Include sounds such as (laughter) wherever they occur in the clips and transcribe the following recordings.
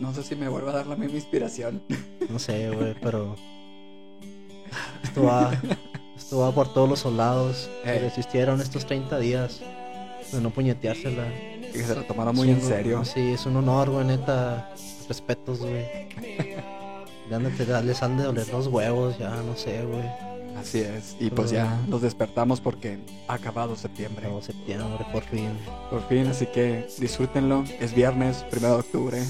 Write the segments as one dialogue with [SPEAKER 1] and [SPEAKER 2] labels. [SPEAKER 1] No sé si me vuelva a dar la misma inspiración.
[SPEAKER 2] No sé, güey, pero. Esto va. Esto va por todos los soldados que
[SPEAKER 1] Ey.
[SPEAKER 2] resistieron estos 30 días de no puñeteársela.
[SPEAKER 1] Que se la tomara muy
[SPEAKER 2] Es
[SPEAKER 1] en
[SPEAKER 2] un-
[SPEAKER 1] serio.
[SPEAKER 2] Sí, es un honor, güey, neta. Respetos, güey. Ya no te- les han de doler los huevos, ya, no sé, güey.
[SPEAKER 1] Así es. Y pues ya los despertamos porque ha acabado septiembre.
[SPEAKER 2] Acabó septiembre, por fin.
[SPEAKER 1] Por fin, así que disfrútenlo. Es viernes, primero de octubre.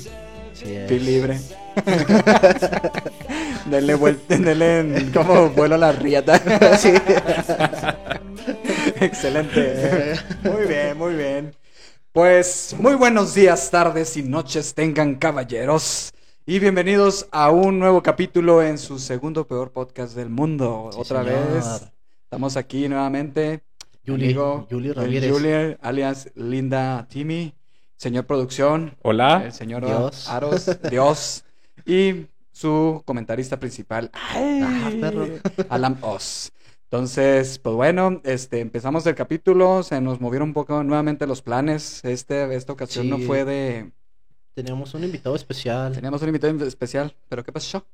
[SPEAKER 2] Sí, es.
[SPEAKER 1] Fui libre. (laughs) denle vuelta, denle en- como vuelo a la riata. (laughs)
[SPEAKER 2] Sí.
[SPEAKER 1] Excelente. Muy bien, muy bien. Pues muy buenos días, tardes y noches tengan caballeros. Y bienvenidos a un nuevo capítulo en su segundo peor podcast del mundo.
[SPEAKER 2] Sí,
[SPEAKER 1] Otra
[SPEAKER 2] señor.
[SPEAKER 1] vez estamos aquí nuevamente.
[SPEAKER 2] Yuli,
[SPEAKER 1] Amigo,
[SPEAKER 2] Yuli
[SPEAKER 1] el
[SPEAKER 2] Ramírez.
[SPEAKER 1] Yuli, alias Linda Timmy, señor producción,
[SPEAKER 3] Hola.
[SPEAKER 1] el señor
[SPEAKER 2] Dios.
[SPEAKER 1] Aros,
[SPEAKER 2] (laughs)
[SPEAKER 1] Dios, y su comentarista principal, ¡ay!
[SPEAKER 2] Ah, perro.
[SPEAKER 1] Alan Oz. Entonces, pues bueno, este, empezamos el capítulo, se nos movieron un poco nuevamente los planes. Este, esta ocasión
[SPEAKER 2] Sí.
[SPEAKER 1] no fue de...
[SPEAKER 2] Tenemos un invitado especial.
[SPEAKER 1] Teníamos un invitado especial, pero ¿qué pasó?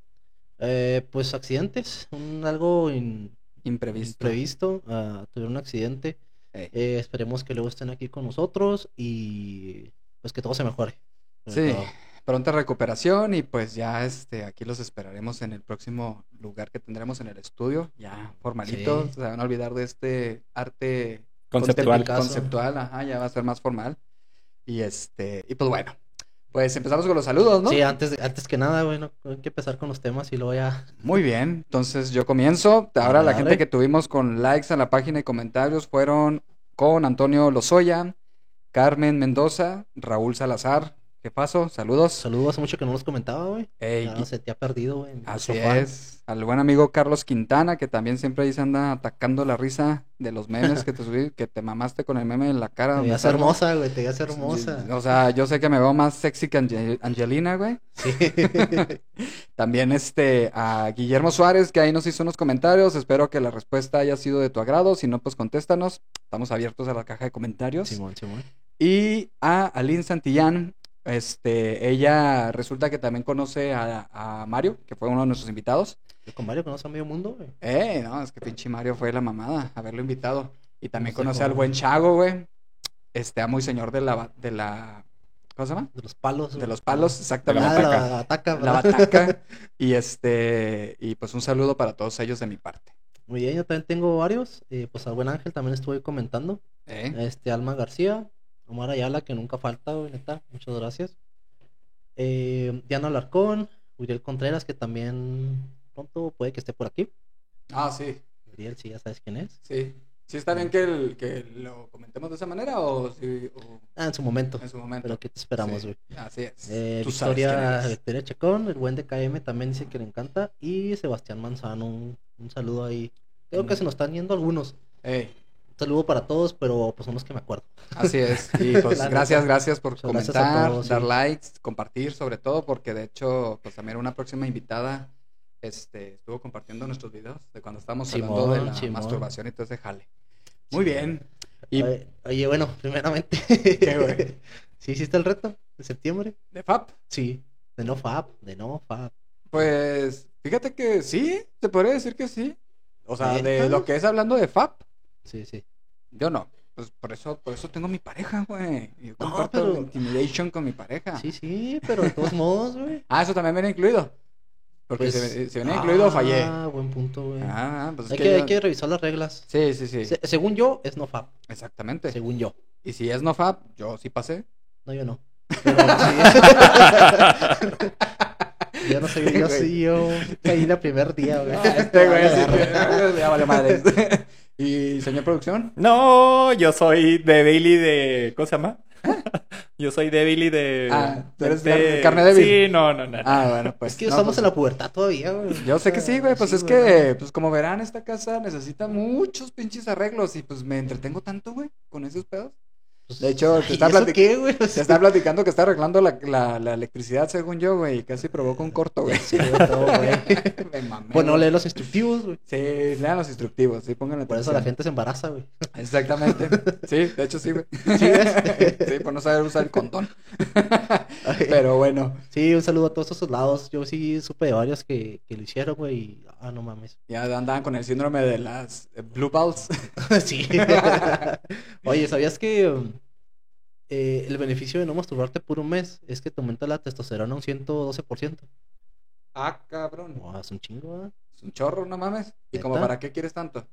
[SPEAKER 2] Eh, pues accidentes, un, algo in-
[SPEAKER 1] Imprevisto.
[SPEAKER 2] imprevisto. ah, tuvieron un accidente.
[SPEAKER 1] Ey.
[SPEAKER 2] Eh, esperemos que luego estén aquí con nosotros y pues que todo se mejore. sobre
[SPEAKER 1] Sí,
[SPEAKER 2] todo.
[SPEAKER 1] pronta recuperación y pues ya este aquí los esperaremos en el próximo lugar que tendremos en el estudio, ya formalito,
[SPEAKER 2] Sí.
[SPEAKER 1] se van a olvidar de este arte
[SPEAKER 3] Conceptual.
[SPEAKER 2] Conceptual.
[SPEAKER 1] conceptual, ajá, ya va a ser más formal. Y este, y pues bueno, pues empezamos con los saludos, ¿no?
[SPEAKER 2] Sí, antes, de- antes que nada, bueno, hay que empezar con los temas y luego ya.
[SPEAKER 1] Muy bien, entonces yo comienzo. Ahora la
[SPEAKER 2] Dale.
[SPEAKER 1] gente que tuvimos con likes en la página y comentarios fueron con Antonio Lozoya, Carmen Mendoza, Raúl Salazar, ¿qué pasó? Saludos.
[SPEAKER 2] (laughs) Saludos, hace mucho que no los comentaba, güey.
[SPEAKER 1] Ey,
[SPEAKER 2] Ya
[SPEAKER 1] y-
[SPEAKER 2] se te ha perdido, güey.
[SPEAKER 1] Así
[SPEAKER 2] nuestro fan.
[SPEAKER 1] es. Al buen amigo Carlos Quintana, que también siempre ahí se anda atacando la risa de los memes que te subí, que te mamaste con el meme en la cara.
[SPEAKER 2] Te
[SPEAKER 1] donde
[SPEAKER 2] veías
[SPEAKER 1] salgo.
[SPEAKER 2] hermosa, güey, te veías hermosa.
[SPEAKER 1] O sea, yo sé que me veo más sexy que Ange- Angelina, güey.
[SPEAKER 2] (laughs) Sí.
[SPEAKER 1] (laughs) También este a Guillermo Suárez, que ahí nos hizo unos comentarios. Espero que la respuesta haya sido de tu agrado. Si no, pues contéstanos. Estamos abiertos a la caja de comentarios.
[SPEAKER 2] Simón, Simón.
[SPEAKER 1] Y a Aline Santillán, este, ella resulta que también conoce a- a Mario, que fue uno de nuestros invitados.
[SPEAKER 2] Con Mario conoce a medio mundo, güey.
[SPEAKER 1] Eh, no, es que pinche Mario fue la mamada haberlo invitado. Y también
[SPEAKER 2] Este No sé
[SPEAKER 1] conoce al
[SPEAKER 2] cómo.
[SPEAKER 1] buen Chago, güey. Este amo y señor de la, ba- de la. ¿Cómo se llama?
[SPEAKER 2] De los palos.
[SPEAKER 1] De
[SPEAKER 2] güey.
[SPEAKER 1] los palos,
[SPEAKER 2] Ah,
[SPEAKER 3] De
[SPEAKER 1] exactamente.
[SPEAKER 3] la
[SPEAKER 2] la
[SPEAKER 3] bataca.
[SPEAKER 2] bataca.
[SPEAKER 1] La
[SPEAKER 2] ¿verdad?
[SPEAKER 1] bataca. Y este. Y pues un saludo para todos ellos de mi parte.
[SPEAKER 2] (laughs) Muy bien, yo también tengo varios. eh, pues al buen Ángel también estuve comentando.
[SPEAKER 1] Eh,
[SPEAKER 2] Este, Alma García, Omar Ayala, que nunca falta, güey, neta, muchas gracias. Eh, Diana Alarcón, Uriel Contreras, que también pronto puede que esté por aquí.
[SPEAKER 1] Ah, sí,
[SPEAKER 2] Uriel, si ya sabes quién es.
[SPEAKER 1] sí. ¿Sí está bien que, el- que lo comentemos de esa manera o, sí, o
[SPEAKER 2] Ah, en su momento.
[SPEAKER 1] en su momento?
[SPEAKER 2] Pero que te esperamos,
[SPEAKER 1] Sí,
[SPEAKER 2] güey.
[SPEAKER 1] Así es.
[SPEAKER 2] Eh,
[SPEAKER 1] Tú sabes
[SPEAKER 2] Victoria,
[SPEAKER 1] quién eres.
[SPEAKER 2] Victoria Chacón, el buen de KM también dice que le encanta. Y Sebastián Manzano, un, un saludo ahí. Creo que se nos están yendo algunos.
[SPEAKER 1] Ey,
[SPEAKER 2] Un saludo para todos, pero pues son los que me acuerdo.
[SPEAKER 1] Así es.
[SPEAKER 2] (laughs)
[SPEAKER 1] Y pues
[SPEAKER 2] La neta.
[SPEAKER 1] gracias, gracias por
[SPEAKER 2] Muchas gracias a
[SPEAKER 1] comentar,
[SPEAKER 2] todos, sí.
[SPEAKER 1] dar likes, compartir sobre todo, porque de hecho, pues también una próxima invitada este, estuvo compartiendo nuestros videos de cuando estábamos hablando de
[SPEAKER 2] Simón,
[SPEAKER 1] la
[SPEAKER 2] Simón.
[SPEAKER 1] masturbación y todo ese jale. Muy
[SPEAKER 2] Sí.
[SPEAKER 1] bien. Y
[SPEAKER 2] Oye, oye, bueno, (laughs) primeramente.
[SPEAKER 1] güey?
[SPEAKER 2] (laughs) ¿Sí hiciste el reto de septiembre?
[SPEAKER 1] de FAP,
[SPEAKER 2] Sí. De no fab, de no fab.
[SPEAKER 1] pues fíjate que sí, te podría decir que sí. O sea, de
[SPEAKER 2] ¿Neta?
[SPEAKER 1] lo que es hablando de FAP,
[SPEAKER 2] Sí, sí.
[SPEAKER 1] yo no. Pues por eso, por eso tengo mi pareja, güey. Yo
[SPEAKER 2] No,
[SPEAKER 1] comparto
[SPEAKER 2] pero-
[SPEAKER 1] mi intimidation con mi pareja.
[SPEAKER 2] Sí, sí, pero de todos modos, güey.
[SPEAKER 1] Ah, eso también viene incluido. Porque eh,
[SPEAKER 2] Pues,
[SPEAKER 1] si, si venía incluido, fallé.
[SPEAKER 2] Ah, buen punto, güey.
[SPEAKER 1] Ah, pues es
[SPEAKER 2] hay,
[SPEAKER 1] que
[SPEAKER 2] que, hay
[SPEAKER 1] ya-
[SPEAKER 2] que revisar las reglas.
[SPEAKER 1] Sí, sí, sí.
[SPEAKER 2] Se- según yo, es no fab.
[SPEAKER 1] Exactamente.
[SPEAKER 2] Según yo.
[SPEAKER 1] Y si es no fab, yo sí pasé.
[SPEAKER 2] No, yo no. Pero
[SPEAKER 1] (laughs)
[SPEAKER 2] sí. yo no sé, yo
[SPEAKER 1] Güey.
[SPEAKER 2] sí, yo caí la primer día, güey.
[SPEAKER 1] (laughs) Este güey sí (laughs)
[SPEAKER 2] Agarra.
[SPEAKER 1] que- ya vale madre. (laughs) ¿Y señor producción?
[SPEAKER 3] No, yo soy de Bailey de. ¿Cómo se llama? (laughs) yo soy de Bailey de.
[SPEAKER 1] Ah, ¿tú eres car- carne débil?
[SPEAKER 3] Sí, no, no, no.
[SPEAKER 1] Ah, bueno, pues.
[SPEAKER 2] Es que
[SPEAKER 1] no,
[SPEAKER 2] estamos
[SPEAKER 1] pues,
[SPEAKER 2] en la pubertad todavía, güey.
[SPEAKER 1] Yo sé que sí, güey, pues
[SPEAKER 2] Sí,
[SPEAKER 1] es que, pues como verán, esta casa necesita muchos pinches arreglos y pues me entretengo tanto, güey, con esos pedos.
[SPEAKER 2] Pues,
[SPEAKER 1] De hecho, te
[SPEAKER 2] ay,
[SPEAKER 1] está
[SPEAKER 2] ¿eso
[SPEAKER 1] platic-
[SPEAKER 2] qué, güey? O
[SPEAKER 1] Se
[SPEAKER 2] sea,
[SPEAKER 1] está platicando que está arreglando la, la- la electricidad, según yo, güey. y Casi provoca un corto, güey. Pues
[SPEAKER 2] sí, güey,
[SPEAKER 1] (laughs)
[SPEAKER 2] todo, güey.
[SPEAKER 1] Me mamé,
[SPEAKER 2] Por no
[SPEAKER 1] güey.
[SPEAKER 2] leer los instructivos, güey.
[SPEAKER 1] Sí, lean los instructivos, sí, pongan
[SPEAKER 2] Por eso la gente se embaraza, güey.
[SPEAKER 1] Exactamente. Sí, de hecho sí, güey.
[SPEAKER 2] (laughs) ¿Sí ves?
[SPEAKER 1] Sí, por no saber usar el
[SPEAKER 2] (laughs)
[SPEAKER 1] condón.
[SPEAKER 2] Ay,
[SPEAKER 1] Pero bueno,
[SPEAKER 2] Sí, un saludo a todos esos lados. Yo sí supe de varios que, que lo hicieron, güey. y- Ah, no mames. (laughs)
[SPEAKER 1] ya andaban con el síndrome de las eh, blue balls.
[SPEAKER 2] sí. (laughs) Oye, ¿sabías que um, eh, el beneficio de no masturbarte por un mes es que te aumenta la testosterona un 112%?
[SPEAKER 1] Ah, cabrón.
[SPEAKER 2] Wow, es un chingo, ¿verdad?
[SPEAKER 1] Es un chorro, no mames. ¿Y como
[SPEAKER 2] ¿Neta?
[SPEAKER 1] para qué quieres tanto?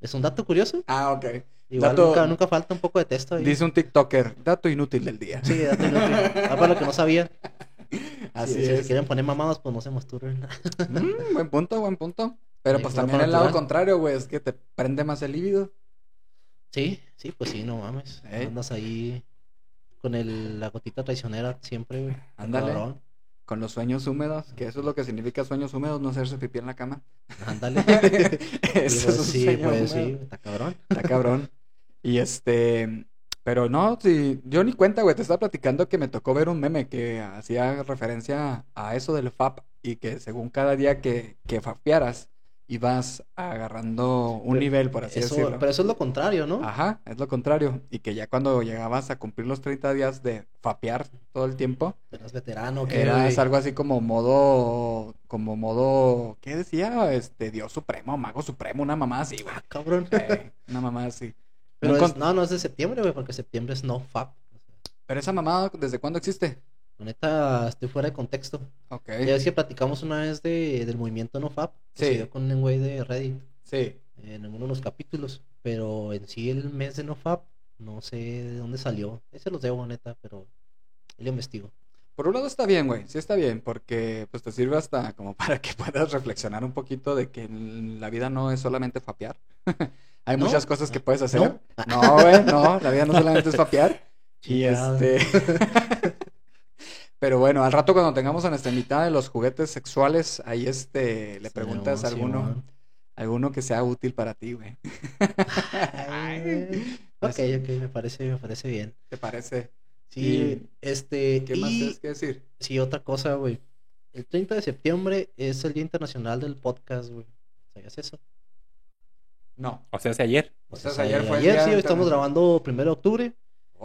[SPEAKER 2] Es un dato curioso.
[SPEAKER 1] Ah, ok.
[SPEAKER 2] Igual
[SPEAKER 1] Dato-
[SPEAKER 2] nunca, nunca falta un poco de texto ahí.
[SPEAKER 1] Dice un TikToker, dato inútil del día.
[SPEAKER 2] Sí, dato inútil.
[SPEAKER 1] (laughs)
[SPEAKER 2] Ah, para lo que no sabía.
[SPEAKER 1] Así
[SPEAKER 2] Si- Si
[SPEAKER 1] es.
[SPEAKER 2] quieren poner mamadas, pues no se masturben. (laughs)
[SPEAKER 1] Mm, buen punto, buen punto. Pero
[SPEAKER 2] Sí,
[SPEAKER 1] pues
[SPEAKER 2] como
[SPEAKER 1] también
[SPEAKER 2] para
[SPEAKER 1] el lado
[SPEAKER 2] natural.
[SPEAKER 1] contrario, güey, es que te prende más el líbido.
[SPEAKER 2] Sí, sí, pues sí, no mames.
[SPEAKER 1] Ey.
[SPEAKER 2] Andas ahí con el, la gotita traicionera siempre, güey.
[SPEAKER 1] Ándale.
[SPEAKER 2] Cabrón.
[SPEAKER 1] Con los sueños húmedos, que eso es lo que significa sueños húmedos, no hacerse pipí en la
[SPEAKER 2] (laughs)
[SPEAKER 1] cama. (laughs)
[SPEAKER 2] Ándale. Sí,
[SPEAKER 1] eso
[SPEAKER 2] pues
[SPEAKER 1] es un
[SPEAKER 2] sí,
[SPEAKER 1] sueño
[SPEAKER 2] pues
[SPEAKER 1] húmedo.
[SPEAKER 2] sí, está cabrón.
[SPEAKER 1] Está cabrón. Y este. Pero no, si yo ni cuenta, güey. Te estaba platicando que me tocó ver un meme que hacía referencia a eso del FAP y que según cada día que, que fapearas ibas agarrando un
[SPEAKER 2] Pero
[SPEAKER 1] nivel, por así
[SPEAKER 2] Eso-
[SPEAKER 1] decirlo. Ah.
[SPEAKER 2] pero eso es lo contrario, ¿no?
[SPEAKER 1] Ajá, es lo contrario. Y que ya cuando llegabas a cumplir los 30 días de fapear todo el tiempo,
[SPEAKER 2] Eras veterano, que
[SPEAKER 1] eras algo así como modo, como modo, ¿qué decía? Este, Dios Supremo, Mago Supremo, una mamá así,
[SPEAKER 2] (laughs)
[SPEAKER 1] güey.
[SPEAKER 2] Cabrón.
[SPEAKER 1] Eh, una mamá así.
[SPEAKER 2] Pero
[SPEAKER 1] No
[SPEAKER 2] es-
[SPEAKER 1] encont-
[SPEAKER 2] no, no es de septiembre, güey, porque septiembre es no fap.
[SPEAKER 1] Pero esa mamada, ¿desde cuándo existe?
[SPEAKER 2] La neta, estoy fuera de contexto.
[SPEAKER 1] Ok.
[SPEAKER 2] Ya es que platicamos una vez de, del movimiento no fap. que
[SPEAKER 1] Sí.
[SPEAKER 2] Se dio con un güey de Reddit
[SPEAKER 1] Sí.
[SPEAKER 2] en alguno de los capítulos. Pero en sí, el mes de no fap, no sé de dónde salió. Ese los debo, neta, pero él lo investigo.
[SPEAKER 1] Por un lado está bien, güey. Sí está bien, porque pues te sirve hasta como (laughs) para que puedas reflexionar un poquito de que en la vida no es solamente fapear. (laughs) Hay
[SPEAKER 2] ¿No?
[SPEAKER 1] muchas cosas que puedes hacer. No, güey, no. La vida no solamente es fapear. Y
[SPEAKER 2] (laughs) Chingado.
[SPEAKER 1] este... (laughs) Pero bueno, al rato cuando tengamos a nuestra mitad de los juguetes sexuales, ahí este le preguntas a
[SPEAKER 2] Simón,
[SPEAKER 1] alguno, (laughs)
[SPEAKER 2] Simón.
[SPEAKER 1] alguno que sea útil para ti, güey.
[SPEAKER 2] Ay. Ok, ok, me parece, me parece bien.
[SPEAKER 1] ¿Te parece?
[SPEAKER 2] Sí,
[SPEAKER 1] Y-
[SPEAKER 2] este.
[SPEAKER 1] ¿Qué más
[SPEAKER 2] y-
[SPEAKER 1] tienes que decir?
[SPEAKER 2] Sí, otra cosa, güey. El 30 de septiembre es el Día Internacional del Podcast, güey. ¿Sabías eso?
[SPEAKER 1] No.
[SPEAKER 3] O sea, hace ayer.
[SPEAKER 1] O
[SPEAKER 2] Pues
[SPEAKER 1] sea,
[SPEAKER 2] es
[SPEAKER 1] ayer fue el
[SPEAKER 2] ayer
[SPEAKER 1] Día
[SPEAKER 2] sí, hoy estamos
[SPEAKER 1] Interna-
[SPEAKER 2] grabando primero de octubre.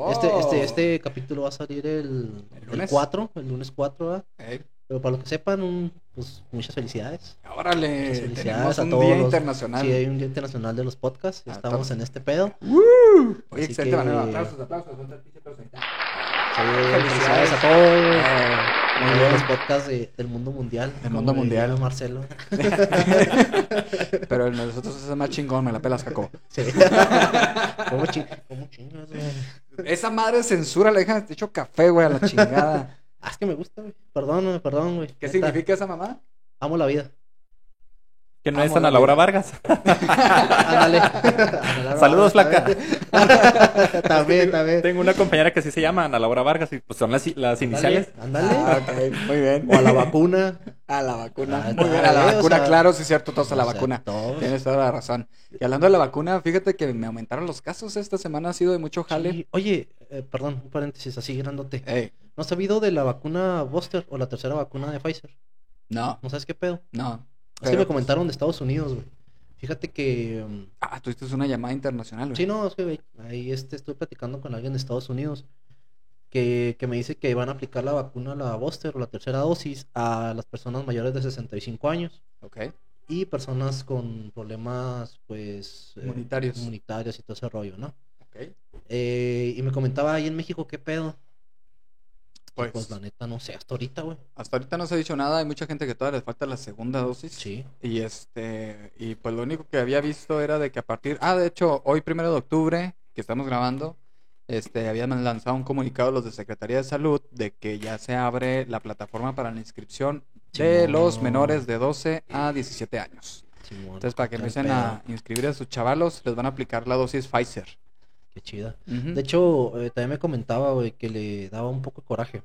[SPEAKER 2] Este, este,
[SPEAKER 1] Oh.
[SPEAKER 2] este capítulo va a salir el,
[SPEAKER 1] El
[SPEAKER 2] el
[SPEAKER 1] lunes.
[SPEAKER 2] 4, el lunes 4, ¿verdad?
[SPEAKER 1] Ey,
[SPEAKER 2] Pero para los que sepan, un- pues muchas felicidades. Muchas
[SPEAKER 1] Órale,
[SPEAKER 2] felicidades
[SPEAKER 1] tenemos
[SPEAKER 2] a
[SPEAKER 1] un
[SPEAKER 2] todos
[SPEAKER 1] día
[SPEAKER 2] los-
[SPEAKER 1] internacional.
[SPEAKER 2] Sí, hay un Día Internacional de los Podcasts.
[SPEAKER 1] Ah,
[SPEAKER 2] Estamos
[SPEAKER 1] todos.
[SPEAKER 2] en este pedo. Sí,
[SPEAKER 1] ¡Woo! Oye,
[SPEAKER 2] Así
[SPEAKER 1] excelente
[SPEAKER 2] que-
[SPEAKER 1] Manuel, Aplausos, aplausos. un tantito,
[SPEAKER 2] (laughs)
[SPEAKER 1] aplausos.
[SPEAKER 2] felicidades, a
[SPEAKER 1] Eh,
[SPEAKER 2] todos.
[SPEAKER 1] muy
[SPEAKER 2] Uno de los
[SPEAKER 1] bien.
[SPEAKER 2] podcasts de- del mundo mundial.
[SPEAKER 1] Del mundo
[SPEAKER 2] como diría
[SPEAKER 1] mundial. (laughs)
[SPEAKER 2] Marcelo.
[SPEAKER 1] Pero el de nosotros es el más chingón, me la pelas, Jacobo.
[SPEAKER 2] Sí. (laughs) ¿Cómo, chi- cómo chingas, güey?
[SPEAKER 1] Esa madre censura, le dejan hecho café, güey, a la chingada.
[SPEAKER 2] Ah, es que me gusta, güey. Perdón, perdón, güey.
[SPEAKER 1] ¿Qué
[SPEAKER 2] Neta,
[SPEAKER 1] significa esa mamá?
[SPEAKER 2] Amo la vida.
[SPEAKER 3] Que no
[SPEAKER 1] Vamos,
[SPEAKER 3] es Ana
[SPEAKER 1] David.
[SPEAKER 3] Laura
[SPEAKER 1] (laughs)
[SPEAKER 3] Vargas.
[SPEAKER 2] Ándale. Ándale,
[SPEAKER 3] Saludos,
[SPEAKER 2] ándale, ándale. (laughs) también, también.
[SPEAKER 3] Tengo una compañera que sí se llama Ana Laura Vargas y pues son las, las iniciales.
[SPEAKER 2] Ándale.
[SPEAKER 1] Ah, ok, muy bien.
[SPEAKER 2] O a la vacuna.
[SPEAKER 1] (laughs) A la vacuna.
[SPEAKER 2] Ah,
[SPEAKER 1] Muy bien, a la
[SPEAKER 2] ándale, o
[SPEAKER 1] vacuna,
[SPEAKER 2] sea-
[SPEAKER 1] claro, sí es cierto, todos a la
[SPEAKER 2] O sea,
[SPEAKER 1] vacuna.
[SPEAKER 2] todos.
[SPEAKER 1] Tienes toda la razón. Y hablando de la vacuna, fíjate que me aumentaron los casos ¿eh? esta semana, ha sido de mucho jale. Eh,
[SPEAKER 2] Sí. Oye, eh, perdón, un paréntesis así grandote.
[SPEAKER 1] Ey,
[SPEAKER 2] ¿No has sabido de la vacuna Buster o la tercera vacuna de Pfizer?
[SPEAKER 1] no,
[SPEAKER 2] ¿No sabes qué pedo?
[SPEAKER 1] no.
[SPEAKER 2] Es que
[SPEAKER 1] Pero,
[SPEAKER 2] me comentaron de Estados Unidos, güey. Fíjate que... mm,
[SPEAKER 1] Ah, tuviste una llamada internacional, güey.
[SPEAKER 2] Sí, no, es que güey, ahí este, estoy platicando con alguien de Estados Unidos que, que me dice que van a aplicar la vacuna, la booster o la tercera dosis a las personas mayores de 65 años
[SPEAKER 1] Ok.
[SPEAKER 2] y personas con problemas, pues... eh,
[SPEAKER 1] Comunitarios.
[SPEAKER 2] comunitarios y todo ese rollo, ¿no?
[SPEAKER 1] ok.
[SPEAKER 2] Eh, y me comentaba ahí en México, ¿qué pedo?
[SPEAKER 1] Pues,
[SPEAKER 2] Pues, la neta, no sé, hasta ahorita, güey.
[SPEAKER 1] hasta ahorita no se ha dicho nada. Hay mucha gente que todavía les falta la segunda dosis.
[SPEAKER 2] Sí.
[SPEAKER 1] Y este, y pues lo único que había visto era de que a partir, ah, de hecho, hoy primero de octubre, que estamos grabando, este, habían lanzado un comunicado los de Secretaría de Salud de que ya se abre la plataforma para la inscripción de
[SPEAKER 2] Simón.
[SPEAKER 1] los menores de 12 a 17 años.
[SPEAKER 2] Simón,
[SPEAKER 1] Entonces, para que
[SPEAKER 2] qué
[SPEAKER 1] empiecen
[SPEAKER 2] pedo,
[SPEAKER 1] a inscribir a sus chavalos, les van a aplicar la dosis Pfizer.
[SPEAKER 2] Qué chida.
[SPEAKER 1] Ujú.
[SPEAKER 2] De hecho, eh, también me comentaba, güey, que le daba un poco de coraje.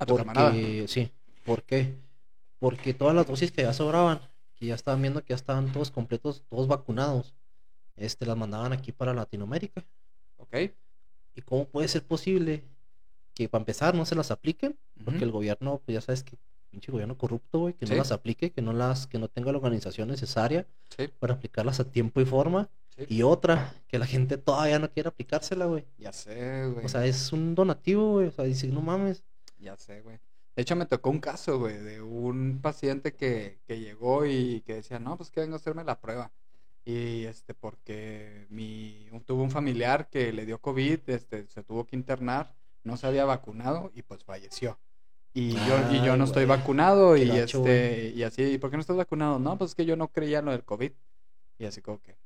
[SPEAKER 1] a tu camarada.
[SPEAKER 2] Porque, sí, ¿por qué? Porque todas las dosis que ya sobraban, que ya estaban viendo que ya estaban todos completos, todos vacunados, este, las mandaban aquí para Latinoamérica.
[SPEAKER 1] Ok.
[SPEAKER 2] ¿Y cómo puede ser posible que para empezar no se las apliquen? Porque
[SPEAKER 1] Ujú.
[SPEAKER 2] el gobierno, pues ya sabes que pinche gobierno corrupto, güey, que
[SPEAKER 1] Sí.
[SPEAKER 2] no las aplique, que no las, que no tenga la organización necesaria
[SPEAKER 1] Sí,
[SPEAKER 2] para aplicarlas a tiempo y forma.
[SPEAKER 1] sí.
[SPEAKER 2] Y otra, que la gente todavía no quiere aplicársela, güey.
[SPEAKER 1] Ya sé, güey.
[SPEAKER 2] O sea, es un donativo, güey. O sea, dices, no mames.
[SPEAKER 1] Ya sé, güey. De hecho, me tocó un caso, güey, de un paciente que, que llegó y que decía, no, pues que vengo a hacerme la prueba. Y este, porque mi, un- tuvo un familiar que le dio COVID, este, se tuvo que internar, no se había vacunado y pues falleció. Y yo, y yo
[SPEAKER 2] Ay,
[SPEAKER 1] no estoy
[SPEAKER 2] güey.
[SPEAKER 1] vacunado
[SPEAKER 2] Qué
[SPEAKER 1] y
[SPEAKER 2] gacho,
[SPEAKER 1] este, y así, ¿y por qué no estás vacunado? No, pues es que yo no creía en lo del COVID. Y así como que,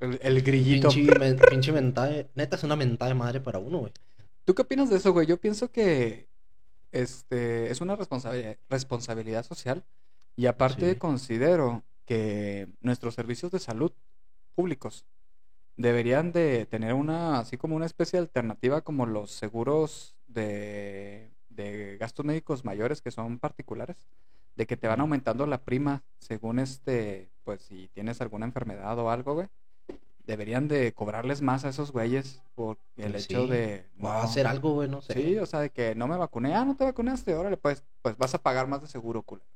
[SPEAKER 1] el, el grillito.
[SPEAKER 2] Pinche, men- pinche mentada. de- Neta, es una mentada de madre para uno, güey.
[SPEAKER 1] ¿Tú qué opinas de eso, güey? Yo pienso que este es una responsabilidad, responsabilidad social y aparte
[SPEAKER 2] Sí.
[SPEAKER 1] considero que nuestros servicios de salud públicos deberían de tener una así como una especie de alternativa como los seguros de, de gastos médicos mayores que son particulares de que te van aumentando la prima según este pues si tienes alguna enfermedad o algo, güey. Deberían de cobrarles más a esos güeyes por el
[SPEAKER 2] Pues
[SPEAKER 1] hecho
[SPEAKER 2] sí.
[SPEAKER 1] de
[SPEAKER 2] Va
[SPEAKER 1] no.
[SPEAKER 2] a hacer algo, güey, no sé.
[SPEAKER 1] Sí, o sea, de que no me vacuné. Ah, no te vacunaste. Órale, pues, pues vas a pagar más de seguro, culero.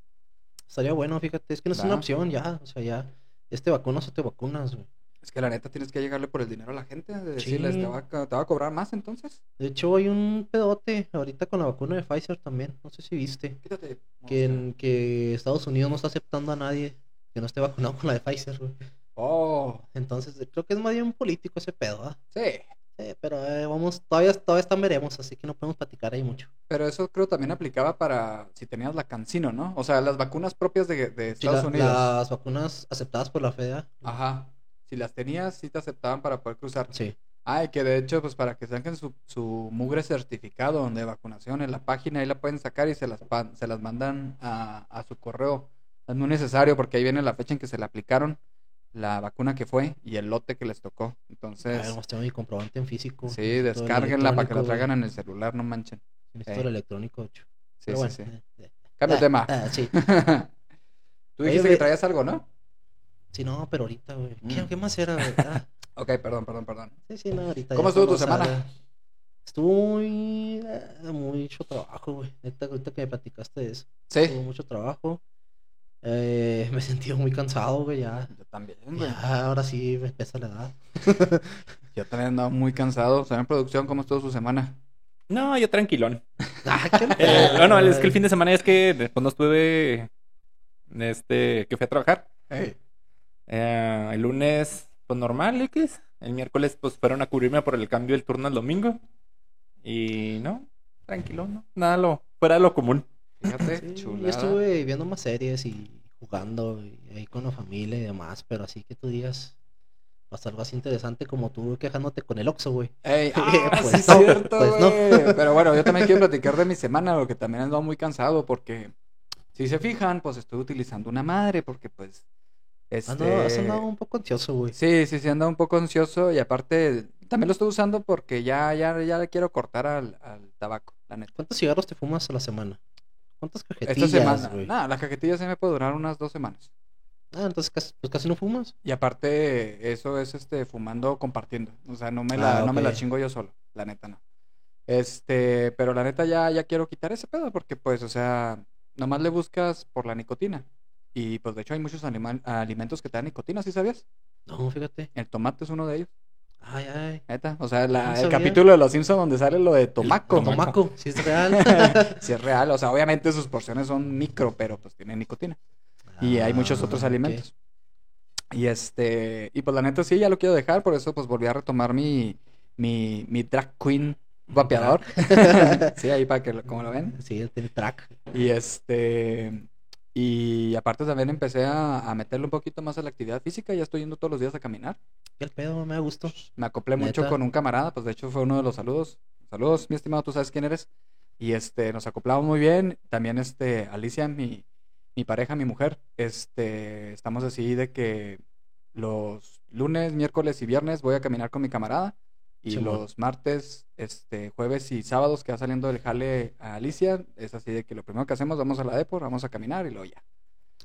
[SPEAKER 2] Estaría bueno, fíjate. Es que no es
[SPEAKER 1] Va.
[SPEAKER 2] una opción ya. O sea, ya. Este vacunas o te vacunas, güey.
[SPEAKER 1] Es que la neta tienes que llegarle por el dinero a la gente. De decirles,
[SPEAKER 2] Sí.
[SPEAKER 1] ¿te va, a, ca- te va a cobrar más entonces?
[SPEAKER 2] De hecho, hay un pedote ahorita con la vacuna de Pfizer también. No sé si viste.
[SPEAKER 1] Quítate.
[SPEAKER 2] Que,
[SPEAKER 1] monster.
[SPEAKER 2] en- que Estados Unidos no está aceptando a nadie que no esté vacunado con la de Pfizer, güey.
[SPEAKER 1] Oh,
[SPEAKER 2] Entonces, creo que es más bien político ese pedo, ¿ah?
[SPEAKER 1] sí.
[SPEAKER 2] Sí, pero eh, vamos, todavía, todavía están veremos, así que no podemos platicar ahí mucho.
[SPEAKER 1] Pero eso creo también aplicaba para si tenías la cancino, ¿no? O sea, las vacunas propias de, de
[SPEAKER 2] Sí,
[SPEAKER 1] Estados
[SPEAKER 2] la-
[SPEAKER 1] Unidos. Ah.
[SPEAKER 2] Las vacunas aceptadas por la E FDA.
[SPEAKER 1] Ajá. Si las tenías, sí te aceptaban para poder cruzar.
[SPEAKER 2] Sí.
[SPEAKER 1] Ah, y que de hecho, pues para que saquen su, su mugre certificado de vacunación en la página, ahí la pueden sacar y se las, pan- se las mandan a, a su correo. Es muy necesario porque ahí viene la fecha en que se le aplicaron la vacuna que fue y el lote que les tocó.
[SPEAKER 2] A
[SPEAKER 1] Entonces,
[SPEAKER 2] ver, tengo mi comprobante en físico.
[SPEAKER 1] sí, descárguenla para que la
[SPEAKER 2] electrónico,
[SPEAKER 1] traigan en el celular, no manchen.
[SPEAKER 2] Esto
[SPEAKER 1] Ey.
[SPEAKER 2] el electrónico, de hecho.
[SPEAKER 1] Sí,
[SPEAKER 2] Pero
[SPEAKER 1] sí,
[SPEAKER 2] bueno,
[SPEAKER 1] sí.
[SPEAKER 2] eh, eh.
[SPEAKER 1] Cambio
[SPEAKER 2] Ah,
[SPEAKER 1] de tema.
[SPEAKER 2] ah,
[SPEAKER 1] (laughs)
[SPEAKER 2] sí.
[SPEAKER 1] Tú
[SPEAKER 2] Oye,
[SPEAKER 1] dijiste que
[SPEAKER 2] güey.
[SPEAKER 1] traías algo, ¿no?
[SPEAKER 2] Sí, no, pero ahorita, güey. ¿Qué,
[SPEAKER 1] Mm.
[SPEAKER 2] qué más era, güey? Ah,
[SPEAKER 1] Ok, perdón, perdón, perdón.
[SPEAKER 2] sí, sí, no, ahorita.
[SPEAKER 1] ¿Cómo
[SPEAKER 2] ya
[SPEAKER 1] estuvo tu
[SPEAKER 2] estamos a
[SPEAKER 1] semana?
[SPEAKER 2] la- Estuvo muy. eh, mucho trabajo, güey. Neta, ahorita que me platicaste de eso. Estuvo
[SPEAKER 1] Sí.
[SPEAKER 2] mucho trabajo. Eh, (laughs) me he sentido muy cansado, güey, ya.
[SPEAKER 1] Yo también, Mm, güey.
[SPEAKER 2] Ya, ahora sí me pesa la
[SPEAKER 1] (laughs)
[SPEAKER 2] edad.
[SPEAKER 1] Yo también andaba muy cansado. Señor producción, ¿cómo estuvo su semana?
[SPEAKER 3] No, yo tranquilón.
[SPEAKER 2] Ah, qué
[SPEAKER 3] Eh,
[SPEAKER 2] pedo,
[SPEAKER 3] bueno, es
[SPEAKER 2] güey.
[SPEAKER 3] que el fin de semana es que después no estuve. Este, que fui a trabajar. Eh, el lunes, pues normal, X. El miércoles, pues fueron a cubrirme por el cambio del turno al domingo. Y no, tranquilo, ¿no? Nada lo, fuera de lo común.
[SPEAKER 1] Fíjate,
[SPEAKER 2] Sí, yo
[SPEAKER 1] chulada.
[SPEAKER 2] estuve viendo más series y jugando y ahí con la familia y demás, pero así que tú digas hasta algo así interesante como tú quejándote con el Oxxo, güey. (laughs)
[SPEAKER 1] Ey, ah,
[SPEAKER 2] Pues
[SPEAKER 1] sí es
[SPEAKER 2] no,
[SPEAKER 1] cierto,
[SPEAKER 2] (laughs) pues no.
[SPEAKER 1] güey. Pero bueno, yo también quiero platicar de mi semana, porque también he andado muy cansado, porque si se fijan, pues estoy utilizando una madre, porque pues, este...
[SPEAKER 2] Ando, Ah, has andado un poco ansioso, güey.
[SPEAKER 1] Sí, sí, sí, anda un poco ansioso y aparte también lo estoy usando porque ya, ya, ya le quiero cortar al, al tabaco, la neta.
[SPEAKER 2] ¿Cuántos cigarros te fumas a la semana? ¿Cuántas
[SPEAKER 1] Esta
[SPEAKER 2] cajetillas,
[SPEAKER 1] semana,
[SPEAKER 2] güey?
[SPEAKER 1] nada, la cajetilla se me puede durar unas dos semanas.
[SPEAKER 2] Ah, entonces casi, pues casi no fumas.
[SPEAKER 1] Y aparte, eso es este fumando compartiendo. O sea, no me la,
[SPEAKER 2] Ah,
[SPEAKER 1] no me la
[SPEAKER 2] ok.
[SPEAKER 1] chingo yo solo, la neta no. Este, pero la neta ya, ya quiero quitar ese pedo, porque pues, o sea, nomás le buscas por la nicotina. Y pues de hecho hay muchos animal- alimentos que te dan nicotina, ¿sí sabías?
[SPEAKER 2] No, fíjate.
[SPEAKER 1] El tomate es uno de ellos,
[SPEAKER 2] Ay, ay.
[SPEAKER 1] neta. O sea, la-
[SPEAKER 2] No
[SPEAKER 1] el
[SPEAKER 2] sabía.
[SPEAKER 1] capítulo de Los Simpsons donde sale lo de tomaco.
[SPEAKER 3] tomaco.
[SPEAKER 2] Tomaco, si es real.
[SPEAKER 1] si es real, o sea, obviamente sus porciones son micro, pero pues tienen nicotina. (laughs) Y hay muchos
[SPEAKER 2] Ah,
[SPEAKER 1] otros
[SPEAKER 2] ok.
[SPEAKER 1] alimentos. Y este, y pues la neta sí, ya lo quiero dejar, por eso pues volví a retomar mi, mi, mi drag queen
[SPEAKER 2] (laughs)
[SPEAKER 1] vapeador. sí, ahí para que, lo- como lo ven.
[SPEAKER 2] Sí, tiene track.
[SPEAKER 1] Y este, y aparte también empecé a, a meterle un poquito más a la actividad física, ya estoy yendo todos los días a caminar.
[SPEAKER 2] ¿Qué el pedo? Me da gusto.
[SPEAKER 1] Me acoplé mucho
[SPEAKER 2] ¿Neta?
[SPEAKER 1] con un camarada, pues de hecho fue uno de los saludos. Saludos, mi estimado, tú sabes quién eres. Y este, nos acoplamos muy bien. También este, Alicia, mi, mi pareja, mi mujer, este, estamos así de que los lunes, miércoles y viernes voy a caminar con mi camarada. Y
[SPEAKER 2] Simón.
[SPEAKER 1] los martes, este, jueves y sábados que va saliendo del jale a Alicia, es así de que lo primero que hacemos, vamos a la Depor, vamos a caminar y luego ya.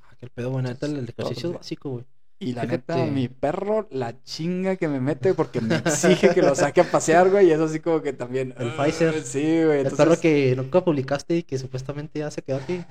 [SPEAKER 2] Ah, qué el pedo, bueno, ahorita el
[SPEAKER 1] Entonces,
[SPEAKER 2] ejercicio
[SPEAKER 1] todos,
[SPEAKER 2] básico, güey.
[SPEAKER 1] Y la
[SPEAKER 2] Fíjate.
[SPEAKER 1] neta, mi perro, la chinga que me mete porque me exige que lo saque a pasear, güey. Y es así como que también.
[SPEAKER 2] El
[SPEAKER 1] "Ugh",
[SPEAKER 2] Pfizer.
[SPEAKER 1] Sí, güey.
[SPEAKER 2] El
[SPEAKER 1] entonces,
[SPEAKER 2] perro que nunca publicaste y que supuestamente ya se quedó aquí.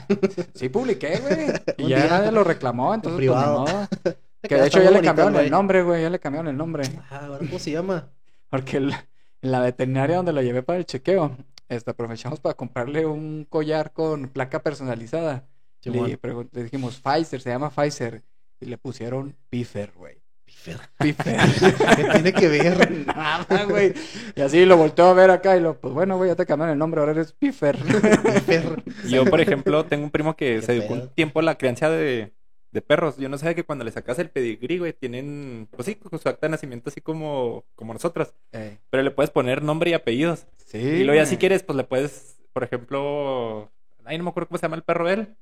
[SPEAKER 1] Sí, publiqué,
[SPEAKER 2] (laughs)
[SPEAKER 1] güey. Y
[SPEAKER 2] Un
[SPEAKER 1] ya
[SPEAKER 2] día.
[SPEAKER 1] nadie lo reclamó, entonces. pues, ni
[SPEAKER 2] privado. (laughs)
[SPEAKER 1] modo.
[SPEAKER 2] Te
[SPEAKER 1] Que de
[SPEAKER 2] quedaste
[SPEAKER 1] hecho ya
[SPEAKER 2] muy
[SPEAKER 1] le
[SPEAKER 2] bonito,
[SPEAKER 1] cambiaron
[SPEAKER 2] güey.
[SPEAKER 1] el nombre, güey. Ya le cambiaron el nombre.
[SPEAKER 2] Ah, ahora ¿cómo se llama?
[SPEAKER 1] Porque el- en la veterinaria donde lo llevé para el chequeo, este, aprovechamos para comprarle un collar con placa personalizada. Le,
[SPEAKER 2] Simón.
[SPEAKER 1] pregun- le dijimos, Pfizer, se llama Pfizer. Y le pusieron Pfizer, güey.
[SPEAKER 2] Piffer.
[SPEAKER 1] Pfizer.
[SPEAKER 2] (laughs) ¿Qué tiene que ver?
[SPEAKER 1] (laughs) Nada, güey. Y así lo volteó a ver acá y lo, pues bueno, güey, ya te cambiaron el nombre, ahora eres
[SPEAKER 3] (laughs)
[SPEAKER 1] Pfizer.
[SPEAKER 2] Piffer.
[SPEAKER 3] Yo, por ejemplo, tengo un primo que
[SPEAKER 2] Qué
[SPEAKER 3] se dedicó un
[SPEAKER 2] pedo.
[SPEAKER 3] tiempo a la crianza de, de perros. Yo no sabía que cuando le sacas el pedigrí, güey, tienen, pues sí, con su acta de nacimiento así como, como nosotras.
[SPEAKER 1] Eh,
[SPEAKER 3] Pero le puedes poner nombre y apellidos.
[SPEAKER 1] sí.
[SPEAKER 3] y luego ya
[SPEAKER 1] güey.
[SPEAKER 3] si quieres, pues le puedes, por ejemplo, ay, no me acuerdo cómo se llama el perro de él.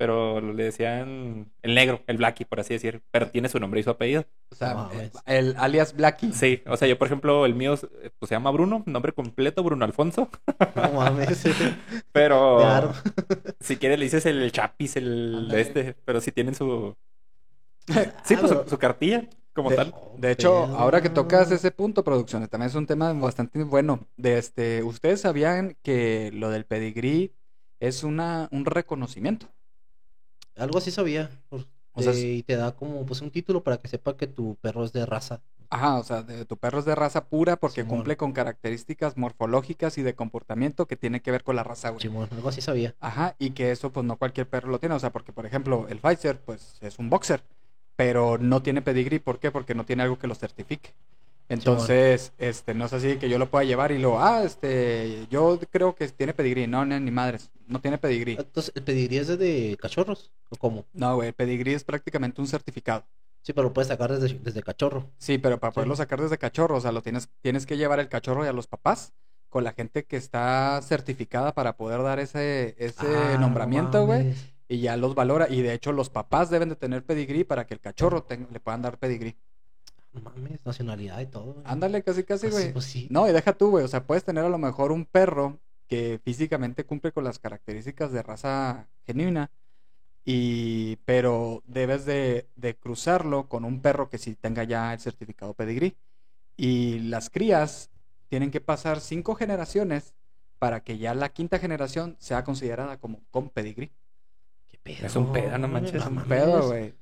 [SPEAKER 3] Pero le decían el negro, el blackie, por así decir. Pero tiene su nombre y su apellido.
[SPEAKER 1] O sea,
[SPEAKER 2] No,
[SPEAKER 1] eh,
[SPEAKER 2] mames.
[SPEAKER 1] el alias Blackie.
[SPEAKER 3] Sí, o sea, yo, por ejemplo, el mío eh, pues, se llama Bruno, nombre completo, Bruno Alfonso.
[SPEAKER 2] (laughs)
[SPEAKER 1] (laughs)
[SPEAKER 2] No mames.
[SPEAKER 1] Oh.
[SPEAKER 3] Pero
[SPEAKER 2] Claro.
[SPEAKER 3] (laughs) si quieres le dices el chapis, el
[SPEAKER 1] Ándale.
[SPEAKER 3] este, pero si tienen (laughs) su... sí, pues su, su cartilla, como tal.
[SPEAKER 1] De hecho,
[SPEAKER 2] Pero-
[SPEAKER 1] ahora que tocas ese punto, producciones, también es un tema bastante bueno. De este, ustedes sabían que lo del pedigrí es una, un reconocimiento.
[SPEAKER 2] Algo así sabía. por-
[SPEAKER 1] O sea,
[SPEAKER 2] de- y te da como pues un título para que sepa que tu perro es de raza.
[SPEAKER 1] Ajá, o sea, de- tu perro es de raza pura porque
[SPEAKER 2] Simón.
[SPEAKER 1] cumple con características morfológicas y de comportamiento que tiene que ver con la raza, güey.
[SPEAKER 2] Simón, algo así sabía.
[SPEAKER 1] Ajá, y que eso pues no cualquier perro lo tiene, o sea, porque por ejemplo el Pfizer pues es un boxer, pero no tiene pedigrí, ¿por qué? Porque no tiene algo que lo certifique. Entonces, este, no es así que yo lo pueda llevar y lo, ah, este, yo creo que tiene pedigrí, no, ni, ni madres, no tiene pedigrí.
[SPEAKER 2] Entonces, ¿el pedigrí es de cachorros? ¿O cómo?
[SPEAKER 1] No, güey, el pedigrí es prácticamente un certificado.
[SPEAKER 2] Sí, pero lo puedes sacar desde, desde cachorro.
[SPEAKER 1] Sí, pero para poderlo sacar desde cachorro, o sea, lo tienes, tienes que llevar el cachorro y a los papás con la gente que está certificada para poder dar ese, ese
[SPEAKER 2] Ah, no
[SPEAKER 1] nombramiento, güey.
[SPEAKER 2] mames.
[SPEAKER 1] y ya los valora. Y de hecho, los papás deben de tener pedigrí para que el cachorro tenga- le puedan dar pedigrí.
[SPEAKER 2] No mames, nacionalidad y todo. güey.
[SPEAKER 1] Ándale, casi, casi,
[SPEAKER 2] Así,
[SPEAKER 1] güey.
[SPEAKER 2] pues sí.
[SPEAKER 1] No, y deja tú, güey. O sea, puedes tener a lo mejor un perro que físicamente cumple con las características de raza genuina. Y, pero debes de, de cruzarlo con un perro que sí tenga ya el certificado pedigrí. Y las crías tienen que pasar cinco generaciones para que ya la quinta generación sea considerada como con pedigrí.
[SPEAKER 2] Qué pedo.
[SPEAKER 3] Es un pedo, no manches,
[SPEAKER 1] Es
[SPEAKER 3] No
[SPEAKER 1] un
[SPEAKER 2] mames.
[SPEAKER 1] pedo, güey.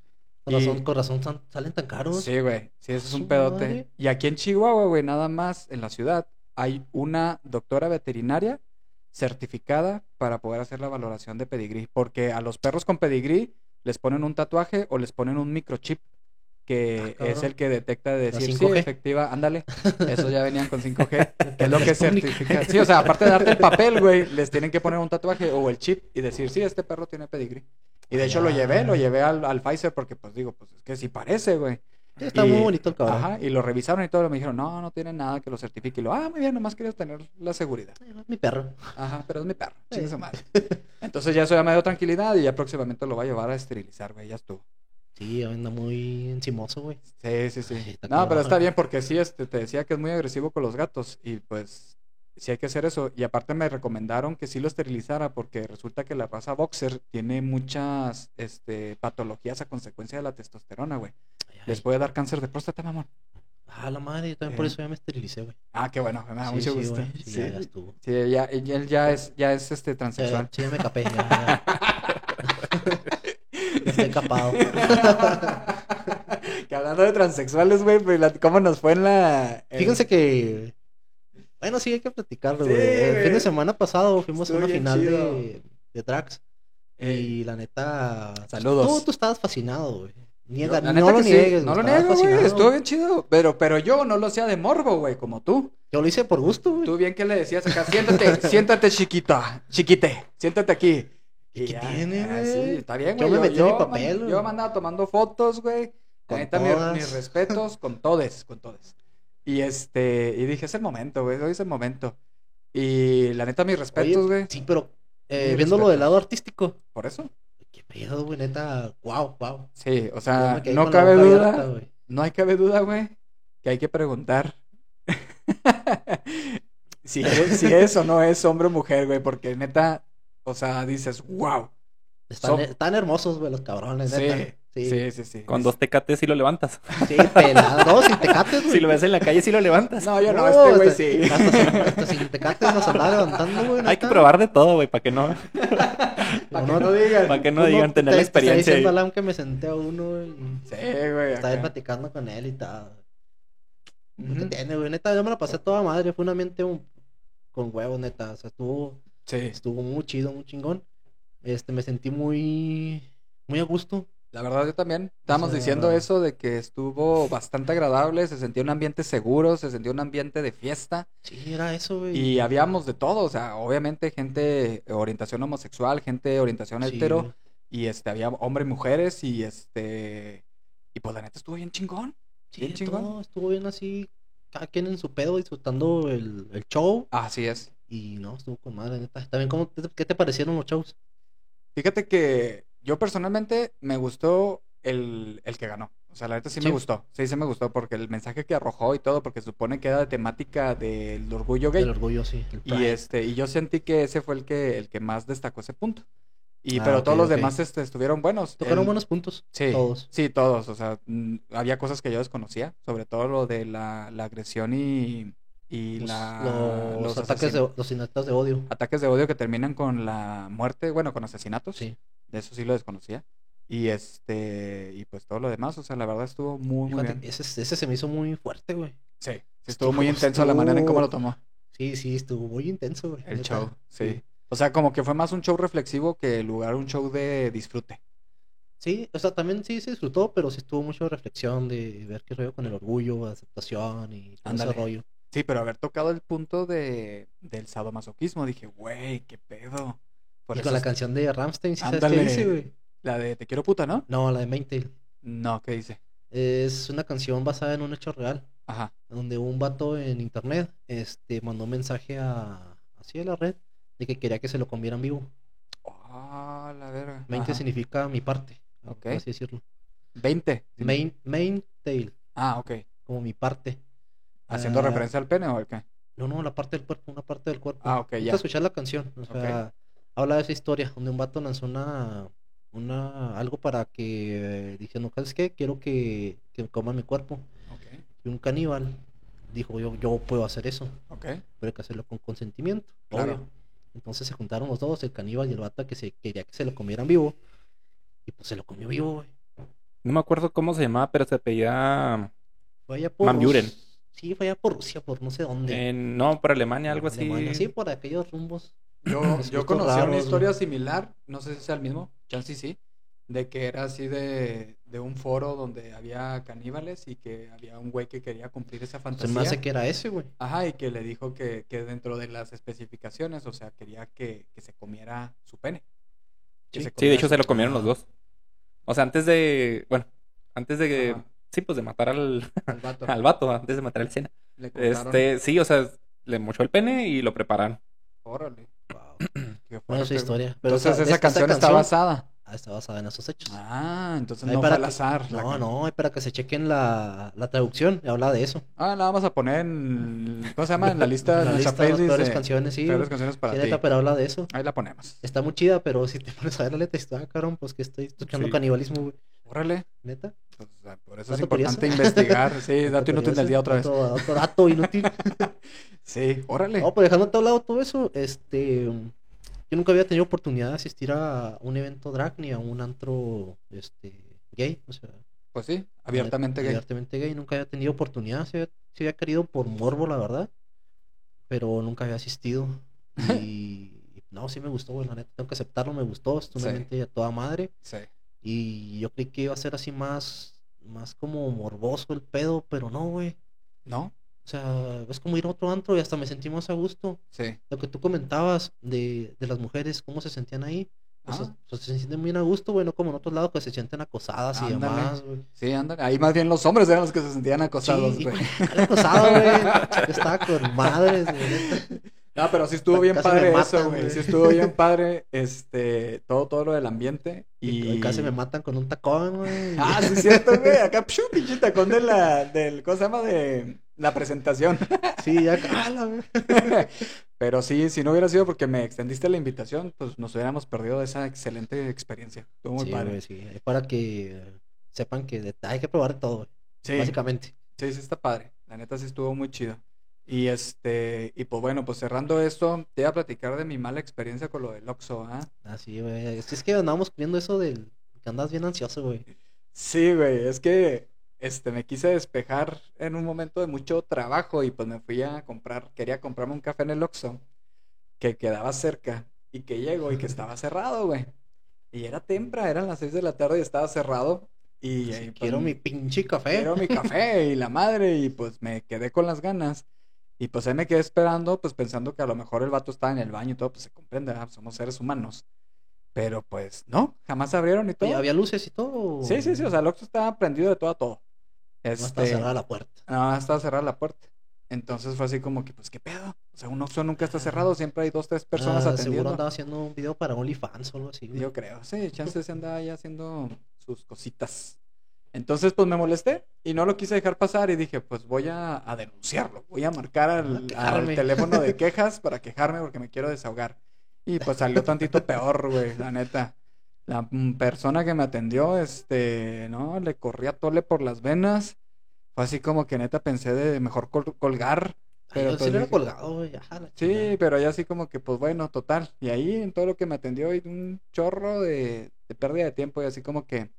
[SPEAKER 2] Con razón,
[SPEAKER 1] Y-
[SPEAKER 2] con razón san- salen tan caros.
[SPEAKER 1] Sí, güey. Sí, eso es
[SPEAKER 2] Su
[SPEAKER 1] un pedote.
[SPEAKER 2] madre.
[SPEAKER 1] Y aquí en Chihuahua, güey, nada más en la ciudad, hay una doctora veterinaria certificada para poder hacer la valoración de pedigrí. Porque a los perros con pedigrí les ponen un tatuaje o les ponen un microchip
[SPEAKER 2] Ah,
[SPEAKER 1] que
[SPEAKER 2] cabrón.
[SPEAKER 1] es el que detecta de
[SPEAKER 2] La
[SPEAKER 1] decir, sí,
[SPEAKER 2] 5G.
[SPEAKER 1] efectiva,
[SPEAKER 2] (laughs)
[SPEAKER 1] ándale. Eso ya venían con 5G, que es lo que
[SPEAKER 2] Les ponen-
[SPEAKER 1] certifica. Sí, o sea, aparte de darte el papel, güey, les tienen que poner un tatuaje o el chip y decir, sí, este perro tiene pedigrí. Y de hecho lo llevé, lo llevé al, al Pfizer porque, pues digo, pues es que sí parece, güey.
[SPEAKER 2] Sí, Está
[SPEAKER 1] Y-
[SPEAKER 2] muy bonito el cabrón.
[SPEAKER 1] Ajá, y lo revisaron y todo, y me dijeron, no, no tiene nada que lo certifique. Y lo, ah, muy bien, nomás querías tener la seguridad.
[SPEAKER 2] Eh, Mi perro.
[SPEAKER 1] Ajá, pero es mi perro,
[SPEAKER 2] Sí.
[SPEAKER 1] chingue su
[SPEAKER 2] (laughs)
[SPEAKER 1] madre. Entonces ya eso ya me dio tranquilidad y ya próximamente lo va a llevar a esterilizar, güey, ya estuvo.
[SPEAKER 2] Sí, anda muy encimoso, güey.
[SPEAKER 1] Sí, sí, sí.
[SPEAKER 2] Ay, está
[SPEAKER 1] no, pero
[SPEAKER 2] cabrón.
[SPEAKER 1] está bien porque sí, este, te decía que es muy agresivo con los gatos y pues sí hay que hacer eso. Y aparte me recomendaron que sí lo esterilizara porque resulta que la raza boxer tiene muchas este, patologías a consecuencia de la testosterona, güey.
[SPEAKER 2] Ay, ay.
[SPEAKER 1] Les puede dar cáncer de próstata, mamón.
[SPEAKER 2] Ah, la madre, yo también por
[SPEAKER 1] Eh.
[SPEAKER 2] eso ya me esterilicé, güey.
[SPEAKER 1] Ah, qué bueno, me da
[SPEAKER 2] Sí,
[SPEAKER 1] mucho
[SPEAKER 2] sí,
[SPEAKER 1] gusto.
[SPEAKER 2] güey, Sí, ya,
[SPEAKER 1] Sí.
[SPEAKER 2] ya estuvo.
[SPEAKER 1] Sí, ya, él ya es, ya es este
[SPEAKER 2] Sí,
[SPEAKER 1] transexual.
[SPEAKER 2] sí, ya me capé. Ya, ya. Ya estoy
[SPEAKER 1] (laughs)
[SPEAKER 2] capado.
[SPEAKER 1] (laughs) que hablando de transexuales, güey, pues la- cómo nos fue en la. en-
[SPEAKER 2] Fíjense que. Bueno, sí, hay que platicarlo,
[SPEAKER 1] Sí,
[SPEAKER 2] güey. El fin
[SPEAKER 1] güey.
[SPEAKER 2] de semana pasado fuimos
[SPEAKER 1] Estuvo
[SPEAKER 2] a una
[SPEAKER 1] bien
[SPEAKER 2] final
[SPEAKER 1] chido.
[SPEAKER 2] de, de tracks.
[SPEAKER 1] Ey.
[SPEAKER 2] Y la neta.
[SPEAKER 1] Saludos.
[SPEAKER 2] Tú, tú estabas fascinado, güey.
[SPEAKER 1] Yo-
[SPEAKER 2] Niega,
[SPEAKER 1] la
[SPEAKER 2] no
[SPEAKER 1] neta
[SPEAKER 2] lo
[SPEAKER 1] que sí,
[SPEAKER 2] niegues,
[SPEAKER 1] no
[SPEAKER 2] güey,
[SPEAKER 1] lo
[SPEAKER 2] estabas
[SPEAKER 1] niego, güey.
[SPEAKER 2] fascinado.
[SPEAKER 1] Estuvo bien chido. Pero, pero yo no lo hacía de morbo, güey, como tú.
[SPEAKER 2] Yo lo hice por gusto, güey.
[SPEAKER 1] Tú bien que le decías acá, siéntate, siéntate, chiquita, chiquite, siéntate aquí.
[SPEAKER 2] ¿Y qué
[SPEAKER 1] ya,
[SPEAKER 2] tiene,
[SPEAKER 1] ah,
[SPEAKER 2] güey?
[SPEAKER 1] sí, está bien,
[SPEAKER 2] Yo
[SPEAKER 1] güey.
[SPEAKER 2] me metí en mi
[SPEAKER 1] man-
[SPEAKER 2] papel, güey.
[SPEAKER 1] Yo me andaba tomando fotos, güey.
[SPEAKER 2] Con
[SPEAKER 1] Ahí están mis,
[SPEAKER 2] todas.
[SPEAKER 1] mis respetos, con todes, con todes. Y este, y dije, es el momento, güey, hoy es el momento. Y la neta, mis
[SPEAKER 2] Oye,
[SPEAKER 1] respetos, güey.
[SPEAKER 2] Sí, pero eh,
[SPEAKER 1] Muy
[SPEAKER 2] viéndolo
[SPEAKER 1] respeto.
[SPEAKER 2] del lado artístico.
[SPEAKER 1] Por eso.
[SPEAKER 2] Qué pedo, güey, neta. Wow, wow.
[SPEAKER 1] Sí, o sea, Ah, no cabe duda, no hay cabe duda, güey, que hay que preguntar (laughs) si, es, si es o no es hombre o mujer, güey, porque neta, o sea, dices, wow.
[SPEAKER 2] Están,
[SPEAKER 1] Son-
[SPEAKER 2] están hermosos, güey, los cabrones,
[SPEAKER 1] Sí,
[SPEAKER 2] neta. Sí, Sí, sí,
[SPEAKER 1] Sí, sí, sí.
[SPEAKER 3] Con dos tecates sí lo levantas.
[SPEAKER 2] pelado. No, sin tecates, güey.
[SPEAKER 3] Si lo ves en la calle (laughs) sí lo
[SPEAKER 1] (laughs)
[SPEAKER 3] levantas.
[SPEAKER 1] No, yo no, este güey
[SPEAKER 2] hasta-
[SPEAKER 1] sí.
[SPEAKER 2] Hasta, sin- hasta sin tecates nos andaba levantando, güey.
[SPEAKER 3] (laughs) Hay que
[SPEAKER 2] neta.
[SPEAKER 3] probar de todo, güey, para que no,
[SPEAKER 1] Para que
[SPEAKER 2] No,
[SPEAKER 1] no digan.
[SPEAKER 3] para que no
[SPEAKER 2] Uno
[SPEAKER 3] digan tener la
[SPEAKER 2] te- te está
[SPEAKER 3] experiencia.
[SPEAKER 2] diciendo
[SPEAKER 3] ahí.
[SPEAKER 2] Alam que me senté a uno, güey.
[SPEAKER 1] (laughs) Sí, güey.
[SPEAKER 2] Estaba ahí
[SPEAKER 1] acá.
[SPEAKER 2] platicando con él y tal.
[SPEAKER 1] Ujú.
[SPEAKER 2] ¿Qué tiene, güey? Neta, yo me la pasé a toda madre. Fue un ambiente un- con huevos, neta. O sea, estuvo,
[SPEAKER 1] Sí,
[SPEAKER 2] estuvo muy chido, muy chingón. Este, me sentí muy, muy a gusto.
[SPEAKER 1] la verdad yo también. Estábamos
[SPEAKER 2] O sea,
[SPEAKER 1] diciendo eso de que estuvo bastante agradable, se sentía un ambiente seguro, se sentía un ambiente de fiesta
[SPEAKER 2] Sí, era eso, güey.
[SPEAKER 1] y habíamos de todo, o sea, obviamente gente de orientación homosexual, gente de orientación
[SPEAKER 2] Sí,
[SPEAKER 1] hetero
[SPEAKER 2] güey.
[SPEAKER 1] y este había hombres y mujeres y este y pues la neta estuvo bien chingón.
[SPEAKER 2] Sí,
[SPEAKER 1] Bien chingón.
[SPEAKER 2] todo estuvo bien así. Cada quien en su pedo disfrutando el, el show.
[SPEAKER 1] Así es.
[SPEAKER 2] Y no, estuvo con madre, neta. También, ¿cómo, te- ¿qué te parecieron los shows?
[SPEAKER 1] Fíjate que yo personalmente me gustó el, el que ganó. O sea, la neta sí, me
[SPEAKER 2] Sí.
[SPEAKER 1] gustó. Sí, sí me gustó porque el mensaje que arrojó y todo, porque se supone que era de temática del orgullo gay.
[SPEAKER 2] El orgullo, sí. el
[SPEAKER 1] Y
[SPEAKER 2] pride.
[SPEAKER 1] este, y yo sentí que ese fue el que, el que más destacó ese punto. Y
[SPEAKER 2] Ah,
[SPEAKER 1] pero
[SPEAKER 2] ok,
[SPEAKER 1] todos los
[SPEAKER 2] ok.
[SPEAKER 1] demás este, estuvieron buenos.
[SPEAKER 2] Tocaron
[SPEAKER 1] El-
[SPEAKER 2] buenos puntos.
[SPEAKER 1] sí,
[SPEAKER 2] Todos.
[SPEAKER 1] Sí, todos. O sea, mm, había cosas que yo desconocía, sobre todo lo de la, la agresión y, y
[SPEAKER 2] Los,
[SPEAKER 1] la-
[SPEAKER 2] los ataques, de,
[SPEAKER 1] asesin-
[SPEAKER 2] los asesinatos de odio.
[SPEAKER 1] ataques de odio que terminan con la muerte, bueno, con asesinatos.
[SPEAKER 2] Sí.
[SPEAKER 1] De eso sí lo desconocía. Y este, y pues todo lo demás, o sea, la verdad estuvo muy, muy
[SPEAKER 2] Fíjate,
[SPEAKER 1] bien.
[SPEAKER 2] ese, ese se me hizo muy fuerte, güey.
[SPEAKER 1] Sí, sí, estuvo muy
[SPEAKER 2] estuvo-
[SPEAKER 1] intenso la manera en cómo lo tomó.
[SPEAKER 2] Sí, sí, estuvo muy intenso, güey.
[SPEAKER 1] El
[SPEAKER 2] neta.
[SPEAKER 1] show, sí. O sea, como que fue más un show reflexivo que el lugar un show de disfrute.
[SPEAKER 2] Sí, o sea, también sí se disfrutó, pero sí estuvo mucho reflexión de ver qué rollo con el orgullo, aceptación y todo ese
[SPEAKER 1] Ándale.
[SPEAKER 2] rollo.
[SPEAKER 1] Sí, pero haber tocado el punto de, del sadomasoquismo, dije, güey, qué pedo. Por
[SPEAKER 2] y
[SPEAKER 1] eso
[SPEAKER 2] con la
[SPEAKER 1] es-
[SPEAKER 2] canción de Ramstein, ¿sí sabes
[SPEAKER 1] Ándale.
[SPEAKER 2] qué dice, güey?
[SPEAKER 1] la de Te quiero puta, ¿no?
[SPEAKER 2] No, la de Maintail.
[SPEAKER 1] No, ¿qué dice?
[SPEAKER 2] Es una canción basada en un hecho real,
[SPEAKER 1] Ajá,
[SPEAKER 2] donde un vato en internet este, mandó un mensaje a, así a la red de que quería que se lo comieran vivo.
[SPEAKER 1] Ah, la verga.
[SPEAKER 2] Maintail
[SPEAKER 1] Ajá.
[SPEAKER 2] significa mi parte,
[SPEAKER 1] Ok.
[SPEAKER 2] por así decirlo.
[SPEAKER 1] 20.
[SPEAKER 2] Main, Maintail,
[SPEAKER 1] Ah, ok.
[SPEAKER 2] como mi parte.
[SPEAKER 1] ¿Haciendo
[SPEAKER 2] Ah,
[SPEAKER 1] referencia al pene o al qué?
[SPEAKER 2] No, no, la parte del cuerpo, una parte del cuerpo.
[SPEAKER 1] Ah, ok,
[SPEAKER 2] Vamos
[SPEAKER 1] ya.
[SPEAKER 2] a escuchar la canción. O sea, habla de esa historia donde un vato lanzó una, una, algo para que, eh, diciendo, ¿sabes qué? Quiero que, que coman mi cuerpo.
[SPEAKER 1] Ok,
[SPEAKER 2] Y un caníbal dijo, yo, yo puedo hacer eso,
[SPEAKER 1] ok.
[SPEAKER 2] pero hay que hacerlo con consentimiento,
[SPEAKER 1] Claro.
[SPEAKER 2] obvio. Entonces se juntaron los dos, el caníbal y el vato que se quería que se lo comieran vivo. Y pues se lo comió vivo, güey.
[SPEAKER 3] No me acuerdo cómo se llamaba, pero se apellía
[SPEAKER 2] Fue allá por
[SPEAKER 3] Van Buren.
[SPEAKER 2] Rus- Sí, fue allá por Rusia, por no sé dónde.
[SPEAKER 3] en- no, por Alemania, algo así.
[SPEAKER 2] Alemania, Sí, por aquellos rumbos. (clears throat)
[SPEAKER 1] Yo, yo
[SPEAKER 2] gustos
[SPEAKER 1] conocía
[SPEAKER 2] raros,
[SPEAKER 1] una
[SPEAKER 2] ¿no?
[SPEAKER 1] historia similar, no sé si sea el mismo, chance y sí, de que era así de, de un foro donde había caníbales y que había un güey que quería cumplir esa
[SPEAKER 2] Se
[SPEAKER 1] fantasía.
[SPEAKER 2] me hace que era ese, güey.
[SPEAKER 1] Ajá, y que le dijo que, que dentro de las especificaciones, o sea, quería que, que se comiera su pene. Que
[SPEAKER 2] Sí.
[SPEAKER 1] se
[SPEAKER 3] Sí, de
[SPEAKER 1] comiera
[SPEAKER 3] hecho
[SPEAKER 1] su-
[SPEAKER 3] se lo comieron los dos. O sea, antes de. Bueno, antes de que.
[SPEAKER 1] Ajá.
[SPEAKER 3] Sí, pues de matar al,
[SPEAKER 1] al vato.
[SPEAKER 3] (laughs) al vato, antes de matar al cena.
[SPEAKER 1] Le cortaron.
[SPEAKER 3] Este, sí, o sea, le mochó el pene y lo prepararon.
[SPEAKER 1] Órale. qué
[SPEAKER 2] Bueno,
[SPEAKER 1] fuerte,
[SPEAKER 2] esa
[SPEAKER 1] güey.
[SPEAKER 2] historia. Pero
[SPEAKER 1] Entonces
[SPEAKER 2] esa-
[SPEAKER 1] esa
[SPEAKER 2] esa
[SPEAKER 1] canción está
[SPEAKER 2] canción-
[SPEAKER 1] basada.
[SPEAKER 2] Ah, está basada en esos hechos.
[SPEAKER 1] Ah, entonces
[SPEAKER 2] Ahí
[SPEAKER 1] no fue
[SPEAKER 2] para
[SPEAKER 1] al
[SPEAKER 2] que-
[SPEAKER 1] azar. la
[SPEAKER 2] no,
[SPEAKER 1] can-
[SPEAKER 2] no, es para que se chequen la, la traducción. y Habla de eso.
[SPEAKER 1] Ah, la vamos a poner en... ¿Cómo se llama? En la lista,
[SPEAKER 2] La
[SPEAKER 1] en nuestra
[SPEAKER 2] lista de las
[SPEAKER 1] playlist
[SPEAKER 2] peores
[SPEAKER 1] de
[SPEAKER 2] canciones, sí.
[SPEAKER 1] peores canciones para
[SPEAKER 2] sí,
[SPEAKER 1] ti.
[SPEAKER 2] neta, pues. pero habla de eso.
[SPEAKER 1] Ahí la ponemos.
[SPEAKER 2] Está muy chida, pero si te (laughs) pones a ver la letra, está cabrón, pues que estoy escuchando
[SPEAKER 3] Sí.
[SPEAKER 2] canibalismo, güey.
[SPEAKER 1] Órale.
[SPEAKER 2] Neta.
[SPEAKER 1] Pues, o sea, por eso es
[SPEAKER 2] Dato curioso.
[SPEAKER 1] importante investigar.
[SPEAKER 2] (laughs)
[SPEAKER 1] Sí, dato inútil del día otra vez.
[SPEAKER 2] Otro, otro
[SPEAKER 1] (laughs)
[SPEAKER 2] dato Oh. inútil.
[SPEAKER 1] Sí, órale.
[SPEAKER 2] no, pero dejando a todo lado todo eso, este. Yo nunca había tenido oportunidad de asistir a un evento drag ni a un antro este, gay. O sea,
[SPEAKER 1] Pues sí, abiertamente gay.
[SPEAKER 2] Abiertamente gay, nunca había tenido oportunidad, se había, se había querido por morbo, la verdad, pero nunca
[SPEAKER 1] (laughs)
[SPEAKER 2] había asistido. Y y no, sí me gustó, güey, la neta, tengo que aceptarlo, me gustó, estuvo
[SPEAKER 1] Sí.
[SPEAKER 2] realmente a toda madre.
[SPEAKER 1] Sí.
[SPEAKER 2] Y yo creí que iba a ser así más, más como morboso el pedo, pero no, güey.
[SPEAKER 1] ¿No?
[SPEAKER 2] O sea, es como ir a otro antro y hasta me sentí más a gusto.
[SPEAKER 1] Sí.
[SPEAKER 2] Lo que tú comentabas de, de las mujeres, cómo se sentían ahí. O sea,
[SPEAKER 1] Ah.
[SPEAKER 2] pues, se sienten bien a gusto, güey, no como en otros lados que se sienten acosadas y
[SPEAKER 1] Ándale.
[SPEAKER 2] demás, güey.
[SPEAKER 1] Sí, andan. Ahí más bien los hombres eran los que se sentían acosados,
[SPEAKER 2] Sí, (laughs)
[SPEAKER 1] güey.
[SPEAKER 2] Era acosado, güey. Yo
[SPEAKER 1] (laughs)
[SPEAKER 2] estaba con madres, güey. neta.
[SPEAKER 1] No, pero sí estuvo bien
[SPEAKER 2] Casi
[SPEAKER 1] padre
[SPEAKER 2] me
[SPEAKER 1] eso,
[SPEAKER 2] matan,
[SPEAKER 1] güey.
[SPEAKER 2] güey.
[SPEAKER 1] Sí estuvo bien padre, este, todo, todo lo del ambiente.
[SPEAKER 2] Y...
[SPEAKER 1] Y
[SPEAKER 2] casi me matan con un tacón, güey.
[SPEAKER 1] Ah, sí es cierto, güey. Acá, pshu, pinche tacón de la, del, ¿cómo se llama? De la presentación. (laughs)
[SPEAKER 2] sí, ya (laughs) cala, güey.
[SPEAKER 1] Pero sí, si no hubiera sido porque me extendiste la invitación, pues nos hubiéramos perdido de esa excelente experiencia. Estuvo muy
[SPEAKER 2] Sí,
[SPEAKER 1] padre.
[SPEAKER 2] güey, sí. Es para que sepan que de- hay que probar de todo, güey,
[SPEAKER 1] Sí,
[SPEAKER 2] básicamente.
[SPEAKER 1] sí, sí, está padre. La neta sí estuvo muy chido. Y este, y pues bueno, pues cerrando esto, te iba a platicar de mi mala experiencia con lo del Oxxo, ¿ah?
[SPEAKER 2] Así, güey. Es, es que andábamos viendo eso del que andas bien ansioso, güey.
[SPEAKER 1] Sí, güey, es que este me quise despejar en un momento de mucho trabajo y pues me fui a comprar, quería comprarme un café en el Oxxo que quedaba cerca y que llego y que estaba cerrado, güey. Y era temprano, eran las 6 de la tarde y estaba cerrado y
[SPEAKER 2] Así,
[SPEAKER 1] eh, pues,
[SPEAKER 2] quiero mi pinche café.
[SPEAKER 1] quiero mi café y la madre y pues me quedé con las ganas. Y pues ahí me quedé esperando, pues pensando que a lo mejor el vato estaba en el baño y todo, pues se comprende, ¿verdad? somos seres humanos. Pero pues no, jamás abrieron y
[SPEAKER 2] Oye,
[SPEAKER 1] todo.
[SPEAKER 2] ¿Había luces y todo?
[SPEAKER 1] Sí, sí, sí, o sea, el Oxxo estaba prendido de todo a todo.
[SPEAKER 2] No estaba
[SPEAKER 1] Este,
[SPEAKER 2] cerrada la puerta.
[SPEAKER 1] no, estaba cerrada la puerta. Entonces fue así como que, pues, ¿qué pedo? O sea, un Oxxo nunca está cerrado, siempre hay dos, tres personas
[SPEAKER 2] Ah, Seguro
[SPEAKER 1] atendiendo.
[SPEAKER 2] andaba haciendo un video para OnlyFans o algo así, güey.
[SPEAKER 1] (laughs) Yo creo, sí, chance se andaba ya haciendo sus cositas. Entonces, pues, me molesté y no lo quise dejar pasar y dije, pues, voy a, a denunciarlo. Voy a marcar
[SPEAKER 2] A
[SPEAKER 1] al, al
[SPEAKER 2] quejarme.
[SPEAKER 1] teléfono de quejas para quejarme porque me quiero desahogar. Y, pues, salió tantito peor, güey, la neta. La mm, persona que me atendió, este, ¿no? Le corría tole por las venas. Fue así como que neta pensé de mejor col- colgar.
[SPEAKER 2] Ay,
[SPEAKER 1] Pero
[SPEAKER 2] yo sí
[SPEAKER 1] pues
[SPEAKER 2] lo hubiera
[SPEAKER 1] dije-
[SPEAKER 2] colgado, güey. Ajá, la
[SPEAKER 1] Sí,
[SPEAKER 2] chingada.
[SPEAKER 1] pero ya así como que, pues bueno, total. Y ahí en todo lo que me atendió hay un chorro de, de pérdida de tiempo y así como que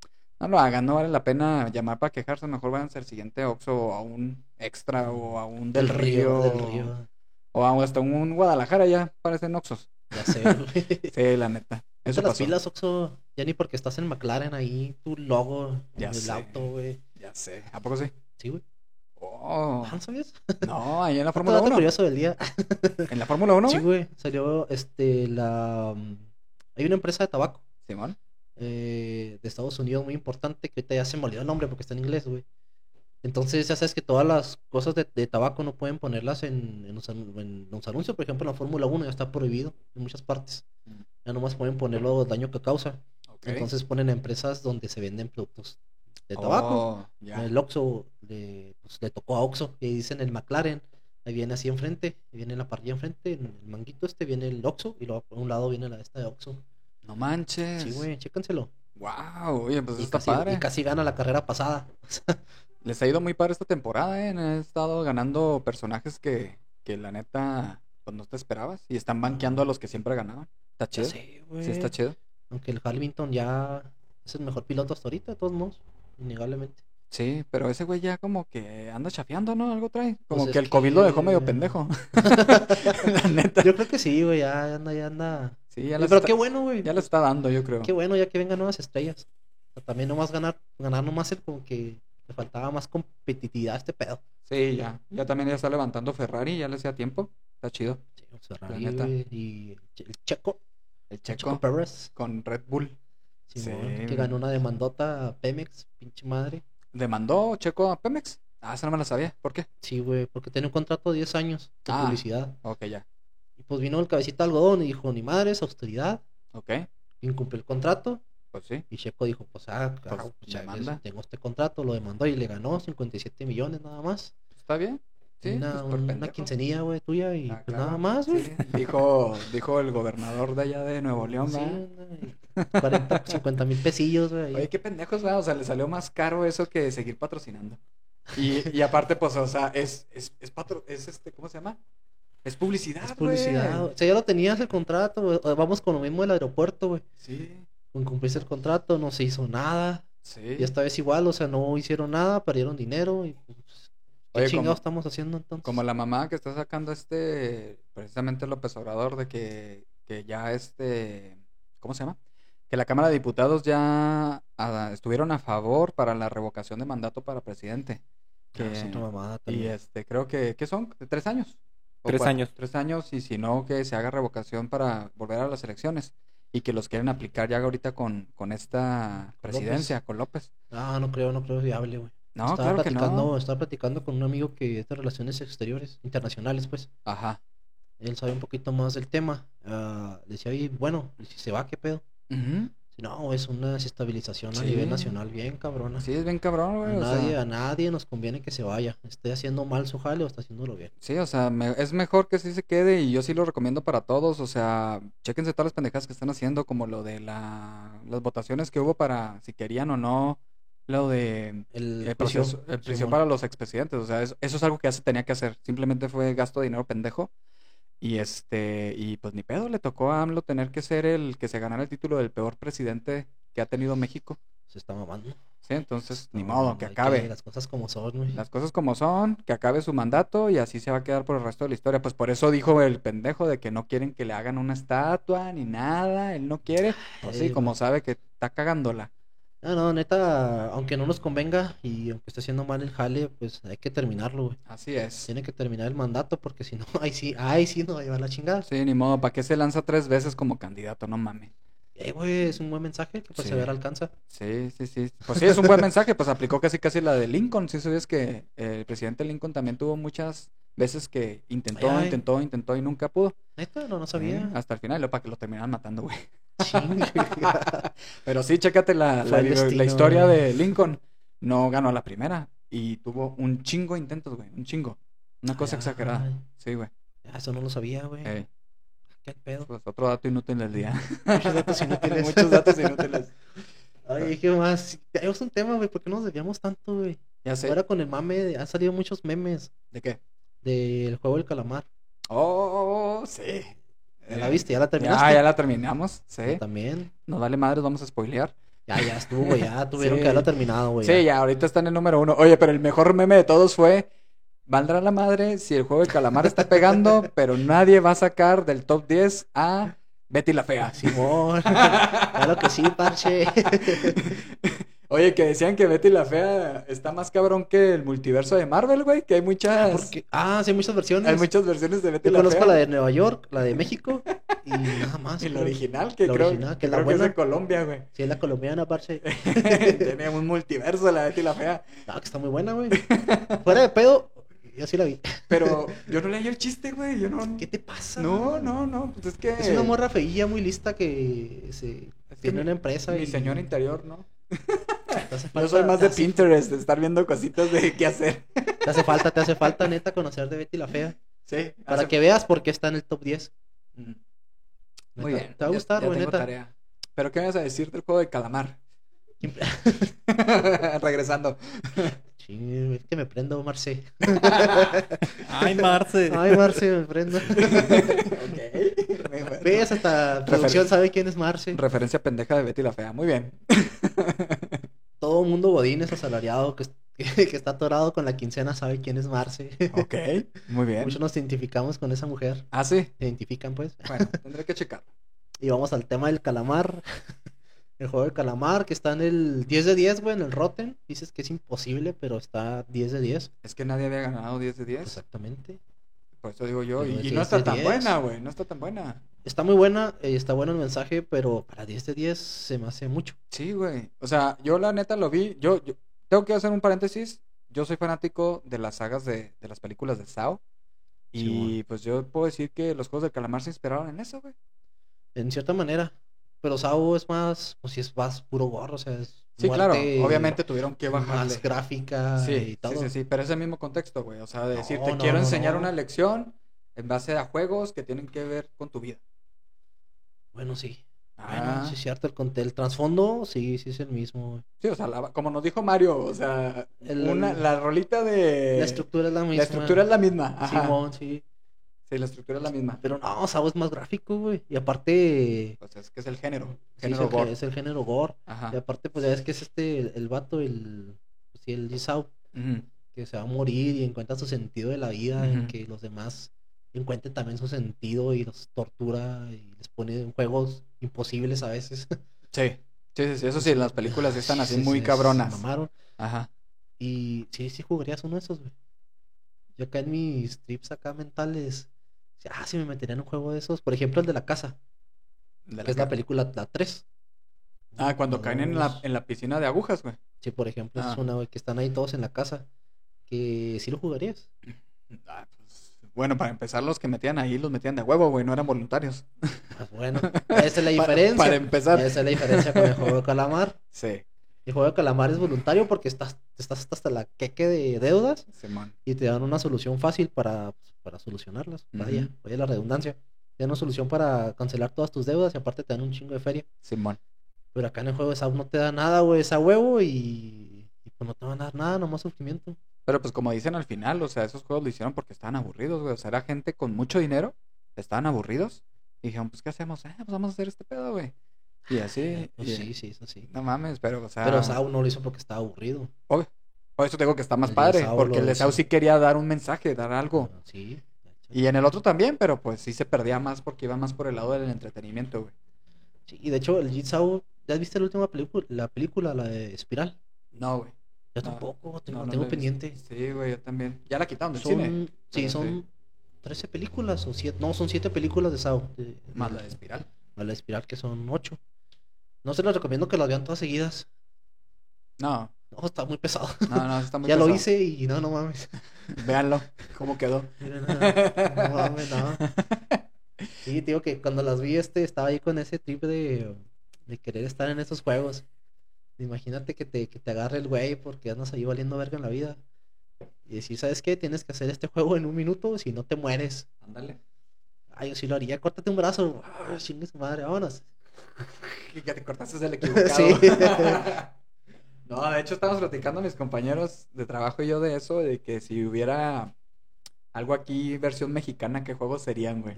[SPEAKER 1] no lo hagan, no vale la pena llamar para quejarse, mejor vayan al siguiente Oxxo o a un Extra o a un Del, Río,
[SPEAKER 2] Del río.
[SPEAKER 1] o a, hasta un Guadalajara ya parecen Oxxos.
[SPEAKER 2] Ya sé, güey.
[SPEAKER 1] Sí, la neta. (laughs) Eso
[SPEAKER 2] Ponte las
[SPEAKER 1] pasó.
[SPEAKER 2] pilas, Oxxo. Ya ni porque estás en McLaren ahí, tu logo
[SPEAKER 1] Ya
[SPEAKER 2] en el
[SPEAKER 1] sé.
[SPEAKER 2] auto, güey.
[SPEAKER 1] Ya sé. ¿A poco sí?
[SPEAKER 2] Sí, güey.
[SPEAKER 1] Oh,
[SPEAKER 2] Ah, ¿no sabías?
[SPEAKER 1] no, ahí en
[SPEAKER 2] (laughs)
[SPEAKER 1] la
[SPEAKER 2] Otro
[SPEAKER 1] Fórmula
[SPEAKER 2] dato
[SPEAKER 1] 1.
[SPEAKER 2] curioso del día.
[SPEAKER 1] En la Fórmula 1,
[SPEAKER 2] Sí,
[SPEAKER 1] güey.
[SPEAKER 2] güey. Salió este la mm, hay una empresa de tabaco
[SPEAKER 1] Simón.
[SPEAKER 2] eh, de Estados Unidos muy importante que ahorita ya se me olvidó el nombre porque está en inglés, güey. Entonces ya sabes que todas las cosas de, de tabaco no pueden ponerlas en, en los, anu- en los anuncios. Por ejemplo, en la Fórmula 1 ya está prohibido en muchas partes.
[SPEAKER 1] Mm.
[SPEAKER 2] Ya nomás pueden ponerlo daño que causa.
[SPEAKER 1] Ok.
[SPEAKER 2] Entonces ponen a empresas donde se venden productos de tabaco.
[SPEAKER 1] Oh, ya.
[SPEAKER 2] El Oxxo le, pues, le tocó a Oxxo y ahí dicen el McLaren. Ahí viene así enfrente, ahí viene la parrilla enfrente, en el manguito este viene el Oxxo y luego a un lado viene la esta de Oxxo.
[SPEAKER 1] No manches.
[SPEAKER 2] Sí, güey, chécanselo.
[SPEAKER 1] Wow, oye, pues
[SPEAKER 2] Y
[SPEAKER 1] está
[SPEAKER 2] casi,
[SPEAKER 1] padre.
[SPEAKER 2] y casi gana la carrera pasada.
[SPEAKER 1] Les ha ido muy padre esta temporada, ¿eh? Han estado ganando personajes que, que la neta, pues no te esperabas. Y están banqueando a los que siempre ganaban. Está
[SPEAKER 2] Ya
[SPEAKER 1] chido. Sí,
[SPEAKER 2] sé, güey.
[SPEAKER 1] está chido.
[SPEAKER 2] Aunque el Hamilton ya es el mejor piloto hasta ahorita, de todos modos,
[SPEAKER 1] (laughs)
[SPEAKER 2] innegablemente.
[SPEAKER 1] Sí, pero ese güey ya como que anda chafeando, ¿no? Algo trae. Como
[SPEAKER 2] Pues
[SPEAKER 1] que
[SPEAKER 2] es
[SPEAKER 1] el COVID lo dejó
[SPEAKER 2] que-
[SPEAKER 1] medio pendejo. (laughs) la neta.
[SPEAKER 2] Yo creo que sí, güey, ya anda, ya anda.
[SPEAKER 1] Sí, ya
[SPEAKER 2] Oye,
[SPEAKER 1] le
[SPEAKER 2] pero
[SPEAKER 1] está,
[SPEAKER 2] qué bueno, güey.
[SPEAKER 1] ya le está dando, yo creo.
[SPEAKER 2] Qué bueno ya que vengan nuevas estrellas. O sea, también nomás ganar, ganar nomás el como que le faltaba más competitividad a este pedo.
[SPEAKER 1] Sí, ya. Ya también ya está levantando Ferrari, ya le hacía tiempo. Está chido.
[SPEAKER 2] Sí, o sea, Ferrari,
[SPEAKER 1] neta.
[SPEAKER 2] güey, y el che- el Checo,
[SPEAKER 1] El
[SPEAKER 2] el Checo
[SPEAKER 1] checo
[SPEAKER 2] Pérez,
[SPEAKER 1] con Red Bull.
[SPEAKER 2] Simón,
[SPEAKER 1] Sí,
[SPEAKER 2] que ganó una demandota a Pemex, pinche madre.
[SPEAKER 1] ¿Demandó Checo a Pemex? Ah, esa no me la sabía. ¿Por qué?
[SPEAKER 2] Sí, güey, porque tenía un contrato de 10 años de
[SPEAKER 1] Ah.
[SPEAKER 2] publicidad.
[SPEAKER 1] Ok, ya.
[SPEAKER 2] Y pues vino el cabecita de algodón y dijo, ni madres, austeridad,
[SPEAKER 1] Ok,
[SPEAKER 2] incumplió el contrato.
[SPEAKER 1] pues sí.
[SPEAKER 2] Y Checo dijo, pues ah, carajo,
[SPEAKER 1] Pues,
[SPEAKER 2] pues, ya
[SPEAKER 1] demanda.
[SPEAKER 2] ves, tengo este contrato, lo demandó y le ganó 57 millones nada más.
[SPEAKER 1] ¿Está bien? Sí,
[SPEAKER 2] una,
[SPEAKER 1] pues, por
[SPEAKER 2] un- una
[SPEAKER 1] pendejo.
[SPEAKER 2] quincenilla, güey, tuya y
[SPEAKER 1] Ah,
[SPEAKER 2] pues
[SPEAKER 1] claro.
[SPEAKER 2] nada más, güey.
[SPEAKER 1] Sí, dijo, dijo el gobernador de allá de Nuevo León,
[SPEAKER 2] Sí,
[SPEAKER 1] ¿verdad?
[SPEAKER 2] una- 40, 50 mil pesillos, güey.
[SPEAKER 1] Oye, qué pendejos, ¿verdad? O sea, le salió más caro eso que seguir patrocinando. Y, y aparte, pues, o sea, es, es, es, patro- es este, ¿cómo se llama? Es publicidad,
[SPEAKER 2] Es
[SPEAKER 1] güey.
[SPEAKER 2] publicidad. güey. O sea, ya lo tenías el contrato, güey. O Vamos con lo mismo del aeropuerto, güey.
[SPEAKER 1] Sí,
[SPEAKER 2] Con cumplirse el contrato, no se hizo nada.
[SPEAKER 1] sí.
[SPEAKER 2] Y esta vez igual, o sea, no hicieron nada, perdieron dinero y pues, ¿qué
[SPEAKER 1] Oye, como-
[SPEAKER 2] chingados estamos haciendo entonces?
[SPEAKER 1] Como la mamá que está sacando este, precisamente López Obrador, de que, que ya este, ¿cómo se llama? Que la Cámara de Diputados ya ah, estuvieron a favor para la revocación de mandato para presidente.
[SPEAKER 2] Ah, es
[SPEAKER 1] que-
[SPEAKER 2] otra mamada
[SPEAKER 1] Y
[SPEAKER 2] también.
[SPEAKER 1] este, creo que, ¿qué son? ¿De ¿Tres años? ¿O
[SPEAKER 3] Tres
[SPEAKER 1] cuatro?
[SPEAKER 3] años.
[SPEAKER 1] Tres años y si no, que se haga revocación para volver a las elecciones. Y que los quieren aplicar ya ahorita con, con esta
[SPEAKER 2] Con
[SPEAKER 1] presidencia, con López.
[SPEAKER 2] Ah, no creo, no creo viable, güey.
[SPEAKER 1] No,
[SPEAKER 2] estaba
[SPEAKER 1] claro que no.
[SPEAKER 2] platicando, estaba platicando con un amigo que es de relaciones exteriores, internacionales, pues.
[SPEAKER 1] Ajá.
[SPEAKER 2] Él sabe un poquito más del tema. Ah, le decía, oye, bueno, ¿y si se va, ¿qué pedo?
[SPEAKER 1] Ujú.
[SPEAKER 2] Dice, No, es una desestabilización a
[SPEAKER 1] Sí.
[SPEAKER 2] nivel nacional bien cabrona.
[SPEAKER 1] Sí, es bien cabrón,
[SPEAKER 2] a,
[SPEAKER 1] güey. o sea.
[SPEAKER 2] nadie, a nadie nos conviene que se vaya. Esté haciendo mal su jale o está haciéndolo bien.
[SPEAKER 1] Sí, o sea, me- es mejor que sí se quede y yo sí lo recomiendo para todos. O sea, chéquense todas las pendejadas que están haciendo, como lo de la, las votaciones que hubo para si querían o no lo de
[SPEAKER 2] El
[SPEAKER 1] el
[SPEAKER 2] prisión,
[SPEAKER 1] proceso, el
[SPEAKER 2] Simón.
[SPEAKER 1] prisión para los expresidentes. O sea, eso, eso es algo que ya se tenía que hacer. Simplemente fue gasto de dinero pendejo. Y este, y pues ni pedo, le tocó a AMLO tener que ser el que se ganara el título del peor presidente que ha tenido México.
[SPEAKER 2] Se está mamando.
[SPEAKER 1] Sí, entonces, ni
[SPEAKER 2] No,
[SPEAKER 1] modo,
[SPEAKER 2] no,
[SPEAKER 1] que
[SPEAKER 2] hay
[SPEAKER 1] acabe.
[SPEAKER 2] Las cosas como son, güey.
[SPEAKER 1] Las cosas como son, que acabe su mandato y así se va a quedar por el resto de la historia. Pues por eso dijo el pendejo de que no quieren que le hagan una estatua ni nada, él no quiere. Pues sí,
[SPEAKER 2] Ay,
[SPEAKER 1] como sabe que está cagándola.
[SPEAKER 2] Eh, No, no, neta, aunque no nos convenga y aunque esté haciendo mal el jale, pues hay que terminarlo, güey.
[SPEAKER 1] Así es.
[SPEAKER 2] Tiene que terminar el mandato porque si no, (laughs) ahí sí, ahí sí nos va a llevar la chingada.
[SPEAKER 1] Sí, ni modo, ¿para qué se lanza tres veces como candidato? No mames.
[SPEAKER 2] Eh, güey, es un buen mensaje que pues
[SPEAKER 1] Sí.
[SPEAKER 2] se ver alcanza.
[SPEAKER 1] Sí, sí, sí. Pues sí, es un buen mensaje. Pues aplicó casi casi la de Lincoln. Sí, sabías que el presidente Lincoln también tuvo muchas veces que intentó,
[SPEAKER 2] Ay, ay.
[SPEAKER 1] intentó, intentó y nunca pudo.
[SPEAKER 2] Neta, no, no sabía.
[SPEAKER 1] Sí, (laughs) hasta el final, y luego para que lo terminaran matando, güey.
[SPEAKER 2] Chinga.
[SPEAKER 1] Pero sí, chécate la,
[SPEAKER 2] Fue
[SPEAKER 1] la,
[SPEAKER 2] el
[SPEAKER 1] bio- la
[SPEAKER 2] destino,
[SPEAKER 1] historia
[SPEAKER 2] güey.
[SPEAKER 1] de Lincoln. No ganó la primera y tuvo un chingo de intentos, güey. Un chingo. Una cosa
[SPEAKER 2] Ay,
[SPEAKER 1] exagerada. Eh, Sí, güey.
[SPEAKER 2] ah, Eso no lo sabía, güey.
[SPEAKER 1] Ey,
[SPEAKER 2] Qué pedo.
[SPEAKER 1] pues otro dato inútil del día.
[SPEAKER 2] (laughs) Muchos datos inútiles.
[SPEAKER 1] Muchos datos inútiles.
[SPEAKER 2] (laughs) Ay, ¿qué más? Es un tema, güey, ¿por qué nos desviamos tanto, güey?
[SPEAKER 1] Ya sé.
[SPEAKER 2] Ahora con el mame, de- han salido muchos memes
[SPEAKER 1] ¿De qué?
[SPEAKER 2] del juego del calamar.
[SPEAKER 1] Oh, sí. Eh,
[SPEAKER 2] ¿Ya la viste? ¿Ya la terminaste?
[SPEAKER 1] Ya, ya la terminamos.
[SPEAKER 2] Yo
[SPEAKER 1] Sí.
[SPEAKER 2] También.
[SPEAKER 1] Nos vale madres, vamos a spoilear.
[SPEAKER 2] Ya, ya estuvo,
[SPEAKER 1] (laughs)
[SPEAKER 2] güey, ya tuvieron
[SPEAKER 1] Sí.
[SPEAKER 2] que haberla terminado, güey.
[SPEAKER 1] Sí, ya, ahorita está en el número uno. Oye, pero el mejor meme de todos fue. Valdrá la madre si el juego del calamar está pegando, (laughs) pero nadie va a sacar del top 10 a Betty la Fea. (laughs)
[SPEAKER 2] Simón. (laughs) claro que sí, parche.
[SPEAKER 1] Oye, que decían que Betty la Fea está más cabrón que el multiverso de Marvel, güey. Que hay muchas.
[SPEAKER 2] Porque- Ah, sí, hay muchas versiones.
[SPEAKER 1] Hay muchas versiones de Betty
[SPEAKER 2] Yo
[SPEAKER 1] la
[SPEAKER 2] conozco
[SPEAKER 1] Fea.
[SPEAKER 2] la de Nueva York, la de México y nada
[SPEAKER 1] (laughs)
[SPEAKER 2] más.
[SPEAKER 1] El
[SPEAKER 2] creo.
[SPEAKER 1] original, que
[SPEAKER 2] La
[SPEAKER 1] creo,
[SPEAKER 2] original, que
[SPEAKER 1] que
[SPEAKER 2] es la
[SPEAKER 1] creo que es
[SPEAKER 2] buena.
[SPEAKER 1] de Colombia,
[SPEAKER 2] (laughs)
[SPEAKER 1] güey.
[SPEAKER 2] Sí, es la colombiana,
[SPEAKER 1] (laughs)
[SPEAKER 2] parche.
[SPEAKER 1] Tenía un multiverso la Betty la Fea.
[SPEAKER 2] Ah, que está muy buena, güey. Fuera de pedo, yo sí la vi.
[SPEAKER 1] Pero yo no leí el chiste, güey. Yo no.
[SPEAKER 2] (laughs) ¿Qué te pasa?
[SPEAKER 1] No, no, no. Pues es que.
[SPEAKER 2] Es una morra feilla muy lista que se
[SPEAKER 1] Es que
[SPEAKER 2] tiene
[SPEAKER 1] mi-
[SPEAKER 2] una empresa.
[SPEAKER 1] Mi
[SPEAKER 2] y-
[SPEAKER 1] señor interior, ¿no?
[SPEAKER 2] te hace
[SPEAKER 1] Yo
[SPEAKER 2] falta-
[SPEAKER 1] soy más de
[SPEAKER 2] te hace-
[SPEAKER 1] Pinterest, de estar viendo cositas de qué hacer.
[SPEAKER 2] (laughs) Te hace falta, te hace falta, neta, conocer de Betty la Fea.
[SPEAKER 1] Sí.
[SPEAKER 2] Para
[SPEAKER 1] hace-
[SPEAKER 2] que veas por qué está en el top 10.
[SPEAKER 1] Mm.
[SPEAKER 2] Neta,
[SPEAKER 1] Muy bien.
[SPEAKER 2] Te va a
[SPEAKER 1] ya-
[SPEAKER 2] gustar,
[SPEAKER 1] ya
[SPEAKER 2] güey,
[SPEAKER 1] tengo
[SPEAKER 2] neta.
[SPEAKER 1] tarea. Pero ¿qué me vas a decir del juego de
[SPEAKER 2] (laughs)
[SPEAKER 1] calamar? Regresando.
[SPEAKER 2] Chingue, güey, que me prendo, Marce.
[SPEAKER 1] (laughs)
[SPEAKER 3] Ay, Marce.
[SPEAKER 2] Ay, Marce, me
[SPEAKER 1] (laughs)
[SPEAKER 2] prendo.
[SPEAKER 1] ok. Muy bueno.
[SPEAKER 2] Ves, hasta producción sabe quién es Marce.
[SPEAKER 1] Referencia pendeja de Betty la Fea. Muy bien.
[SPEAKER 2] Todo mundo godín es (laughs) asalariado que, que está atorado con la quincena sabe quién es Marce.
[SPEAKER 1] Ok. Muy bien.
[SPEAKER 2] Muchos nos identificamos con esa mujer.
[SPEAKER 1] Ah, sí.
[SPEAKER 2] Se identifican, pues.
[SPEAKER 1] Bueno, tendré que checar.
[SPEAKER 2] Y vamos al tema del calamar. (laughs) El juego del calamar, que está en el 10 de 10, güey, en el Rotten. Dices que es imposible, pero está 10 de 10.
[SPEAKER 1] Es que nadie había ganado 10 de 10.
[SPEAKER 2] Exactamente.
[SPEAKER 1] Por eso digo yo.
[SPEAKER 2] Pero
[SPEAKER 1] Y,
[SPEAKER 2] Pues, es
[SPEAKER 1] y no
[SPEAKER 2] 10
[SPEAKER 1] está
[SPEAKER 2] de
[SPEAKER 1] tan
[SPEAKER 2] 10.
[SPEAKER 1] buena, güey. No está tan buena.
[SPEAKER 2] Está muy buena, eh, está bueno el mensaje, pero para 10 de 10 se me hace mucho.
[SPEAKER 1] Sí, güey. O sea, yo la neta lo vi. Yo, yo- tengo que hacer un paréntesis. Yo soy fanático de las sagas de, de las películas de Sao. Y
[SPEAKER 2] Simón.
[SPEAKER 1] pues yo puedo decir que los juegos del calamar se inspiraron en eso, güey.
[SPEAKER 2] En cierta manera. Pero Sao es más, pues si es más puro gorro, o sea, es
[SPEAKER 1] Sí, claro.
[SPEAKER 2] muerte
[SPEAKER 1] Obviamente tuvieron que bajarle.
[SPEAKER 2] más gráfica
[SPEAKER 1] Sí,
[SPEAKER 2] y
[SPEAKER 1] sí,
[SPEAKER 2] todo.
[SPEAKER 1] sí, sí, pero es el mismo contexto, güey. O sea, de
[SPEAKER 2] No,
[SPEAKER 1] decir, te
[SPEAKER 2] no,
[SPEAKER 1] quiero
[SPEAKER 2] no,
[SPEAKER 1] enseñar
[SPEAKER 2] no.
[SPEAKER 1] una lección en base a juegos que tienen que ver con tu vida.
[SPEAKER 2] Bueno, sí.
[SPEAKER 1] Ah,
[SPEAKER 2] Bueno, sí es cierto, el, conte- el trasfondo, sí, sí es el mismo. güey.
[SPEAKER 1] sí, o sea, la- como nos dijo Mario, o sea,
[SPEAKER 2] El-
[SPEAKER 1] una- la rolita de...
[SPEAKER 2] la estructura es la misma.
[SPEAKER 1] la estructura es la misma. Ajá.
[SPEAKER 2] Simón, sí.
[SPEAKER 1] Sí, la estructura es la misma.
[SPEAKER 2] Pero no, Sao es más gráfico, güey. Y aparte,
[SPEAKER 1] O sea, es que es el género.
[SPEAKER 2] sí,
[SPEAKER 1] Género
[SPEAKER 2] es, el,
[SPEAKER 1] gore. Ah.
[SPEAKER 2] es el género gore.
[SPEAKER 1] Ajá.
[SPEAKER 2] Y aparte, pues ya ves que es este, el, el vato, el, pues, sí, el Sao,
[SPEAKER 1] Ujú.
[SPEAKER 2] que se va a morir y encuentra su sentido de la vida, en
[SPEAKER 1] Ujú.
[SPEAKER 2] que los demás encuentren también su sentido y los tortura y les pone en juegos imposibles a veces.
[SPEAKER 1] Sí. Sí, sí, sí, eso sí, las películas sí están así
[SPEAKER 2] Ah, (laughs) Sí,
[SPEAKER 1] muy
[SPEAKER 2] sí, se
[SPEAKER 1] cabronas.
[SPEAKER 2] mamaron.
[SPEAKER 1] Ajá.
[SPEAKER 2] Y sí, sí jugarías uno de esos, güey. Yo acá en mis trips acá mentales, ah, si me metería en un juego de esos, por ejemplo el de la casa,
[SPEAKER 1] De
[SPEAKER 2] que es la
[SPEAKER 1] ca-
[SPEAKER 2] película la 3.
[SPEAKER 1] Ah, cuando caen en la, en la piscina de agujas, güey.
[SPEAKER 2] Sí, por ejemplo, esa es
[SPEAKER 1] Ah.
[SPEAKER 2] una, güey, que están ahí todos en la casa, que sí lo jugarías.
[SPEAKER 1] Ah, pues, Bueno, para empezar, los que metían ahí los metían de huevo, güey, no eran voluntarios.
[SPEAKER 2] Pues
[SPEAKER 1] (laughs)
[SPEAKER 2] bueno, esa es la
[SPEAKER 1] Pa-
[SPEAKER 2] diferencia.
[SPEAKER 1] Para empezar.
[SPEAKER 2] Esa es la diferencia con el juego de calamar.
[SPEAKER 1] Sí,
[SPEAKER 2] El juego de calamar es voluntario porque estás, estás hasta la queque de deudas
[SPEAKER 1] Simón.
[SPEAKER 2] y te dan una solución fácil para, pues, para solucionarlas. Vaya,
[SPEAKER 1] Ujú.
[SPEAKER 2] vaya la redundancia. Te dan una solución para cancelar todas tus deudas y aparte te dan un chingo de feria.
[SPEAKER 1] Simón.
[SPEAKER 2] Pero acá en el juego de SAO no te da nada, güey, es a huevo y pues no te van a dar nada, nomás sufrimiento.
[SPEAKER 1] Pero pues como dicen al final, o sea, esos juegos lo hicieron porque estaban aburridos, güey. O sea, era gente con mucho dinero, estaban aburridos. Y dijeron, pues, ¿qué hacemos? Ah, pues vamos a hacer este pedo, güey. Y así.
[SPEAKER 2] Pues
[SPEAKER 1] y- Ah.
[SPEAKER 2] sí, sí, eso sí.
[SPEAKER 1] No mames, pero, o sea.
[SPEAKER 2] Pero Sao no lo hizo porque estaba aburrido.
[SPEAKER 1] obvio. Por eso te digo que está más
[SPEAKER 2] El
[SPEAKER 1] padre,
[SPEAKER 2] Sao
[SPEAKER 1] porque
[SPEAKER 2] lo
[SPEAKER 1] el
[SPEAKER 2] hizo.
[SPEAKER 1] Sao sí quería dar un mensaje, dar algo.
[SPEAKER 2] Ah, Sí.
[SPEAKER 1] Y en el otro también, pero pues sí se perdía más porque iba más por el lado del entretenimiento, güey.
[SPEAKER 2] Sí, y de hecho, el Jit Sao, ¿ya viste la última película? La película, la de Espiral.
[SPEAKER 1] No, güey.
[SPEAKER 2] Yo
[SPEAKER 1] No,
[SPEAKER 2] tampoco, te-
[SPEAKER 1] No,
[SPEAKER 2] la
[SPEAKER 1] no
[SPEAKER 2] tengo
[SPEAKER 1] lo he
[SPEAKER 2] pendiente.
[SPEAKER 1] visto. Sí, güey, yo también. Ya la quitaron del cine.
[SPEAKER 2] Son,
[SPEAKER 1] pero
[SPEAKER 2] sí, son 13 películas o 7. No, son 7 películas de Sao. de- de-
[SPEAKER 1] Más la de espiral.
[SPEAKER 2] más la de Espiral, que son 8. No se las recomiendo que las vean todas seguidas.
[SPEAKER 1] No,
[SPEAKER 2] No, está muy pesado.
[SPEAKER 1] no, no, está muy
[SPEAKER 2] ya lo
[SPEAKER 1] pesado.
[SPEAKER 2] hice y no, no mames.
[SPEAKER 1] Véanlo, cómo quedó.
[SPEAKER 2] Miren, no, no mames, no. (laughs) Sí, digo que cuando las vi, este, estaba ahí con ese trip de, de querer estar en estos juegos. Imagínate que te, que te agarre el güey porque andas ahí valiendo verga en la vida. Y decir, ¿sabes qué? Tienes que hacer este juego en un minuto, si no te mueres.
[SPEAKER 1] Ándale.
[SPEAKER 2] Ay, yo sí lo haría, córtate un brazo. Ah, chingue su madre,
[SPEAKER 1] (laughs)
[SPEAKER 2] vámonos.
[SPEAKER 1] Y que te cortaste (laughs) el equivocado.
[SPEAKER 2] Sí.
[SPEAKER 1] no, de hecho estábamos platicando mis compañeros de trabajo y yo de eso, de que si hubiera algo aquí, versión mexicana, ¿qué juegos serían, (laughs) güey?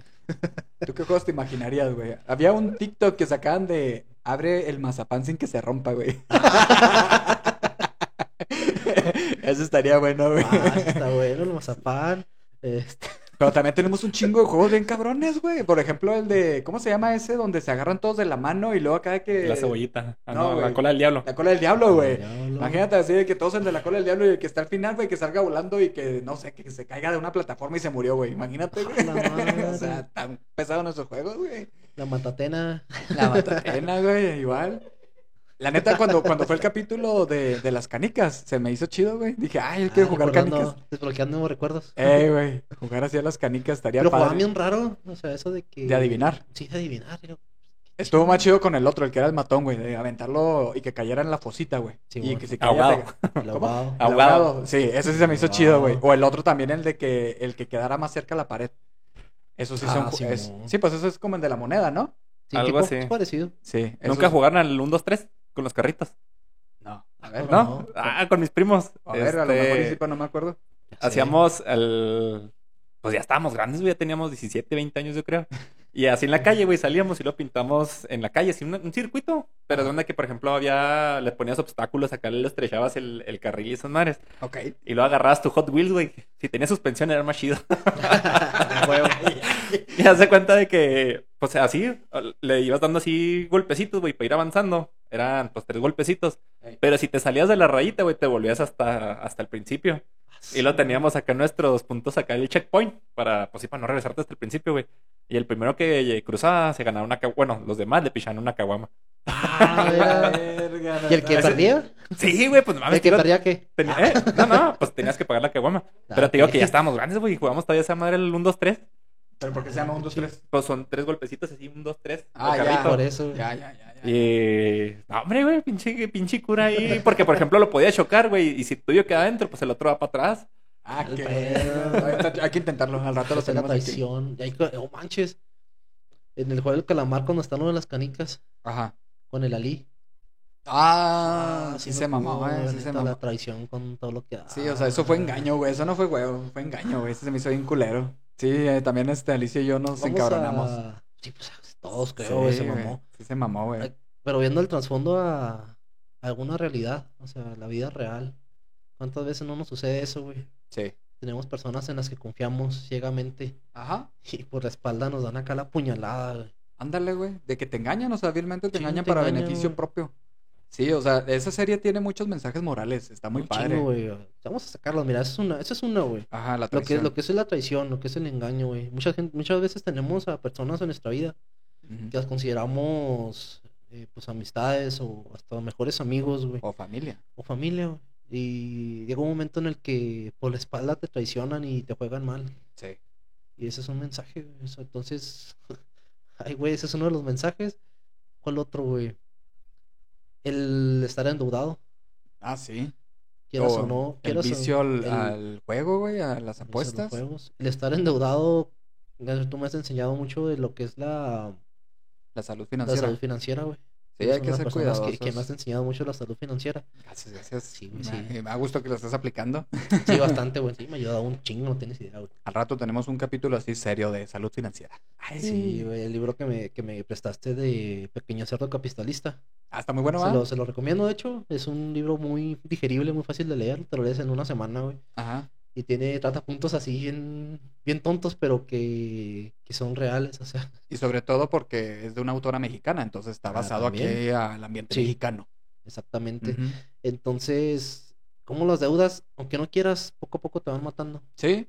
[SPEAKER 1] ¿Tú qué juegos te imaginarías, güey? Había un TikTok que sacaban de abre el mazapán sin que se rompa, güey. (laughs) eso estaría bueno, güey.
[SPEAKER 2] Ah, sí está bueno, el mazapán. Este,
[SPEAKER 1] Pero también tenemos un chingo de juegos bien cabrones, güey. Por ejemplo, el de, ¿cómo se llama ese? Donde se agarran todos de la mano y luego cada que...
[SPEAKER 3] (laughs) La cebollita. Ah,
[SPEAKER 1] no,
[SPEAKER 3] no, la
[SPEAKER 1] güey.
[SPEAKER 3] cola del diablo.
[SPEAKER 1] La cola del diablo, güey.
[SPEAKER 2] diablo.
[SPEAKER 1] Imagínate así de que todos el de la cola del diablo y el que está al final, güey, que salga volando y que, no sé, que se caiga de una plataforma y se murió, güey. Imagínate,
[SPEAKER 2] (laughs)
[SPEAKER 1] güey.
[SPEAKER 2] A Ah, la madre.
[SPEAKER 1] (laughs) o sea, tan pesados nuestros juegos, güey.
[SPEAKER 2] La matatena.
[SPEAKER 1] La (laughs) matatena, güey, igual. La neta, cuando, cuando fue el capítulo de, de las canicas, se me hizo chido, güey. Dije, ay, yo quiero
[SPEAKER 2] Ah,
[SPEAKER 1] jugar
[SPEAKER 2] recordando-
[SPEAKER 1] canicas.
[SPEAKER 2] Desbloqueando nuevos recuerdos.
[SPEAKER 1] Ey, güey, jugar así a las canicas estaría
[SPEAKER 2] Pero jugaban
[SPEAKER 1] padre.
[SPEAKER 2] bien raro. O sea, eso de que.
[SPEAKER 1] De adivinar.
[SPEAKER 2] Sí, de adivinar. yo-
[SPEAKER 1] Estuvo más chido con el otro, el que era el matón, güey, de aventarlo y que cayera en la fosita, güey.
[SPEAKER 2] Sí,
[SPEAKER 1] y
[SPEAKER 2] bueno.
[SPEAKER 1] que se cayera.
[SPEAKER 3] Ahogado.
[SPEAKER 2] el ahogado.
[SPEAKER 1] El
[SPEAKER 3] Ahogado.
[SPEAKER 1] ahogado, Sí, ese sí se me hizo chido, güey.
[SPEAKER 2] Ahogado.
[SPEAKER 1] O el otro también, el de que el que quedara más cerca a la pared. Eso sí son
[SPEAKER 2] Ah,
[SPEAKER 1] ju-
[SPEAKER 2] sí,
[SPEAKER 1] es-
[SPEAKER 2] mo.
[SPEAKER 1] sí, pues eso es como el de la moneda, ¿no?
[SPEAKER 2] Sí,
[SPEAKER 3] Algo
[SPEAKER 2] tipo,
[SPEAKER 3] así.
[SPEAKER 2] es parecido.
[SPEAKER 1] Sí. eso
[SPEAKER 3] Nunca
[SPEAKER 1] es-
[SPEAKER 3] jugaron al 1, 2, 3 con los carritos.
[SPEAKER 1] No. A
[SPEAKER 2] Ah,
[SPEAKER 1] ver,
[SPEAKER 2] No.
[SPEAKER 3] No. Ah, con mis primos.
[SPEAKER 1] A ver, a lo mejor
[SPEAKER 3] Este,
[SPEAKER 1] y sí, pero no me acuerdo.
[SPEAKER 3] Hacíamos el. Pues ya estábamos grandes, güey. Ya teníamos 17, 20 años, yo creo. Y así en la calle, güey, salíamos y lo pintamos en la calle, así una- un circuito. Pero de onda que, por ejemplo, había. Le ponías obstáculos, acá le estrechabas el, el carril y esas madres.
[SPEAKER 1] (laughs) Ok.
[SPEAKER 3] Y luego agarrabas tu Hot Wheels, güey. Si tenía suspensión, era más chido. (laughs)
[SPEAKER 2] (laughs)
[SPEAKER 3] Y haz de cuenta de que, pues así, le ibas dando así golpecitos, güey, para ir avanzando. Eran, pues, tres golpecitos.
[SPEAKER 1] Ey.
[SPEAKER 3] Pero si te salías de la rayita, güey, te volvías hasta, hasta el principio. Y lo teníamos acá en nuestros puntos, acá el checkpoint, para, pues sí, para no regresarte hasta el principio, güey. Y el primero que cruzaba se ganaba una caguama. Bueno, los demás le pichaban una caguama.
[SPEAKER 2] Ah,
[SPEAKER 1] (laughs)
[SPEAKER 2] era-
[SPEAKER 1] Verga,
[SPEAKER 2] ¿Y el que
[SPEAKER 1] no,
[SPEAKER 2] perdía?
[SPEAKER 3] Sí, güey, pues no mames.
[SPEAKER 2] ¿El que
[SPEAKER 3] tira-
[SPEAKER 2] perdía qué? Ah,
[SPEAKER 3] tenía- eh, no, no, pues tenías que pagar la caguama. Pero te digo que ya estábamos grandes, güey, y jugamos todavía esa madre el 1, 2, 3.
[SPEAKER 1] Pero porque se llama un, dos, tres.
[SPEAKER 3] Pues son tres golpecitos así, un, dos, tres.
[SPEAKER 1] Ah,
[SPEAKER 3] al
[SPEAKER 1] ya.
[SPEAKER 3] carrito.
[SPEAKER 2] Por eso.
[SPEAKER 1] Ya, ya, ya. ya.
[SPEAKER 3] Y... No, hombre, güey, pinche, pinche cura ahí. Porque, por ejemplo, lo podía chocar, güey. Y si el tuyo queda adentro, pues el otro va para atrás.
[SPEAKER 1] Ah,
[SPEAKER 2] Al
[SPEAKER 1] qué.
[SPEAKER 2] pedo.
[SPEAKER 1] Ahorita Hay que intentarlo, al rato lo
[SPEAKER 2] la
[SPEAKER 1] tenemos aquí.
[SPEAKER 2] traición. Y ahí co- oh, manches. En el juego del calamar, cuando están lo de las canicas,
[SPEAKER 1] Ajá.
[SPEAKER 2] con el Ali.
[SPEAKER 1] Ah, sí
[SPEAKER 2] no,
[SPEAKER 1] se mamó,
[SPEAKER 2] la
[SPEAKER 1] eh. Sí
[SPEAKER 2] neta,
[SPEAKER 1] se mamó.
[SPEAKER 2] La traición con todo lo que da.
[SPEAKER 1] Sí, o sea, eso fue engaño, güey. Eso no fue huevo, fue engaño, güey. Ese se me hizo bien culero. Sí, eh, también este Alicia y yo nos
[SPEAKER 2] Vamos
[SPEAKER 1] encabronamos.
[SPEAKER 2] a- Sí, pues todos creo, güey, se
[SPEAKER 1] Sí, güey.
[SPEAKER 2] mamó.
[SPEAKER 1] Sí, se mamó, güey.
[SPEAKER 2] Ay. Pero viendo el trasfondo a, a alguna realidad, o sea, la vida real. ¿Cuántas veces no nos sucede eso, güey?
[SPEAKER 1] Sí.
[SPEAKER 2] Tenemos personas en las que confiamos ciegamente (laughs)
[SPEAKER 1] Ajá.
[SPEAKER 2] y por la espalda nos dan acá la puñalada, güey.
[SPEAKER 1] Ándale, güey. De que te engañan, o sea, vilmente te
[SPEAKER 2] Sí,
[SPEAKER 1] engañan
[SPEAKER 2] te
[SPEAKER 1] para
[SPEAKER 2] engañan,
[SPEAKER 1] beneficio
[SPEAKER 2] güey.
[SPEAKER 1] propio. Sí, o sea, esa serie tiene muchos mensajes morales. Está muy
[SPEAKER 2] Un
[SPEAKER 1] padre.
[SPEAKER 2] chingo, güey. Vamos a sacarlo, mira, eso es una, eso es una, güey.
[SPEAKER 1] Ajá, la
[SPEAKER 2] Lo que,
[SPEAKER 1] traición.
[SPEAKER 2] lo que es la traición, lo que es el engaño, güey. Mucha gente, muchas veces tenemos a personas en nuestra vida
[SPEAKER 1] Ujú.
[SPEAKER 2] que las consideramos eh, pues amistades o hasta mejores amigos, güey.
[SPEAKER 1] O familia.
[SPEAKER 2] o familia, güey. Y llega un momento en el que por la espalda te traicionan y te juegan mal.
[SPEAKER 1] Sí.
[SPEAKER 2] Y ese es un mensaje, güey. O sea, entonces, (laughs) ay, güey, ese es uno de los mensajes. ¿Cuál otro, güey? El estar endeudado,
[SPEAKER 1] Ah, sí.
[SPEAKER 2] quieras o,
[SPEAKER 1] O
[SPEAKER 2] no,
[SPEAKER 1] Oh, El
[SPEAKER 2] quieras o-
[SPEAKER 1] vicio al,
[SPEAKER 2] el-
[SPEAKER 1] al juego, güey, a las
[SPEAKER 2] a los
[SPEAKER 1] apuestas.
[SPEAKER 2] juegos. El estar endeudado, ya tú me has enseñado mucho de lo que es la,
[SPEAKER 1] La salud
[SPEAKER 2] la
[SPEAKER 1] financiera.
[SPEAKER 2] salud financiera, güey.
[SPEAKER 1] Sí,
[SPEAKER 2] eres
[SPEAKER 1] hay que
[SPEAKER 2] una
[SPEAKER 1] ser
[SPEAKER 2] persona que, que
[SPEAKER 1] cuidadosos.
[SPEAKER 2] me has enseñado mucho la salud financiera.
[SPEAKER 1] Gracias, gracias.
[SPEAKER 2] Sí, güey, sí.
[SPEAKER 1] Me da gusto que lo estás aplicando. (laughs)
[SPEAKER 2] Sí, bastante, güey. Sí, me ha ayudado un chingo, no tienes idea, güey.
[SPEAKER 1] Al rato tenemos un capítulo así serio de salud financiera. Ay,
[SPEAKER 2] Sí, güey, el libro que me, que me prestaste de Pequeño Cerdo Capitalista.
[SPEAKER 1] Ah, está muy bueno,
[SPEAKER 2] se,
[SPEAKER 1] ¿va?
[SPEAKER 2] lo, se lo recomiendo, de hecho. Es un libro muy digerible, muy fácil de leer. Te lo lees en una semana, güey.
[SPEAKER 1] Ajá.
[SPEAKER 2] Y tiene, trata puntos así bien, bien tontos, pero que, que son reales. O sea, (laughs)
[SPEAKER 1] Y sobre todo porque es de una autora mexicana, entonces está
[SPEAKER 2] Ah,
[SPEAKER 1] basado aquí
[SPEAKER 2] también.
[SPEAKER 1] al ambiente
[SPEAKER 2] Sí.
[SPEAKER 1] mexicano.
[SPEAKER 2] exactamente.
[SPEAKER 1] Ujú.
[SPEAKER 2] Entonces, como las deudas, aunque no quieras, poco a poco te van matando.
[SPEAKER 1] Sí.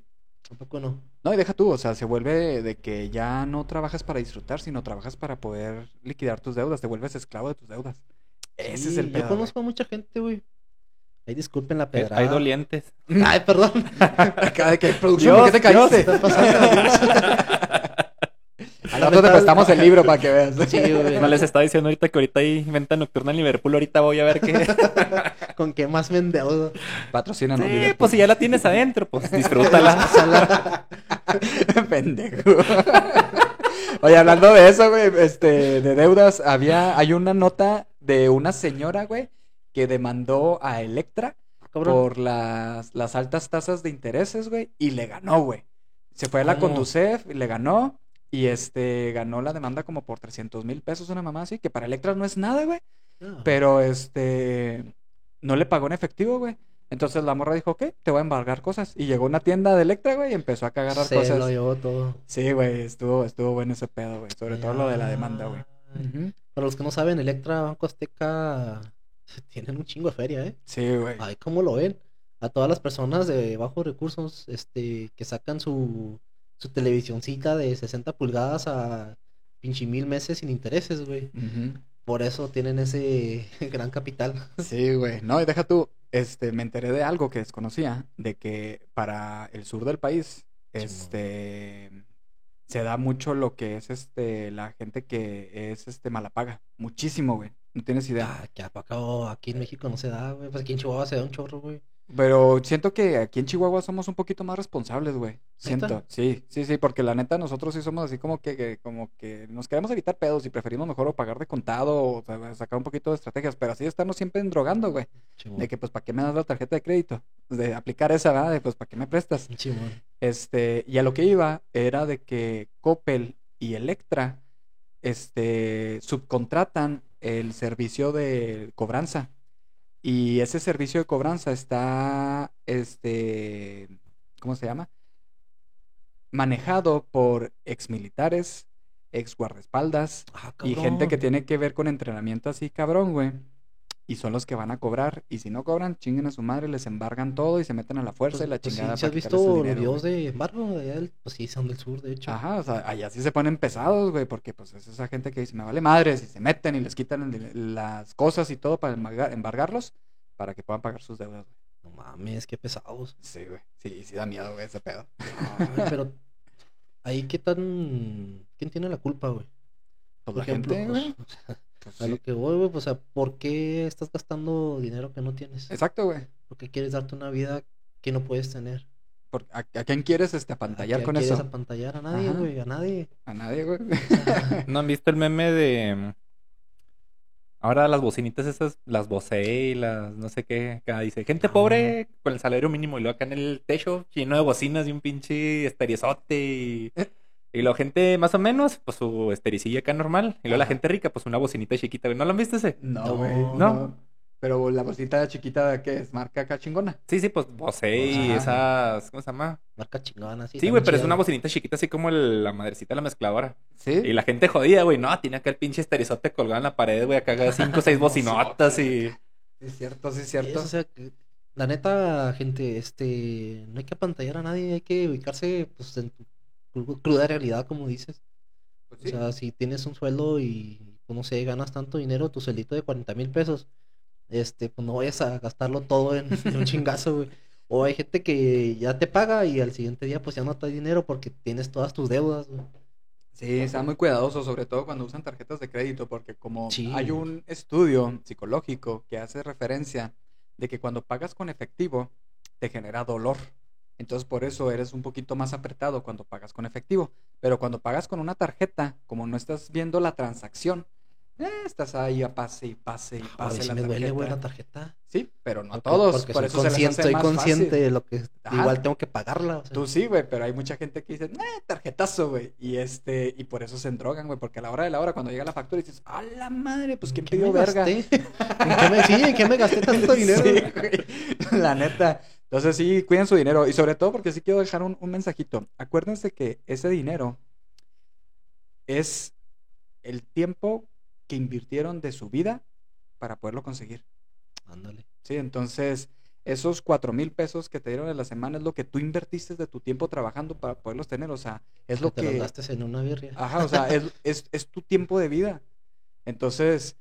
[SPEAKER 2] Tampoco no.
[SPEAKER 1] No, y deja tú, o sea, se vuelve de que ya no trabajas para disfrutar, sino trabajas para poder liquidar tus deudas, te vuelves esclavo de tus deudas. Ese es
[SPEAKER 2] Sí,
[SPEAKER 1] el pedo.
[SPEAKER 2] Yo
[SPEAKER 1] güey.
[SPEAKER 2] conozco a mucha gente, güey. Ahí disculpen la
[SPEAKER 3] Eh,
[SPEAKER 2] pedrada.
[SPEAKER 3] Hay dolientes.
[SPEAKER 2] (laughs) Ay,
[SPEAKER 1] (laughs)
[SPEAKER 2] perdón.
[SPEAKER 1] Cada que hay producción, ¿por qué te
[SPEAKER 2] Dios,
[SPEAKER 1] caíste?
[SPEAKER 2] estás pasando.
[SPEAKER 1] (laughs) Al rato te prestamos el libro para que veas. (laughs)
[SPEAKER 2] Sí, güey.
[SPEAKER 3] Pues No les estaba diciendo ahorita que ahorita hay venta nocturna en Liverpool. Ahorita voy a ver qué.
[SPEAKER 2] Con qué más me endeudo.
[SPEAKER 1] Patrocina, no
[SPEAKER 3] Sí, pues si ya la tienes adentro, (laughs) pues disfrútala.
[SPEAKER 1] (laughs) Pendejo. Oye, hablando de eso, güey, este, de deudas, había, hay una nota de una señora, güey, que demandó a Electra
[SPEAKER 2] Cabrón.
[SPEAKER 1] por las, las altas tasas de intereses, güey, y le ganó, güey. Se fue a la
[SPEAKER 2] ¿Cómo?
[SPEAKER 1] Conducef, le ganó, y este, ganó la demanda como por 300 mil pesos, una mamá así, que para Electra no es nada, güey.
[SPEAKER 2] No.
[SPEAKER 1] Pero este no le pagó en efectivo, güey. Entonces la morra dijo, ¿qué? Te voy a embargar cosas. Y llegó a una tienda de Electra, güey, y empezó a cagar
[SPEAKER 2] Se
[SPEAKER 1] cosas.
[SPEAKER 2] lo llevó todo.
[SPEAKER 1] Sí, güey, estuvo, estuvo bueno ese pedo, güey. Sobre todo lo de la demanda, güey.
[SPEAKER 2] Ay. Para los que no saben, Electra, Banco Azteca, (laughs) tienen un chingo de feria, ¿eh?
[SPEAKER 1] Sí, güey.
[SPEAKER 2] Ay, ¿cómo lo ven? A todas las personas de bajos recursos, este, que sacan su, su televisioncita de 60 pulgadas a pinche mil meses sin intereses, güey.
[SPEAKER 1] Ujú.
[SPEAKER 2] Por eso tienen ese (laughs) gran capital.
[SPEAKER 1] Sí, güey. No, y deja tú, este, me enteré de algo que desconocía, de que para el sur del país, este, se da mucho lo que es, este, la gente que es, este, malapaga. Muchísimo, güey. No tienes idea.
[SPEAKER 2] Ah, que a poco aquí en México no se da, güey. Pues aquí en Chihuahua se da un chorro, güey.
[SPEAKER 1] Pero siento que aquí en Chihuahua somos un poquito más responsables, güey.
[SPEAKER 2] ¿Neta?
[SPEAKER 1] Siento, sí, sí, sí, porque la neta nosotros sí somos así como que, que- como que nos queremos evitar pedos y preferimos mejor o pagar de contado o sa- sacar un poquito de estrategias, pero así estarnos siempre endrogando, güey.
[SPEAKER 2] Chimón.
[SPEAKER 1] De que pues para qué me das la tarjeta de crédito, de aplicar esa, ¿verdad? De pues para qué me prestas.
[SPEAKER 2] Chimón.
[SPEAKER 1] Este, y a lo que iba era de que Coppel y Electra, este, subcontratan el servicio de cobranza. Y ese servicio de cobranza está, este, ¿cómo se llama? Manejado por exmilitares, ex guardaespaldas
[SPEAKER 2] Ah,
[SPEAKER 1] y gente que
[SPEAKER 2] cabrón.
[SPEAKER 1] tiene que ver con entrenamiento así, cabrón, güey. Y son los que van a cobrar. Y si no cobran, chinguen a su madre, les embargan todo y se meten a la fuerza y la
[SPEAKER 2] Pues- pues sí,
[SPEAKER 1] chingada.
[SPEAKER 2] ¿sí
[SPEAKER 1] para
[SPEAKER 2] has visto
[SPEAKER 1] quitarles el
[SPEAKER 2] los
[SPEAKER 1] dinero, güey.
[SPEAKER 2] videos de embargo? de allá del- Pues sí, son del sur, de hecho.
[SPEAKER 1] Ajá, o sea, allá sí se ponen pesados, güey, porque pues es esa gente que dice, me vale madres, y se meten y les quitan el- las cosas y todo para embarga- embargarlos, para que puedan pagar sus deudas, güey.
[SPEAKER 2] No mames, qué pesados.
[SPEAKER 1] Sí, güey, sí, sí da miedo, güey, ese pedo.
[SPEAKER 2] Ay, pero ahí qué tan... ¿Quién tiene la culpa, güey?
[SPEAKER 1] Pues
[SPEAKER 2] Por
[SPEAKER 1] la
[SPEAKER 2] ejemplo,
[SPEAKER 1] gente,
[SPEAKER 2] pues,
[SPEAKER 1] güey, pues,
[SPEAKER 2] a lo
[SPEAKER 1] sí.
[SPEAKER 2] que voy, güey, pues, o sea, ¿por qué estás gastando dinero que no tienes?
[SPEAKER 1] Exacto, güey.
[SPEAKER 2] ¿Por qué quieres darte una vida que no puedes tener?
[SPEAKER 1] Por- ¿A, a quién quieres este apantallar
[SPEAKER 2] ¿A
[SPEAKER 1] con
[SPEAKER 2] qué
[SPEAKER 1] eso?
[SPEAKER 2] ¿Quieres apantallar a nadie,
[SPEAKER 1] Ajá.
[SPEAKER 2] güey? A
[SPEAKER 1] (laughs)
[SPEAKER 2] nadie.
[SPEAKER 1] A nadie, güey.
[SPEAKER 3] ¿No han visto el meme de. mm, Ahora las bocinitas esas, las vocé y las no sé qué. Acá dice, gente
[SPEAKER 2] Ah.
[SPEAKER 3] pobre con el salario mínimo y luego acá en el techo lleno de bocinas y un pinche estereozote y. Y la gente más o menos, pues su estericilla acá normal. Y luego la
[SPEAKER 1] Ajá.
[SPEAKER 3] gente rica, pues una bocinita chiquita, güey. ¿No lo han visto ese?
[SPEAKER 1] No,
[SPEAKER 2] (laughs) No,
[SPEAKER 1] güey, no.
[SPEAKER 2] no.
[SPEAKER 1] Pero la bolsita chiquita que es marca acá chingona.
[SPEAKER 3] Sí, sí, pues vocé y
[SPEAKER 1] Ajá.
[SPEAKER 3] esas. ¿Cómo se llama?
[SPEAKER 2] Marca chingona, sí.
[SPEAKER 3] Sí, güey, pero es una bocinita chiquita, así como el- la madrecita de la mezcladora.
[SPEAKER 1] Sí.
[SPEAKER 3] Y la gente jodida, güey, no, tiene acá el pinche estereozote colgado en la pared, güey, acá cada cinco o seis bocinotas y...
[SPEAKER 1] Sí, es cierto, sí, es
[SPEAKER 2] ¿cierto?
[SPEAKER 1] cierto.
[SPEAKER 2] o sea, que- la neta, gente, este... No hay que apantallar a nadie, hay que ubicarse, pues, en tu cru- cruda realidad, como dices.
[SPEAKER 1] Pues
[SPEAKER 2] O
[SPEAKER 1] sí.
[SPEAKER 2] sea, si tienes un sueldo y, pues, no sé, ganas tanto dinero, tu sueldito de 40 mil pesos, este, pues no vayas a gastarlo todo en, en un chingazo, güey. O hay gente que ya te paga y al siguiente día, pues ya no te da dinero porque tienes todas tus deudas, güey.
[SPEAKER 1] Sí, está muy cuidadoso, sobre todo cuando usan tarjetas de crédito, porque como
[SPEAKER 2] Sí.
[SPEAKER 1] hay un estudio psicológico que hace referencia de que cuando pagas con efectivo te genera dolor. Entonces por eso eres un poquito más apretado cuando pagas con efectivo. Pero cuando pagas con una tarjeta, como no estás viendo la transacción, eh, estás ahí a pase y pase y
[SPEAKER 2] Joder,
[SPEAKER 1] pase
[SPEAKER 2] sí
[SPEAKER 1] la
[SPEAKER 2] me duele, güey, la
[SPEAKER 1] tarjeta.
[SPEAKER 2] tarjeta.
[SPEAKER 1] Sí, pero no a
[SPEAKER 2] Porque-
[SPEAKER 1] todos.
[SPEAKER 2] porque
[SPEAKER 1] Por
[SPEAKER 2] soy
[SPEAKER 1] eso se les
[SPEAKER 2] consciente,
[SPEAKER 1] hace
[SPEAKER 2] soy
[SPEAKER 1] más
[SPEAKER 2] consciente
[SPEAKER 1] fácil.
[SPEAKER 2] de lo que
[SPEAKER 1] Ajá.
[SPEAKER 2] igual tengo que pagarla. o sea.
[SPEAKER 1] Tú sí, güey, pero hay mucha gente que dice, eh, tarjetazo, güey. Y este, y por eso se endrogan, güey, porque a la hora de la hora, cuando llega la factura, dices, a la madre, pues quién
[SPEAKER 2] ¿En qué me
[SPEAKER 1] pidió verga.
[SPEAKER 2] gasté? (laughs) ¿En qué me, sí, ¿en qué me gasté tanto
[SPEAKER 1] (laughs)
[SPEAKER 2] dinero?
[SPEAKER 1] Sí, güey. La neta. Entonces sí, cuiden su dinero. Y sobre todo porque sí quiero dejar un, un mensajito. Acuérdense que ese dinero es el tiempo que invirtieron de su vida para poderlo conseguir.
[SPEAKER 2] Ándale.
[SPEAKER 1] Sí, entonces esos cuatro mil pesos que te dieron en la semana es lo que tú invertiste de tu tiempo trabajando para poderlos tener. O sea, es lo
[SPEAKER 2] Te los
[SPEAKER 1] que...
[SPEAKER 2] gastes en una birria.
[SPEAKER 1] Ajá, o sea, es, es, es tu tiempo de vida. Entonces,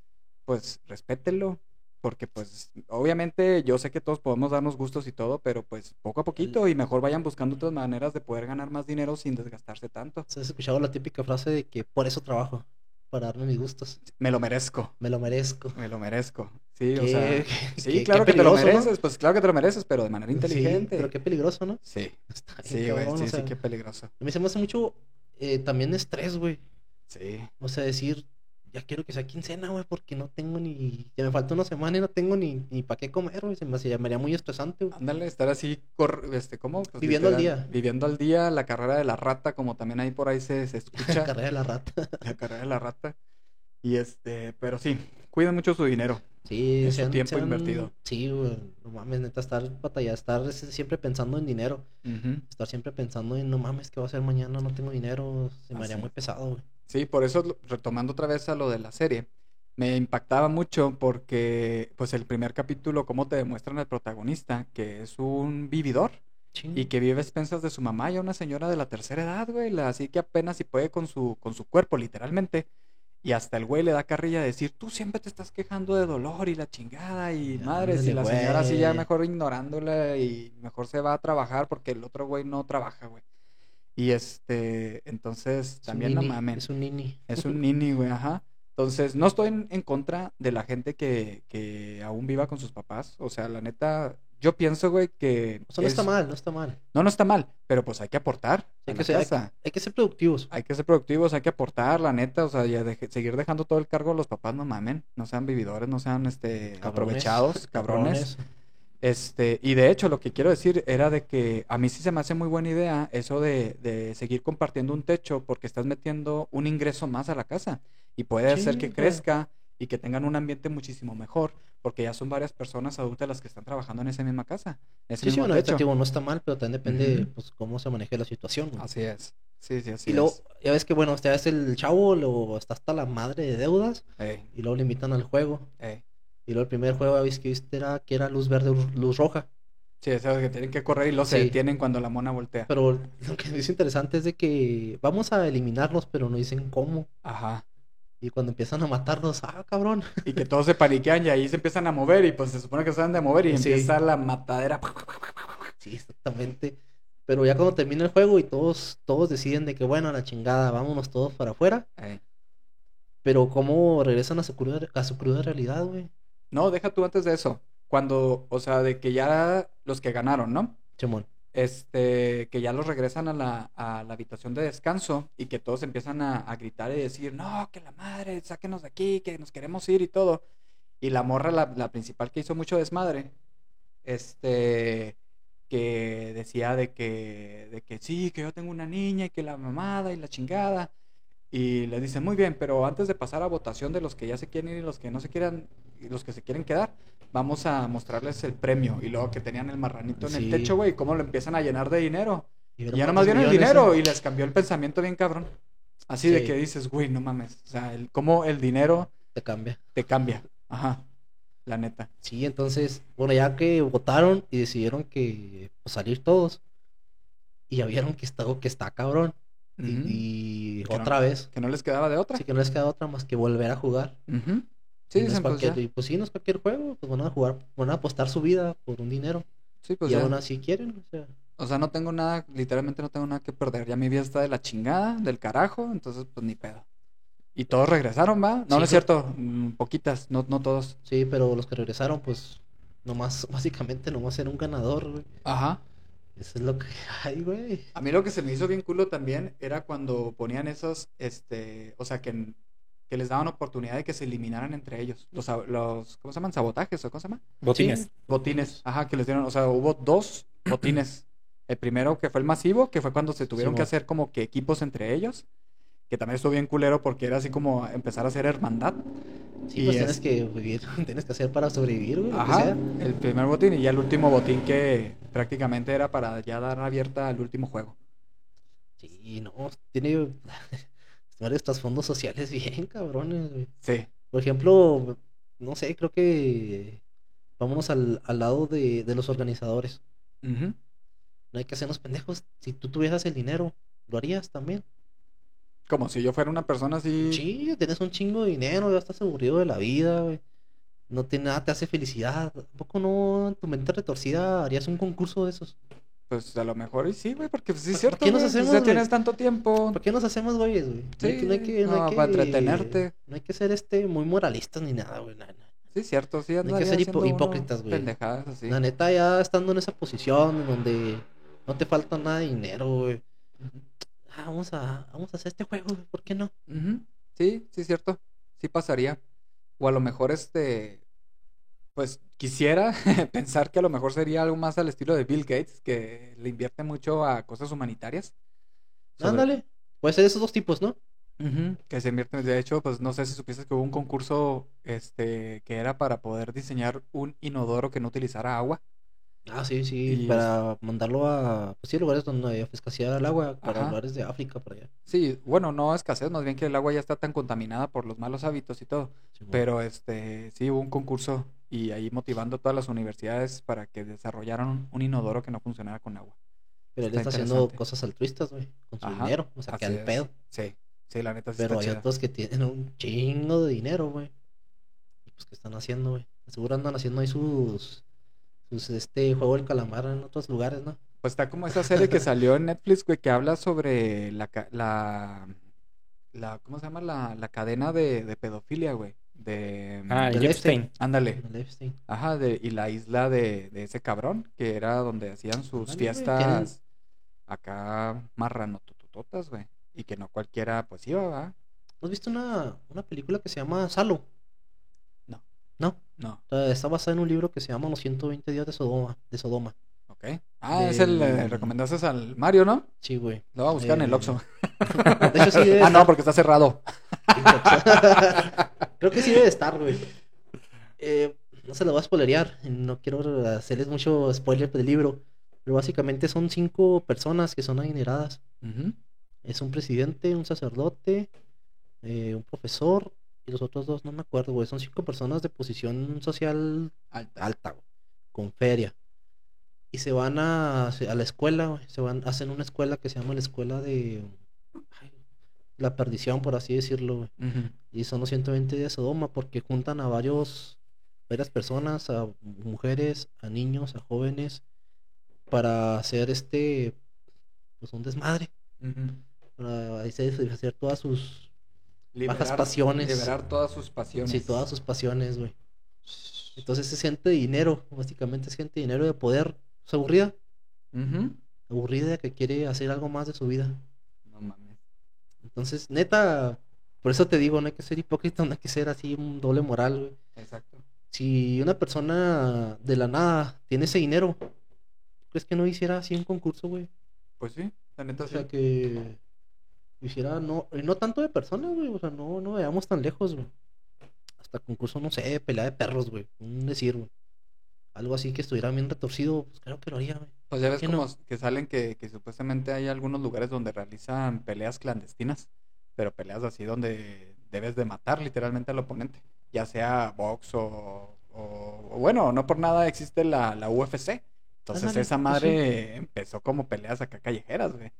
[SPEAKER 1] pues respétenlo. Porque, pues, obviamente, yo sé que todos podemos darnos gustos y todo, pero pues poco a poquito y mejor vayan buscando otras maneras de poder ganar más dinero sin desgastarse tanto.
[SPEAKER 2] ¿Has escuchado la típica frase de que por eso trabajo? Para darme mis gustos.
[SPEAKER 1] Me lo merezco,
[SPEAKER 2] Me lo merezco.
[SPEAKER 1] me lo merezco. Sí, o
[SPEAKER 2] Qué-
[SPEAKER 1] sea,
[SPEAKER 2] (laughs)
[SPEAKER 1] (laughs)
[SPEAKER 2] qué-
[SPEAKER 1] sí,
[SPEAKER 2] qué-
[SPEAKER 1] claro
[SPEAKER 2] qué
[SPEAKER 1] que te lo
[SPEAKER 2] peligroso, ¿no?
[SPEAKER 1] mereces, pues claro que te lo mereces, pero de manera
[SPEAKER 2] Sí,
[SPEAKER 1] inteligente.
[SPEAKER 2] pero qué peligroso, ¿no? (laughs)
[SPEAKER 1] Sí,
[SPEAKER 2] Está bien
[SPEAKER 1] sí, güey,
[SPEAKER 2] cabrón,
[SPEAKER 1] sí,
[SPEAKER 2] o
[SPEAKER 1] sí,
[SPEAKER 2] sea,
[SPEAKER 1] qué peligroso.
[SPEAKER 2] A mí se me hace mucho eh, también estrés, güey.
[SPEAKER 1] Sí,
[SPEAKER 2] O sea, decir, ya quiero que sea quincena, güey, porque no tengo ni. Ya me falta una semana y no tengo ni, ni para qué comer, güey. Se me hace, ya me haría muy
[SPEAKER 1] (laughs)
[SPEAKER 2] estresante, güey.
[SPEAKER 1] Ándale, estar así, cor- este, ¿cómo? Pues,
[SPEAKER 2] Viviendo al día.
[SPEAKER 1] Viviendo al día, la carrera de la rata, como también ahí por ahí se, se
[SPEAKER 2] (laughs) La
[SPEAKER 1] escucha,
[SPEAKER 2] carrera de la rata.
[SPEAKER 1] la carrera de la rata. Y este, pero sí, cuiden mucho su dinero.
[SPEAKER 2] Sí,
[SPEAKER 1] Es su tiempo invertido.
[SPEAKER 2] Sí, güey. No mames, neta, estar batalla, estar es- siempre pensando en dinero.
[SPEAKER 1] Ujú.
[SPEAKER 2] Estar siempre pensando en, no mames, ¿qué va a hacer mañana? No tengo dinero. Se me
[SPEAKER 1] Así
[SPEAKER 2] haría
[SPEAKER 1] es.
[SPEAKER 2] muy pesado, güey.
[SPEAKER 1] Sí, por eso, lo- retomando otra vez a lo de la serie, me impactaba mucho porque, pues, el primer capítulo, cómo te demuestran al protagonista, que es un vividor.
[SPEAKER 2] Chin.
[SPEAKER 1] Y que vive a expensas de su mamá, ya una señora de la tercera edad, güey, la- así que apenas si puede con su, con su cuerpo, literalmente. Y hasta el güey le da carrilla de decir, tú siempre te estás quejando de dolor y la chingada y
[SPEAKER 2] Ya,
[SPEAKER 1] madres. Y la
[SPEAKER 2] ándale,
[SPEAKER 1] señora así ya
[SPEAKER 2] güey.
[SPEAKER 1] mejor ignorándola y mejor se va a trabajar porque el otro güey no trabaja, güey. Y este, entonces
[SPEAKER 2] Es un
[SPEAKER 1] también no
[SPEAKER 2] nini,
[SPEAKER 1] mamen.
[SPEAKER 2] Es un nini.
[SPEAKER 1] Es
[SPEAKER 2] (laughs)
[SPEAKER 1] un nini, güey, ajá. Entonces, no estoy en, en contra de la gente que, que aún viva con sus papás. O sea, la neta, yo pienso, güey, que...
[SPEAKER 2] O sea, no
[SPEAKER 1] es-
[SPEAKER 2] está mal, no está mal.
[SPEAKER 1] no, no está mal, pero pues hay que aportar a
[SPEAKER 2] Hay que
[SPEAKER 1] la
[SPEAKER 2] ser-
[SPEAKER 1] casa.
[SPEAKER 2] Hay que ser productivos.
[SPEAKER 1] Hay que ser productivos, hay que aportar, la neta, o sea, ya deje- seguir dejando todo el cargo a los papás, no mamen, no sean vividores, no sean este
[SPEAKER 2] Cabrones.
[SPEAKER 1] aprovechados, cabrones. Este, y de hecho lo que quiero decir era de que a mí sí se me hace muy buena idea eso de, de seguir compartiendo un techo porque estás metiendo un ingreso más a la casa y puede
[SPEAKER 2] Sí,
[SPEAKER 1] hacer que
[SPEAKER 2] güey.
[SPEAKER 1] crezca y que tengan un ambiente muchísimo mejor porque ya son varias personas adultas las que están trabajando en esa misma casa, en ese
[SPEAKER 2] Sí, sí,
[SPEAKER 1] mismo
[SPEAKER 2] bueno, ahorita,
[SPEAKER 1] techo.
[SPEAKER 2] digo, no está mal, pero también depende,
[SPEAKER 1] Ujú.
[SPEAKER 2] pues, cómo se maneje la situación, güey.
[SPEAKER 1] Así es. Sí, sí, así
[SPEAKER 2] y luego,
[SPEAKER 1] es.
[SPEAKER 2] ya ves que, bueno, usted es el chavo, luego está hasta la madre de deudas,
[SPEAKER 1] Ey,
[SPEAKER 2] y luego le invitan al juego.
[SPEAKER 1] ey.
[SPEAKER 2] Y luego el primer juego, ya ves que viste era, que era luz verde, luz roja.
[SPEAKER 1] Sí, es que tienen que correr y los se
[SPEAKER 2] Sí.
[SPEAKER 1] detienen cuando la mona voltea.
[SPEAKER 2] Pero lo que es interesante es de que vamos a eliminarnos, pero no dicen cómo.
[SPEAKER 1] Ajá.
[SPEAKER 2] Y cuando empiezan a matarnos, ah, cabrón.
[SPEAKER 1] Y que todos se paniquean y ahí se empiezan a mover y pues se supone que se van a mover y
[SPEAKER 2] Sí.
[SPEAKER 1] empieza la matadera.
[SPEAKER 2] Sí, exactamente. Pero ya cuando termina el juego y todos, todos deciden de que, bueno, a la chingada, vámonos todos para afuera.
[SPEAKER 1] Ey.
[SPEAKER 2] Pero cómo regresan a su cruda, a su cruda realidad, güey.
[SPEAKER 1] No, deja tú antes de eso. Cuando, o sea, de que ya los que ganaron, ¿no?
[SPEAKER 2] Chimón.
[SPEAKER 1] Este, que ya los regresan a la, a la habitación de descanso y que todos empiezan a, a gritar y decir, no, que la madre, sáquenos de aquí, que nos queremos ir y todo. Y la morra, la, la principal que hizo mucho desmadre, este, que decía de que, de que sí, que yo tengo una niña y que la mamada y la chingada. Y les dicen, muy bien, pero antes de pasar a votación de los que ya se quieren ir y los que no se quieran, y los que se quieren quedar, vamos a mostrarles el premio. Y luego que tenían el marranito en el
[SPEAKER 2] Sí.
[SPEAKER 1] techo, güey, y cómo lo empiezan a llenar de dinero. Y ya
[SPEAKER 2] vieron
[SPEAKER 1] nomás
[SPEAKER 2] cuántos
[SPEAKER 1] vieron el
[SPEAKER 2] millones,
[SPEAKER 1] dinero
[SPEAKER 2] ¿eh?
[SPEAKER 1] y les cambió el pensamiento bien cabrón. Así de
[SPEAKER 2] Sí.
[SPEAKER 1] que dices, güey, no mames. O sea, el, cómo el dinero
[SPEAKER 2] Te cambia.
[SPEAKER 1] te cambia. Ajá, la neta.
[SPEAKER 2] Sí, entonces, bueno, ya que votaron y decidieron que pues, salir todos. Y ya vieron que está, que está cabrón. y-
[SPEAKER 1] Ujú.
[SPEAKER 2] Y,
[SPEAKER 1] Que no-
[SPEAKER 2] otra vez.
[SPEAKER 1] Que no les quedaba de otra.
[SPEAKER 2] Así que no les queda otra más que volver a jugar.
[SPEAKER 1] Ujú.
[SPEAKER 2] Y
[SPEAKER 1] Sí,
[SPEAKER 2] no es
[SPEAKER 1] dicen, pues
[SPEAKER 2] cualquier-
[SPEAKER 1] ya.
[SPEAKER 2] y pues sí, no es cualquier juego. Pues van a jugar, van a apostar su vida por un dinero.
[SPEAKER 1] Sí, pues
[SPEAKER 2] y
[SPEAKER 1] ya.
[SPEAKER 2] aún así quieren. O sea,
[SPEAKER 1] O sea, no tengo nada, literalmente no tengo nada que perder. Ya mi vida está de la chingada, del carajo, entonces pues ni pedo. Y todos regresaron, ¿va? No, no es
[SPEAKER 2] Sí, creo-
[SPEAKER 1] cierto, mm, poquitas, no, no todos.
[SPEAKER 2] sí, pero los que regresaron, pues nomás, (laughs) básicamente nomás era un ganador, güey.
[SPEAKER 1] Ajá.
[SPEAKER 2] Eso es lo que (laughs) hay, güey.
[SPEAKER 1] A mí lo que se me hizo bien culo también era cuando ponían esos, este, o sea, que en- que les daban oportunidad de que se eliminaran entre ellos. Los, sab- los ¿cómo se llaman? ¿Sabotajes o cómo se llama?
[SPEAKER 3] Botines.
[SPEAKER 1] Botines, ajá, que les dieron, o sea, hubo dos (clears throat) botines. El primero que fue el masivo, que fue cuando se tuvieron que
[SPEAKER 2] Simón.
[SPEAKER 1] hacer como que equipos entre ellos, que también estuvo bien culero porque era así como empezar a hacer hermandad.
[SPEAKER 2] Sí,
[SPEAKER 1] Y es-
[SPEAKER 2] pues tienes que vivir, (laughs) tienes que hacer para sobrevivir, güey. lo que
[SPEAKER 1] Ajá,
[SPEAKER 2] sea.
[SPEAKER 1] el primer botín y ya el último botín que prácticamente era para ya dar abierta al último juego.
[SPEAKER 2] Sí, no, tiene (laughs) varios trasfondos sociales (laughs) bien cabrones, güey.
[SPEAKER 1] Sí,
[SPEAKER 2] Por ejemplo, no sé, creo que vámonos al, al lado de, de los organizadores.
[SPEAKER 1] ujú,
[SPEAKER 2] No hay que hacernos pendejos. Si tú tuvieras el dinero, lo harías también.
[SPEAKER 1] como si yo fuera una persona así.
[SPEAKER 2] Sí, tienes un chingo de dinero, ya estás aburrido de la vida, güey. No tiene nada, te hace felicidad. Tampoco no, en tu mente retorcida harías un concurso de esos.
[SPEAKER 1] Pues a lo mejor y sí, güey, porque sí es
[SPEAKER 2] ¿Por
[SPEAKER 1] cierto.
[SPEAKER 2] qué nos
[SPEAKER 1] güey, pues
[SPEAKER 2] hacemos,
[SPEAKER 1] ya
[SPEAKER 2] güey?
[SPEAKER 1] tienes tanto tiempo.
[SPEAKER 2] ¿Por qué nos hacemos güeyes, güey? No hay
[SPEAKER 1] Sí,
[SPEAKER 2] que- no hay que, no hay
[SPEAKER 1] no,
[SPEAKER 2] que-
[SPEAKER 1] para entretenerte.
[SPEAKER 2] No hay que ser este muy moralistas ni nada, güey. nada, nada.
[SPEAKER 1] Sí, es cierto, sí.
[SPEAKER 2] hay que
[SPEAKER 1] andaría
[SPEAKER 2] ser hipo-
[SPEAKER 1] haciendo uno
[SPEAKER 2] hipócritas, güey.
[SPEAKER 1] Pendejadas así.
[SPEAKER 2] La neta, ya estando en esa posición en donde no te falta nada de dinero, güey. Ah, vamos a, vamos a hacer este juego, güey, ¿por qué no?
[SPEAKER 1] Ujú, Sí, sí, es cierto. Sí pasaría. O a lo mejor este. Pues quisiera (laughs) pensar que a lo mejor sería algo más al estilo de Bill Gates, que le invierte mucho a cosas humanitarias. Sobre-
[SPEAKER 2] Ándale. Puede ser esos dos tipos, ¿no?
[SPEAKER 1] Ujú, Que se invierte. De hecho, pues no sé si supieses que hubo un concurso este, que era para poder diseñar un inodoro que no utilizara agua.
[SPEAKER 2] Ah, sí, sí.
[SPEAKER 1] Y
[SPEAKER 2] para mandarlo a, pues sí, lugares donde hay escasear el agua, para
[SPEAKER 1] Ajá.
[SPEAKER 2] lugares de África, para allá.
[SPEAKER 1] Sí, bueno, no escasez, más bien que el agua ya está tan contaminada por los malos hábitos y todo.
[SPEAKER 2] Simón.
[SPEAKER 1] Pero este, sí hubo un concurso y ahí motivando a todas las universidades para que desarrollaran un inodoro que no funcionara con agua.
[SPEAKER 2] Pero él
[SPEAKER 1] está
[SPEAKER 2] está haciendo
[SPEAKER 1] interesante.
[SPEAKER 2] cosas altruistas, güey, con su
[SPEAKER 1] Ajá,
[SPEAKER 2] dinero, o sea, que
[SPEAKER 1] Así
[SPEAKER 2] al
[SPEAKER 1] es.
[SPEAKER 2] pedo.
[SPEAKER 1] Sí, sí, la neta sí
[SPEAKER 2] Pero
[SPEAKER 1] está
[SPEAKER 2] hay
[SPEAKER 1] chida.
[SPEAKER 2] otros que tienen un chingo de dinero, güey. Y pues, ¿qué están haciendo, güey? Seguro andan haciendo ahí sus, sus, este, juego del calamar en otros lugares, ¿no?
[SPEAKER 1] Pues está como esa
[SPEAKER 2] (laughs)
[SPEAKER 1] serie que salió en Netflix, güey, que habla sobre la, ca- la, la ¿cómo se llama? La, la cadena de, de pedofilia, güey. De...
[SPEAKER 3] Ah,
[SPEAKER 2] Del
[SPEAKER 3] y Epstein.
[SPEAKER 1] Ándale.
[SPEAKER 2] En el Epstein.
[SPEAKER 1] Ajá, de, y la isla de, de ese cabrón, que era donde hacían sus
[SPEAKER 2] Ándale, güey, que
[SPEAKER 1] fiestas
[SPEAKER 2] eran-
[SPEAKER 1] acá marranototototas, güey. Y que no cualquiera, pues iba, ¿va?
[SPEAKER 2] ¿No ¿Has visto una, una película que se llama Salo?
[SPEAKER 1] No.
[SPEAKER 2] No,
[SPEAKER 1] No,
[SPEAKER 2] o sea, está basada en un libro que se llama Los 120 días de Sodoma. De Sodoma.
[SPEAKER 1] ok. Ah, es el eh,
[SPEAKER 2] Del-
[SPEAKER 1] recomendaste al Mario, ¿no?
[SPEAKER 2] Sí, güey.
[SPEAKER 1] Lo va a buscar en el
[SPEAKER 2] Eh,
[SPEAKER 1] Oxxo.
[SPEAKER 2] De hecho, sí debe
[SPEAKER 1] (laughs) Ah, no,
[SPEAKER 2] estar.
[SPEAKER 1] porque está cerrado.
[SPEAKER 2] Creo que sí debe estar, güey. Eh, no se lo voy a spoilerear. No quiero hacerles mucho spoiler del libro. Pero básicamente son cinco personas que son adineradas.
[SPEAKER 1] Ujú.
[SPEAKER 2] Es un presidente, un sacerdote, eh, un profesor y los otros dos, no me acuerdo, güey. Son cinco personas de posición social
[SPEAKER 1] Alta.
[SPEAKER 2] alta, güey, con feria. Y se van a, a la escuela, güey, se van, hacen una escuela que se llama la escuela de ay, la perdición, por así decirlo, güey.
[SPEAKER 1] Ujú.
[SPEAKER 2] Y son los 120 de Sodoma porque juntan a varios, varias personas, a mujeres, a niños, a jóvenes, para hacer este, pues un desmadre,
[SPEAKER 1] Ujú.
[SPEAKER 2] para ahí se- hacer todas sus,
[SPEAKER 1] Liberar-
[SPEAKER 2] pasiones.
[SPEAKER 1] Liberar todas sus pasiones.
[SPEAKER 2] sí, todas sus pasiones, güey. Entonces es gente de dinero, básicamente es gente de dinero de poder, es aburrida.
[SPEAKER 1] Ujú.
[SPEAKER 2] aburrida que quiere hacer algo más de su vida.
[SPEAKER 1] No mames.
[SPEAKER 2] Entonces, neta, por eso te digo, no hay que ser hipócrita, no hay que ser así un doble moral, güey.
[SPEAKER 1] Exacto.
[SPEAKER 2] Si una persona de la nada tiene ese dinero, ¿crees que no hiciera así un concurso, güey?
[SPEAKER 1] Pues sí, la neta
[SPEAKER 2] O sea,
[SPEAKER 1] sí.
[SPEAKER 2] que hiciera, no, y no tanto de personas, güey, o sea, no, no veamos tan lejos, güey. Hasta concurso, no sé, pelea de perros, güey, un decir, güey. Algo así que estuviera bien retorcido, pues claro que lo haría, güey.
[SPEAKER 1] Pues ya ves
[SPEAKER 2] que
[SPEAKER 1] como
[SPEAKER 2] no.
[SPEAKER 1] s- que salen que, que supuestamente hay algunos lugares donde realizan peleas clandestinas, pero peleas así donde debes de matar literalmente al oponente, ya sea box o, o- o bueno, no por nada existe la, la UFC. Entonces
[SPEAKER 2] Ándale,
[SPEAKER 1] esa
[SPEAKER 2] pues
[SPEAKER 1] madre empezó como peleas acá callejeras, güey.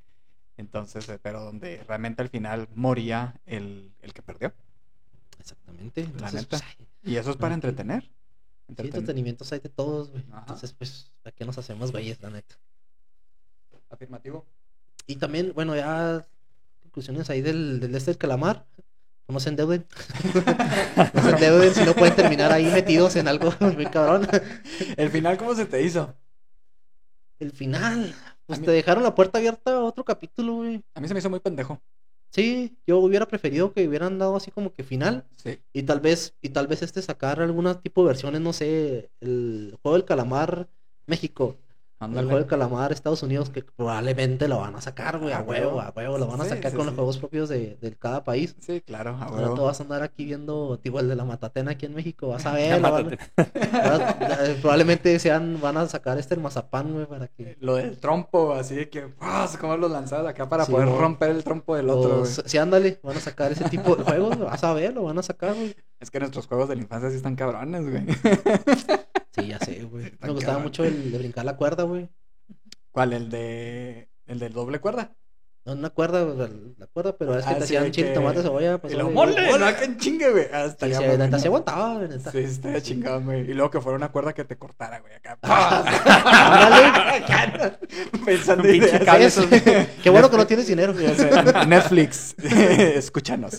[SPEAKER 1] Entonces, eh, pero donde realmente al final moría el, el que perdió.
[SPEAKER 2] Exactamente. Entonces,
[SPEAKER 1] neta.
[SPEAKER 2] pues, ay,
[SPEAKER 1] Y eso es para
[SPEAKER 2] Ah.
[SPEAKER 1] entretener.
[SPEAKER 2] Sí,
[SPEAKER 1] Entreten-
[SPEAKER 2] entretenimientos hay de todos, güey.
[SPEAKER 1] Ajá.
[SPEAKER 2] Entonces, pues, ¿a qué nos hacemos, güeyes, la neta? (laughs)
[SPEAKER 1] Afirmativo.
[SPEAKER 2] Y también, bueno, ya conclusiones ahí del, del este del calamar. No se endeuden. no se endeuden si no pueden
[SPEAKER 1] (laughs)
[SPEAKER 2] terminar ahí metidos en algo (laughs) muy cabrón.
[SPEAKER 1] El final, ¿cómo se te hizo?
[SPEAKER 2] El final.
[SPEAKER 1] A
[SPEAKER 2] Pues
[SPEAKER 1] mí-
[SPEAKER 2] te dejaron la puerta abierta a otro capítulo, güey.
[SPEAKER 1] A mí se me hizo muy pendejo.
[SPEAKER 2] Sí, yo hubiera preferido que hubieran dado así como que final
[SPEAKER 1] Sí.
[SPEAKER 2] y tal vez y tal vez este sacar algunas tipo de versiones, no sé, el juego del calamar México, el
[SPEAKER 3] Ándale.
[SPEAKER 2] juego del calamar Estados Unidos que probablemente lo van a sacar, güey,
[SPEAKER 1] A
[SPEAKER 2] a
[SPEAKER 1] Ah, huevo.
[SPEAKER 2] huevo, a huevo, lo van a
[SPEAKER 1] Sí,
[SPEAKER 2] sacar
[SPEAKER 1] sí, sí.
[SPEAKER 2] con los juegos propios de, de cada país.
[SPEAKER 1] Sí, claro, a
[SPEAKER 2] Ahora tú
[SPEAKER 1] huevo.
[SPEAKER 2] vas a andar aquí viendo, tipo, el de la Matatena aquí en México, vas
[SPEAKER 1] (laughs)
[SPEAKER 2] a ver,
[SPEAKER 3] Ya,
[SPEAKER 2] lo van-
[SPEAKER 3] mátate.
[SPEAKER 2] ahora, eh, probablemente sean, van a sacar este el mazapán, güey, para que...
[SPEAKER 1] Lo del trompo, así de que, ¡paz! ¿Cómo lo lanzaba acá para
[SPEAKER 2] Sí,
[SPEAKER 1] poder
[SPEAKER 2] mo.
[SPEAKER 1] romper el trompo del otro,
[SPEAKER 2] o-
[SPEAKER 1] güey?
[SPEAKER 2] sí, ándale, van a sacar ese tipo de juegos, güey, vas a ver, lo van a sacar, güey.
[SPEAKER 1] Es que nuestros juegos de la infancia sí están cabrones, güey. (laughs)
[SPEAKER 2] Sí, ya sé, güey.
[SPEAKER 1] Está
[SPEAKER 2] Me gustaba
[SPEAKER 1] cabrón.
[SPEAKER 2] mucho el de brincar la cuerda, güey.
[SPEAKER 1] ¿Cuál? ¿El de. el del doble cuerda?
[SPEAKER 2] No, una cuerda, o sea, la cuerda, pero es que
[SPEAKER 1] Ah,
[SPEAKER 2] te
[SPEAKER 1] sí,
[SPEAKER 2] hacían
[SPEAKER 1] de
[SPEAKER 2] chile,
[SPEAKER 1] que-
[SPEAKER 2] tomate, cebolla,
[SPEAKER 1] Y
[SPEAKER 2] pues.
[SPEAKER 1] lo
[SPEAKER 2] güey.
[SPEAKER 1] mole,
[SPEAKER 2] Sí,
[SPEAKER 1] no que en chingue, güey. Ah, estaría
[SPEAKER 2] sí,
[SPEAKER 1] muy
[SPEAKER 2] neta,
[SPEAKER 1] bueno.
[SPEAKER 2] se aguantaba, güey, neta.
[SPEAKER 1] Sí, estaría chingado, güey. Y luego que fuera una cuerda que te cortara, güey,
[SPEAKER 2] (laughs)
[SPEAKER 1] acá. (laughs)
[SPEAKER 2] Ah, Ándale.
[SPEAKER 1] Pensando
[SPEAKER 3] Pinche
[SPEAKER 1] ideas. (laughs)
[SPEAKER 3] cable,
[SPEAKER 1] Eso.
[SPEAKER 2] Qué bueno que no tienes dinero.
[SPEAKER 1] Ya sé. (laughs) Netflix, escúchanos.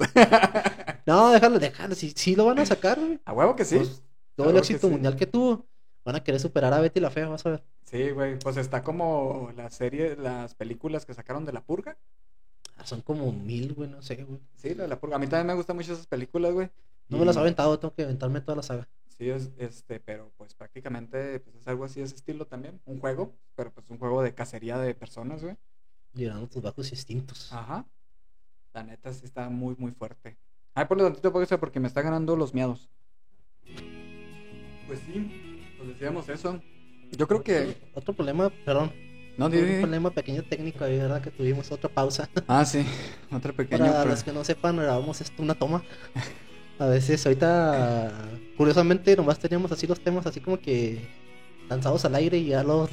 [SPEAKER 2] No, déjalo, déjalo. Sí, sí lo van a sacar, güey.
[SPEAKER 1] A huevo que sí.
[SPEAKER 2] Pues, todo
[SPEAKER 1] Claro que
[SPEAKER 2] el éxito
[SPEAKER 1] sí.
[SPEAKER 2] mundial que tuvo. Van a querer superar a Betty la Fea, vas a ver.
[SPEAKER 1] Sí, güey. Pues está como la serie, las películas que sacaron de La Purga.
[SPEAKER 2] Ah, son como mil, güey, no sé, güey.
[SPEAKER 1] Sí, la de La Purga. A mí también me gustan mucho esas películas, güey.
[SPEAKER 2] No
[SPEAKER 1] Y-
[SPEAKER 2] me las he aventado, tengo que aventarme toda la saga.
[SPEAKER 1] Sí, es, este, pero pues prácticamente pues, es algo así de ese estilo también. Un juego, pero pues un juego de cacería de personas, güey.
[SPEAKER 2] Llenando tus bajos instintos.
[SPEAKER 1] Ajá. La neta sí está muy, muy fuerte. Ay, ponle tantito porque, porque me está ganando los miados. Pues sí, pues decíamos eso. Yo creo que.
[SPEAKER 2] Otro problema, perdón.
[SPEAKER 1] No, di-
[SPEAKER 2] Un
[SPEAKER 1] di-
[SPEAKER 2] problema pequeño técnico ahí, ¿verdad? Que tuvimos otra pausa. (laughs)
[SPEAKER 1] Ah, sí. Otra pequeña.
[SPEAKER 2] Para
[SPEAKER 1] pro-
[SPEAKER 2] los que no sepan, grabamos esto una toma. A veces ahorita, curiosamente, nomás teníamos así los temas así como que lanzados al aire y ya los,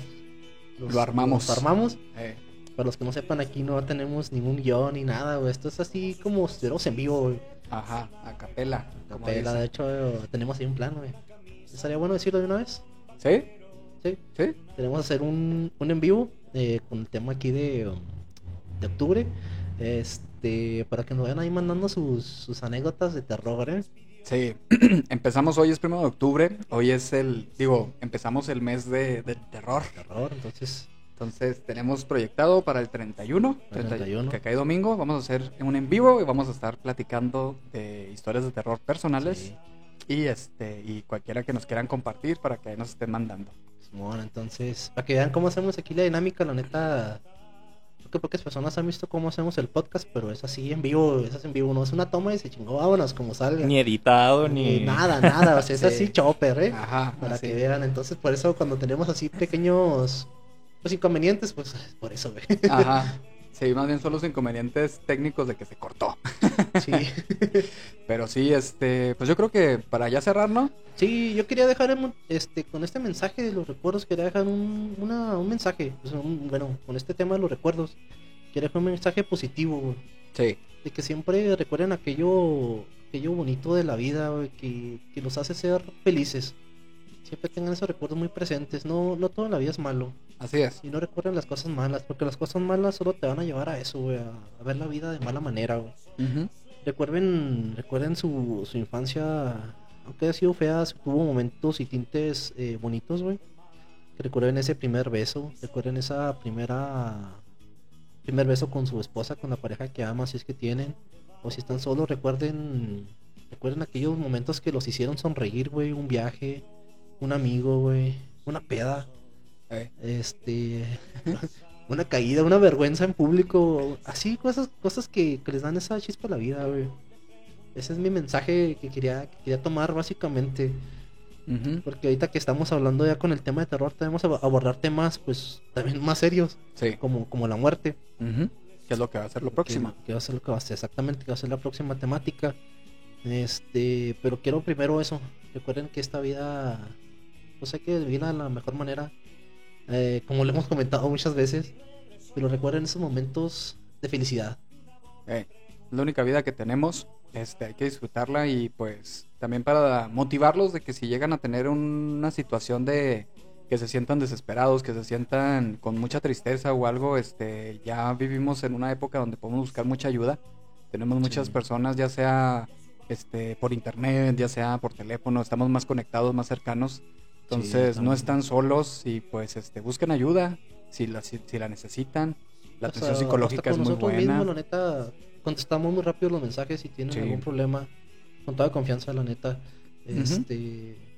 [SPEAKER 2] los-
[SPEAKER 1] Lo armamos.
[SPEAKER 2] los armamos.
[SPEAKER 1] Eh,
[SPEAKER 2] Para los que no sepan, aquí no tenemos ningún guión ni nada, güey. Esto es así como si estuviéramos en vivo, güey.
[SPEAKER 1] ajá, a capela. como
[SPEAKER 2] Capela, de
[SPEAKER 1] dicen.
[SPEAKER 2] hecho, eh, tenemos ahí un plan, güey. Estaría bueno decirlo de una vez.
[SPEAKER 1] ¿Sí?
[SPEAKER 2] Sí.
[SPEAKER 1] ¿Sí?
[SPEAKER 2] Tenemos hacer un, un en vivo eh, con el tema aquí de, um, de octubre. Este, para que nos vayan ahí mandando sus, sus anécdotas de terror, ¿eh?
[SPEAKER 1] Sí. (clears throat) empezamos hoy, es primero de octubre. Hoy es el. Digo, empezamos el mes de, del terror.
[SPEAKER 2] Terror, entonces.
[SPEAKER 1] Entonces tenemos proyectado para el 31,
[SPEAKER 2] Para el
[SPEAKER 1] 30
[SPEAKER 2] 31.
[SPEAKER 1] que cae domingo, vamos a hacer un en vivo y vamos a estar platicando de historias de terror personales
[SPEAKER 2] sí,
[SPEAKER 1] y este y cualquiera que nos quieran compartir para que ahí nos estén mandando.
[SPEAKER 2] Simón, entonces, para que vean cómo hacemos aquí la dinámica, la neta. Creo que pocas personas han visto cómo hacemos el podcast, pero es así en vivo, es así en vivo, no es una toma y se chingó, vámonos, como salga.
[SPEAKER 3] Ni editado,
[SPEAKER 2] Ni
[SPEAKER 3] ni. Ah,
[SPEAKER 2] nada, nada, o sea,
[SPEAKER 3] (laughs)
[SPEAKER 2] es
[SPEAKER 1] Sí.
[SPEAKER 2] así chopper, ¿eh?
[SPEAKER 1] Ajá,
[SPEAKER 2] Para
[SPEAKER 1] así.
[SPEAKER 2] que vean, entonces por eso cuando tenemos así pequeños pues, inconvenientes, pues por eso, güey.
[SPEAKER 1] (laughs) Ajá. Sí, más bien son los inconvenientes técnicos de que se cortó. (laughs)
[SPEAKER 2] Sí. (laughs)
[SPEAKER 1] Pero sí, este, pues yo creo que para ya cerrar, ¿no?
[SPEAKER 2] Sí, yo quería dejar en un- este, con este mensaje de los recuerdos, quería dejar un, una- un mensaje, pues, un- bueno, con este tema de los recuerdos, quería dejar un mensaje positivo, güey,
[SPEAKER 1] Sí.
[SPEAKER 2] de que siempre recuerden aquello, aquello bonito de la vida, güey, que, que los hace ser felices. Siempre tengan esos recuerdos muy presentes, no, no toda la vida es malo.
[SPEAKER 1] Así es.
[SPEAKER 2] Y no recuerden las cosas malas, porque las cosas malas solo te van a llevar a eso, güey, a, a ver la vida de mala manera, güey.
[SPEAKER 1] Ujú.
[SPEAKER 2] Recuerden, recuerden su, su infancia, aunque haya sido fea, tuvo momentos y tintes eh, bonitos, güey. Que Recuerden ese primer beso, recuerden esa primera primer beso con su esposa, con la pareja que aman, si es que tienen, o si están solos, recuerden recuerden aquellos momentos que los hicieron sonreír, güey, un viaje, un amigo, güey, una peda,
[SPEAKER 1] Eh,
[SPEAKER 2] este (laughs) una caída, una vergüenza en público, así cosas, cosas que, que les dan esa chispa a la vida, güey. Ese es mi mensaje que quería, que quería tomar básicamente,
[SPEAKER 1] ujú.
[SPEAKER 2] porque ahorita que estamos hablando ya con el tema de terror, tenemos que abordar temas pues también más serios,
[SPEAKER 1] Sí.
[SPEAKER 2] como, como la muerte.
[SPEAKER 1] Ujú. ¿Qué es lo que va a ser lo próximo?
[SPEAKER 2] Que, que va a ser lo que va a ser, exactamente, que va a ser la próxima temática. Este, pero quiero primero eso. Recuerden que esta vida, pues hay que vivirla de la mejor manera. eh, como lo hemos comentado muchas veces. Pero recuerden esos momentos de felicidad.
[SPEAKER 1] Eh, la única vida que tenemos, este, hay que disfrutarla y pues también para motivarlos de que si llegan a tener un- una situación de que se sientan desesperados, que se sientan con mucha tristeza o algo, este, ya vivimos en una época donde podemos buscar mucha ayuda. Tenemos muchas
[SPEAKER 2] Sí.
[SPEAKER 1] personas, ya sea este, por internet, ya sea por teléfono, estamos más conectados, más cercanos. Entonces no
[SPEAKER 2] también.
[SPEAKER 1] están solos y pues este, busquen ayuda si la, si, si la necesitan. La
[SPEAKER 2] O sea,
[SPEAKER 1] atención psicológica
[SPEAKER 2] hasta
[SPEAKER 1] es
[SPEAKER 2] con
[SPEAKER 1] muy
[SPEAKER 2] nosotros
[SPEAKER 1] buena.
[SPEAKER 2] mismos, la neta, contestamos muy rápido los mensajes si tienen
[SPEAKER 3] Sí.
[SPEAKER 2] algún problema. Con toda confianza, la neta.
[SPEAKER 1] Ujú.
[SPEAKER 2] Este.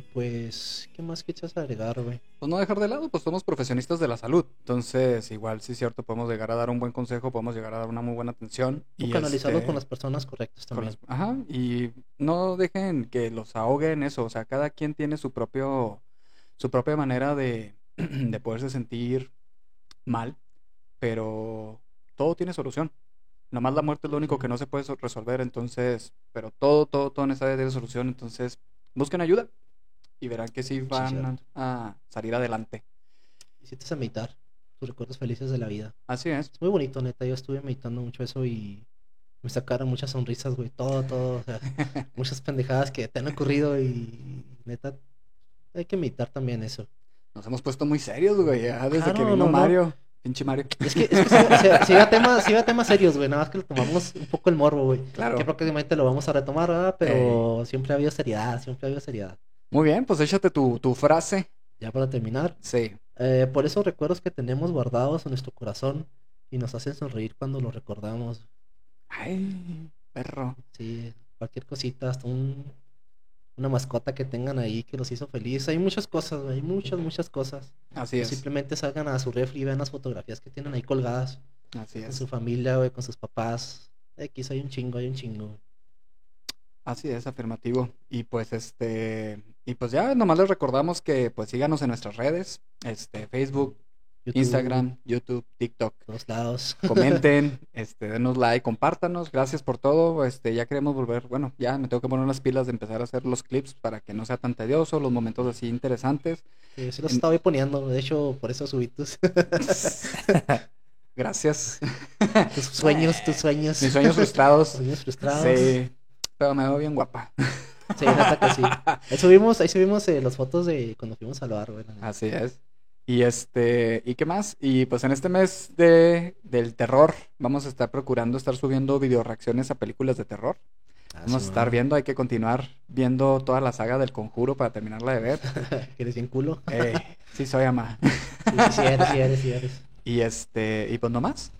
[SPEAKER 2] Y pues, ¿qué más quieres agregar, güey?
[SPEAKER 1] Pues no dejar de lado, pues somos profesionistas de la salud. Entonces, igual, sí es cierto, podemos llegar a dar un buen consejo, podemos llegar a dar una muy buena atención.
[SPEAKER 2] O canalizarlo
[SPEAKER 1] este,
[SPEAKER 2] con las personas correctas
[SPEAKER 1] con
[SPEAKER 2] también.
[SPEAKER 1] las- Ajá, y no dejen que los ahoguen eso. O sea, cada quien tiene su propio, su propia manera de, (clears throat) de poderse sentir mal, pero todo tiene solución. Nomás la muerte es lo único que no se puede so- resolver, entonces, pero todo, todo, todo en esta vida tiene solución, entonces busquen ayuda y verán que sí van
[SPEAKER 2] cierto.
[SPEAKER 1] a salir adelante.
[SPEAKER 2] Y sientes a meditar tus recuerdos felices de la vida.
[SPEAKER 1] Así es.
[SPEAKER 2] Es muy bonito, neta. Yo estuve meditando mucho eso y me sacaron muchas sonrisas, güey. Todo, todo. O sea, muchas pendejadas que te han ocurrido y neta, hay que meditar también eso.
[SPEAKER 1] Nos hemos puesto muy serios, güey, ya desde que
[SPEAKER 2] Claro,
[SPEAKER 1] vino
[SPEAKER 2] no, no.
[SPEAKER 1] Mario. Pinche Mario.
[SPEAKER 2] Es que, es que sí, o sea, sí iba a temas, sí iba a temas serios, güey. Nada más que lo tomamos un poco el morbo, güey.
[SPEAKER 1] Claro.
[SPEAKER 2] Que próximamente lo vamos a retomar, ¿verdad? Pero siempre ha habido seriedad, siempre ha habido seriedad.
[SPEAKER 1] Muy bien, pues échate tu, tu frase.
[SPEAKER 2] Ya para terminar,
[SPEAKER 1] Sí.
[SPEAKER 2] Eh, por esos recuerdos que tenemos guardados en nuestro corazón y nos hacen sonreír cuando los recordamos.
[SPEAKER 1] Ay, perro.
[SPEAKER 2] Sí, cualquier cosita, hasta un- una mascota que tengan ahí que los hizo feliz. Hay muchas cosas, güey, hay muchas, muchas cosas.
[SPEAKER 1] Así es.
[SPEAKER 2] Simplemente salgan a su refri y vean las fotografías que tienen ahí colgadas
[SPEAKER 1] Así
[SPEAKER 2] con
[SPEAKER 1] es.
[SPEAKER 2] su familia, güey, con sus papás. X, hay un chingo, hay un chingo.
[SPEAKER 1] Así es, afirmativo. Y pues este, y pues ya nomás les recordamos que pues síganos en nuestras redes, este, Facebook,
[SPEAKER 2] YouTube,
[SPEAKER 1] Instagram, YouTube, TikTok.
[SPEAKER 2] Todos lados. (laughs)
[SPEAKER 1] Comenten, este, denos like, compártanos, gracias por todo. Este, ya queremos volver, bueno, ya me tengo que poner las pilas de empezar a hacer los clips para que no sea tan tedioso, los momentos así interesantes.
[SPEAKER 2] Sí, sí los estaba poniendo, de hecho, por eso subí
[SPEAKER 1] (laughs)
[SPEAKER 2] tus,
[SPEAKER 1] Gracias.
[SPEAKER 2] tus sueños, tus sueños.
[SPEAKER 1] Mis sueños frustrados.
[SPEAKER 2] sueños frustrados.
[SPEAKER 1] Sí. Pero me veo bien guapa.
[SPEAKER 2] Sí, neta que sí. Ahí subimos, ahí subimos eh, las fotos de cuando fuimos al bar, güey. la neta.
[SPEAKER 1] Así es. Y este, ¿y qué más? Y pues en este mes de, del terror vamos a estar procurando estar subiendo video reacciones a películas de terror.
[SPEAKER 2] Ah,
[SPEAKER 1] Vamos a
[SPEAKER 2] sí,
[SPEAKER 1] estar
[SPEAKER 2] mamá.
[SPEAKER 1] viendo, hay que continuar viendo toda la saga del conjuro para terminarla de ver.
[SPEAKER 2] Que eres bien culo.
[SPEAKER 1] Ey, sí soy ama.
[SPEAKER 2] Sí, sí, sí eres, sí eres, sí eres.
[SPEAKER 1] Y este, y pues nomás.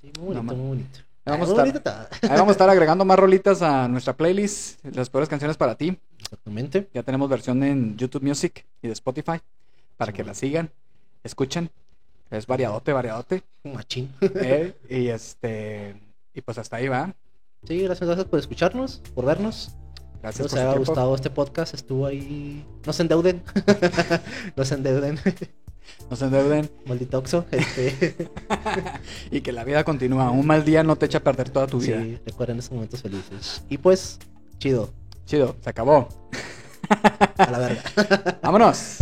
[SPEAKER 2] Sí, muy bonito,
[SPEAKER 1] No, ma-
[SPEAKER 2] muy bonito.
[SPEAKER 1] Ahí vamos
[SPEAKER 2] Muy
[SPEAKER 1] a
[SPEAKER 2] bonito
[SPEAKER 1] estar,
[SPEAKER 2] está.
[SPEAKER 1] ahí vamos a estar agregando más rolitas a nuestra playlist, las peores canciones para ti.
[SPEAKER 2] Exactamente.
[SPEAKER 1] Ya tenemos versión en YouTube Music y de Spotify para que
[SPEAKER 2] Simón.
[SPEAKER 1] la sigan, escuchen. Es variadote,
[SPEAKER 2] (laughs)
[SPEAKER 1] variadote.
[SPEAKER 2] Un Machín.
[SPEAKER 1] Eh, y este y pues hasta ahí va.
[SPEAKER 2] Sí, gracias, gracias por escucharnos, por vernos. Espero
[SPEAKER 1] Gracias
[SPEAKER 2] que os
[SPEAKER 1] su
[SPEAKER 2] haya
[SPEAKER 1] tiempo.
[SPEAKER 2] gustado este podcast. Estuvo ahí. No
[SPEAKER 1] (laughs)
[SPEAKER 2] se endeuden. no se endeuden. (laughs)
[SPEAKER 1] No se endeuden
[SPEAKER 2] Maldito Oxo. Este...
[SPEAKER 1] y que la vida continúa. Un mal día no te echa a perder toda tu vida.
[SPEAKER 2] Sí, recuerden esos momentos felices. Y pues, chido.
[SPEAKER 1] Chido, se acabó.
[SPEAKER 2] A la verga.
[SPEAKER 1] Vámonos.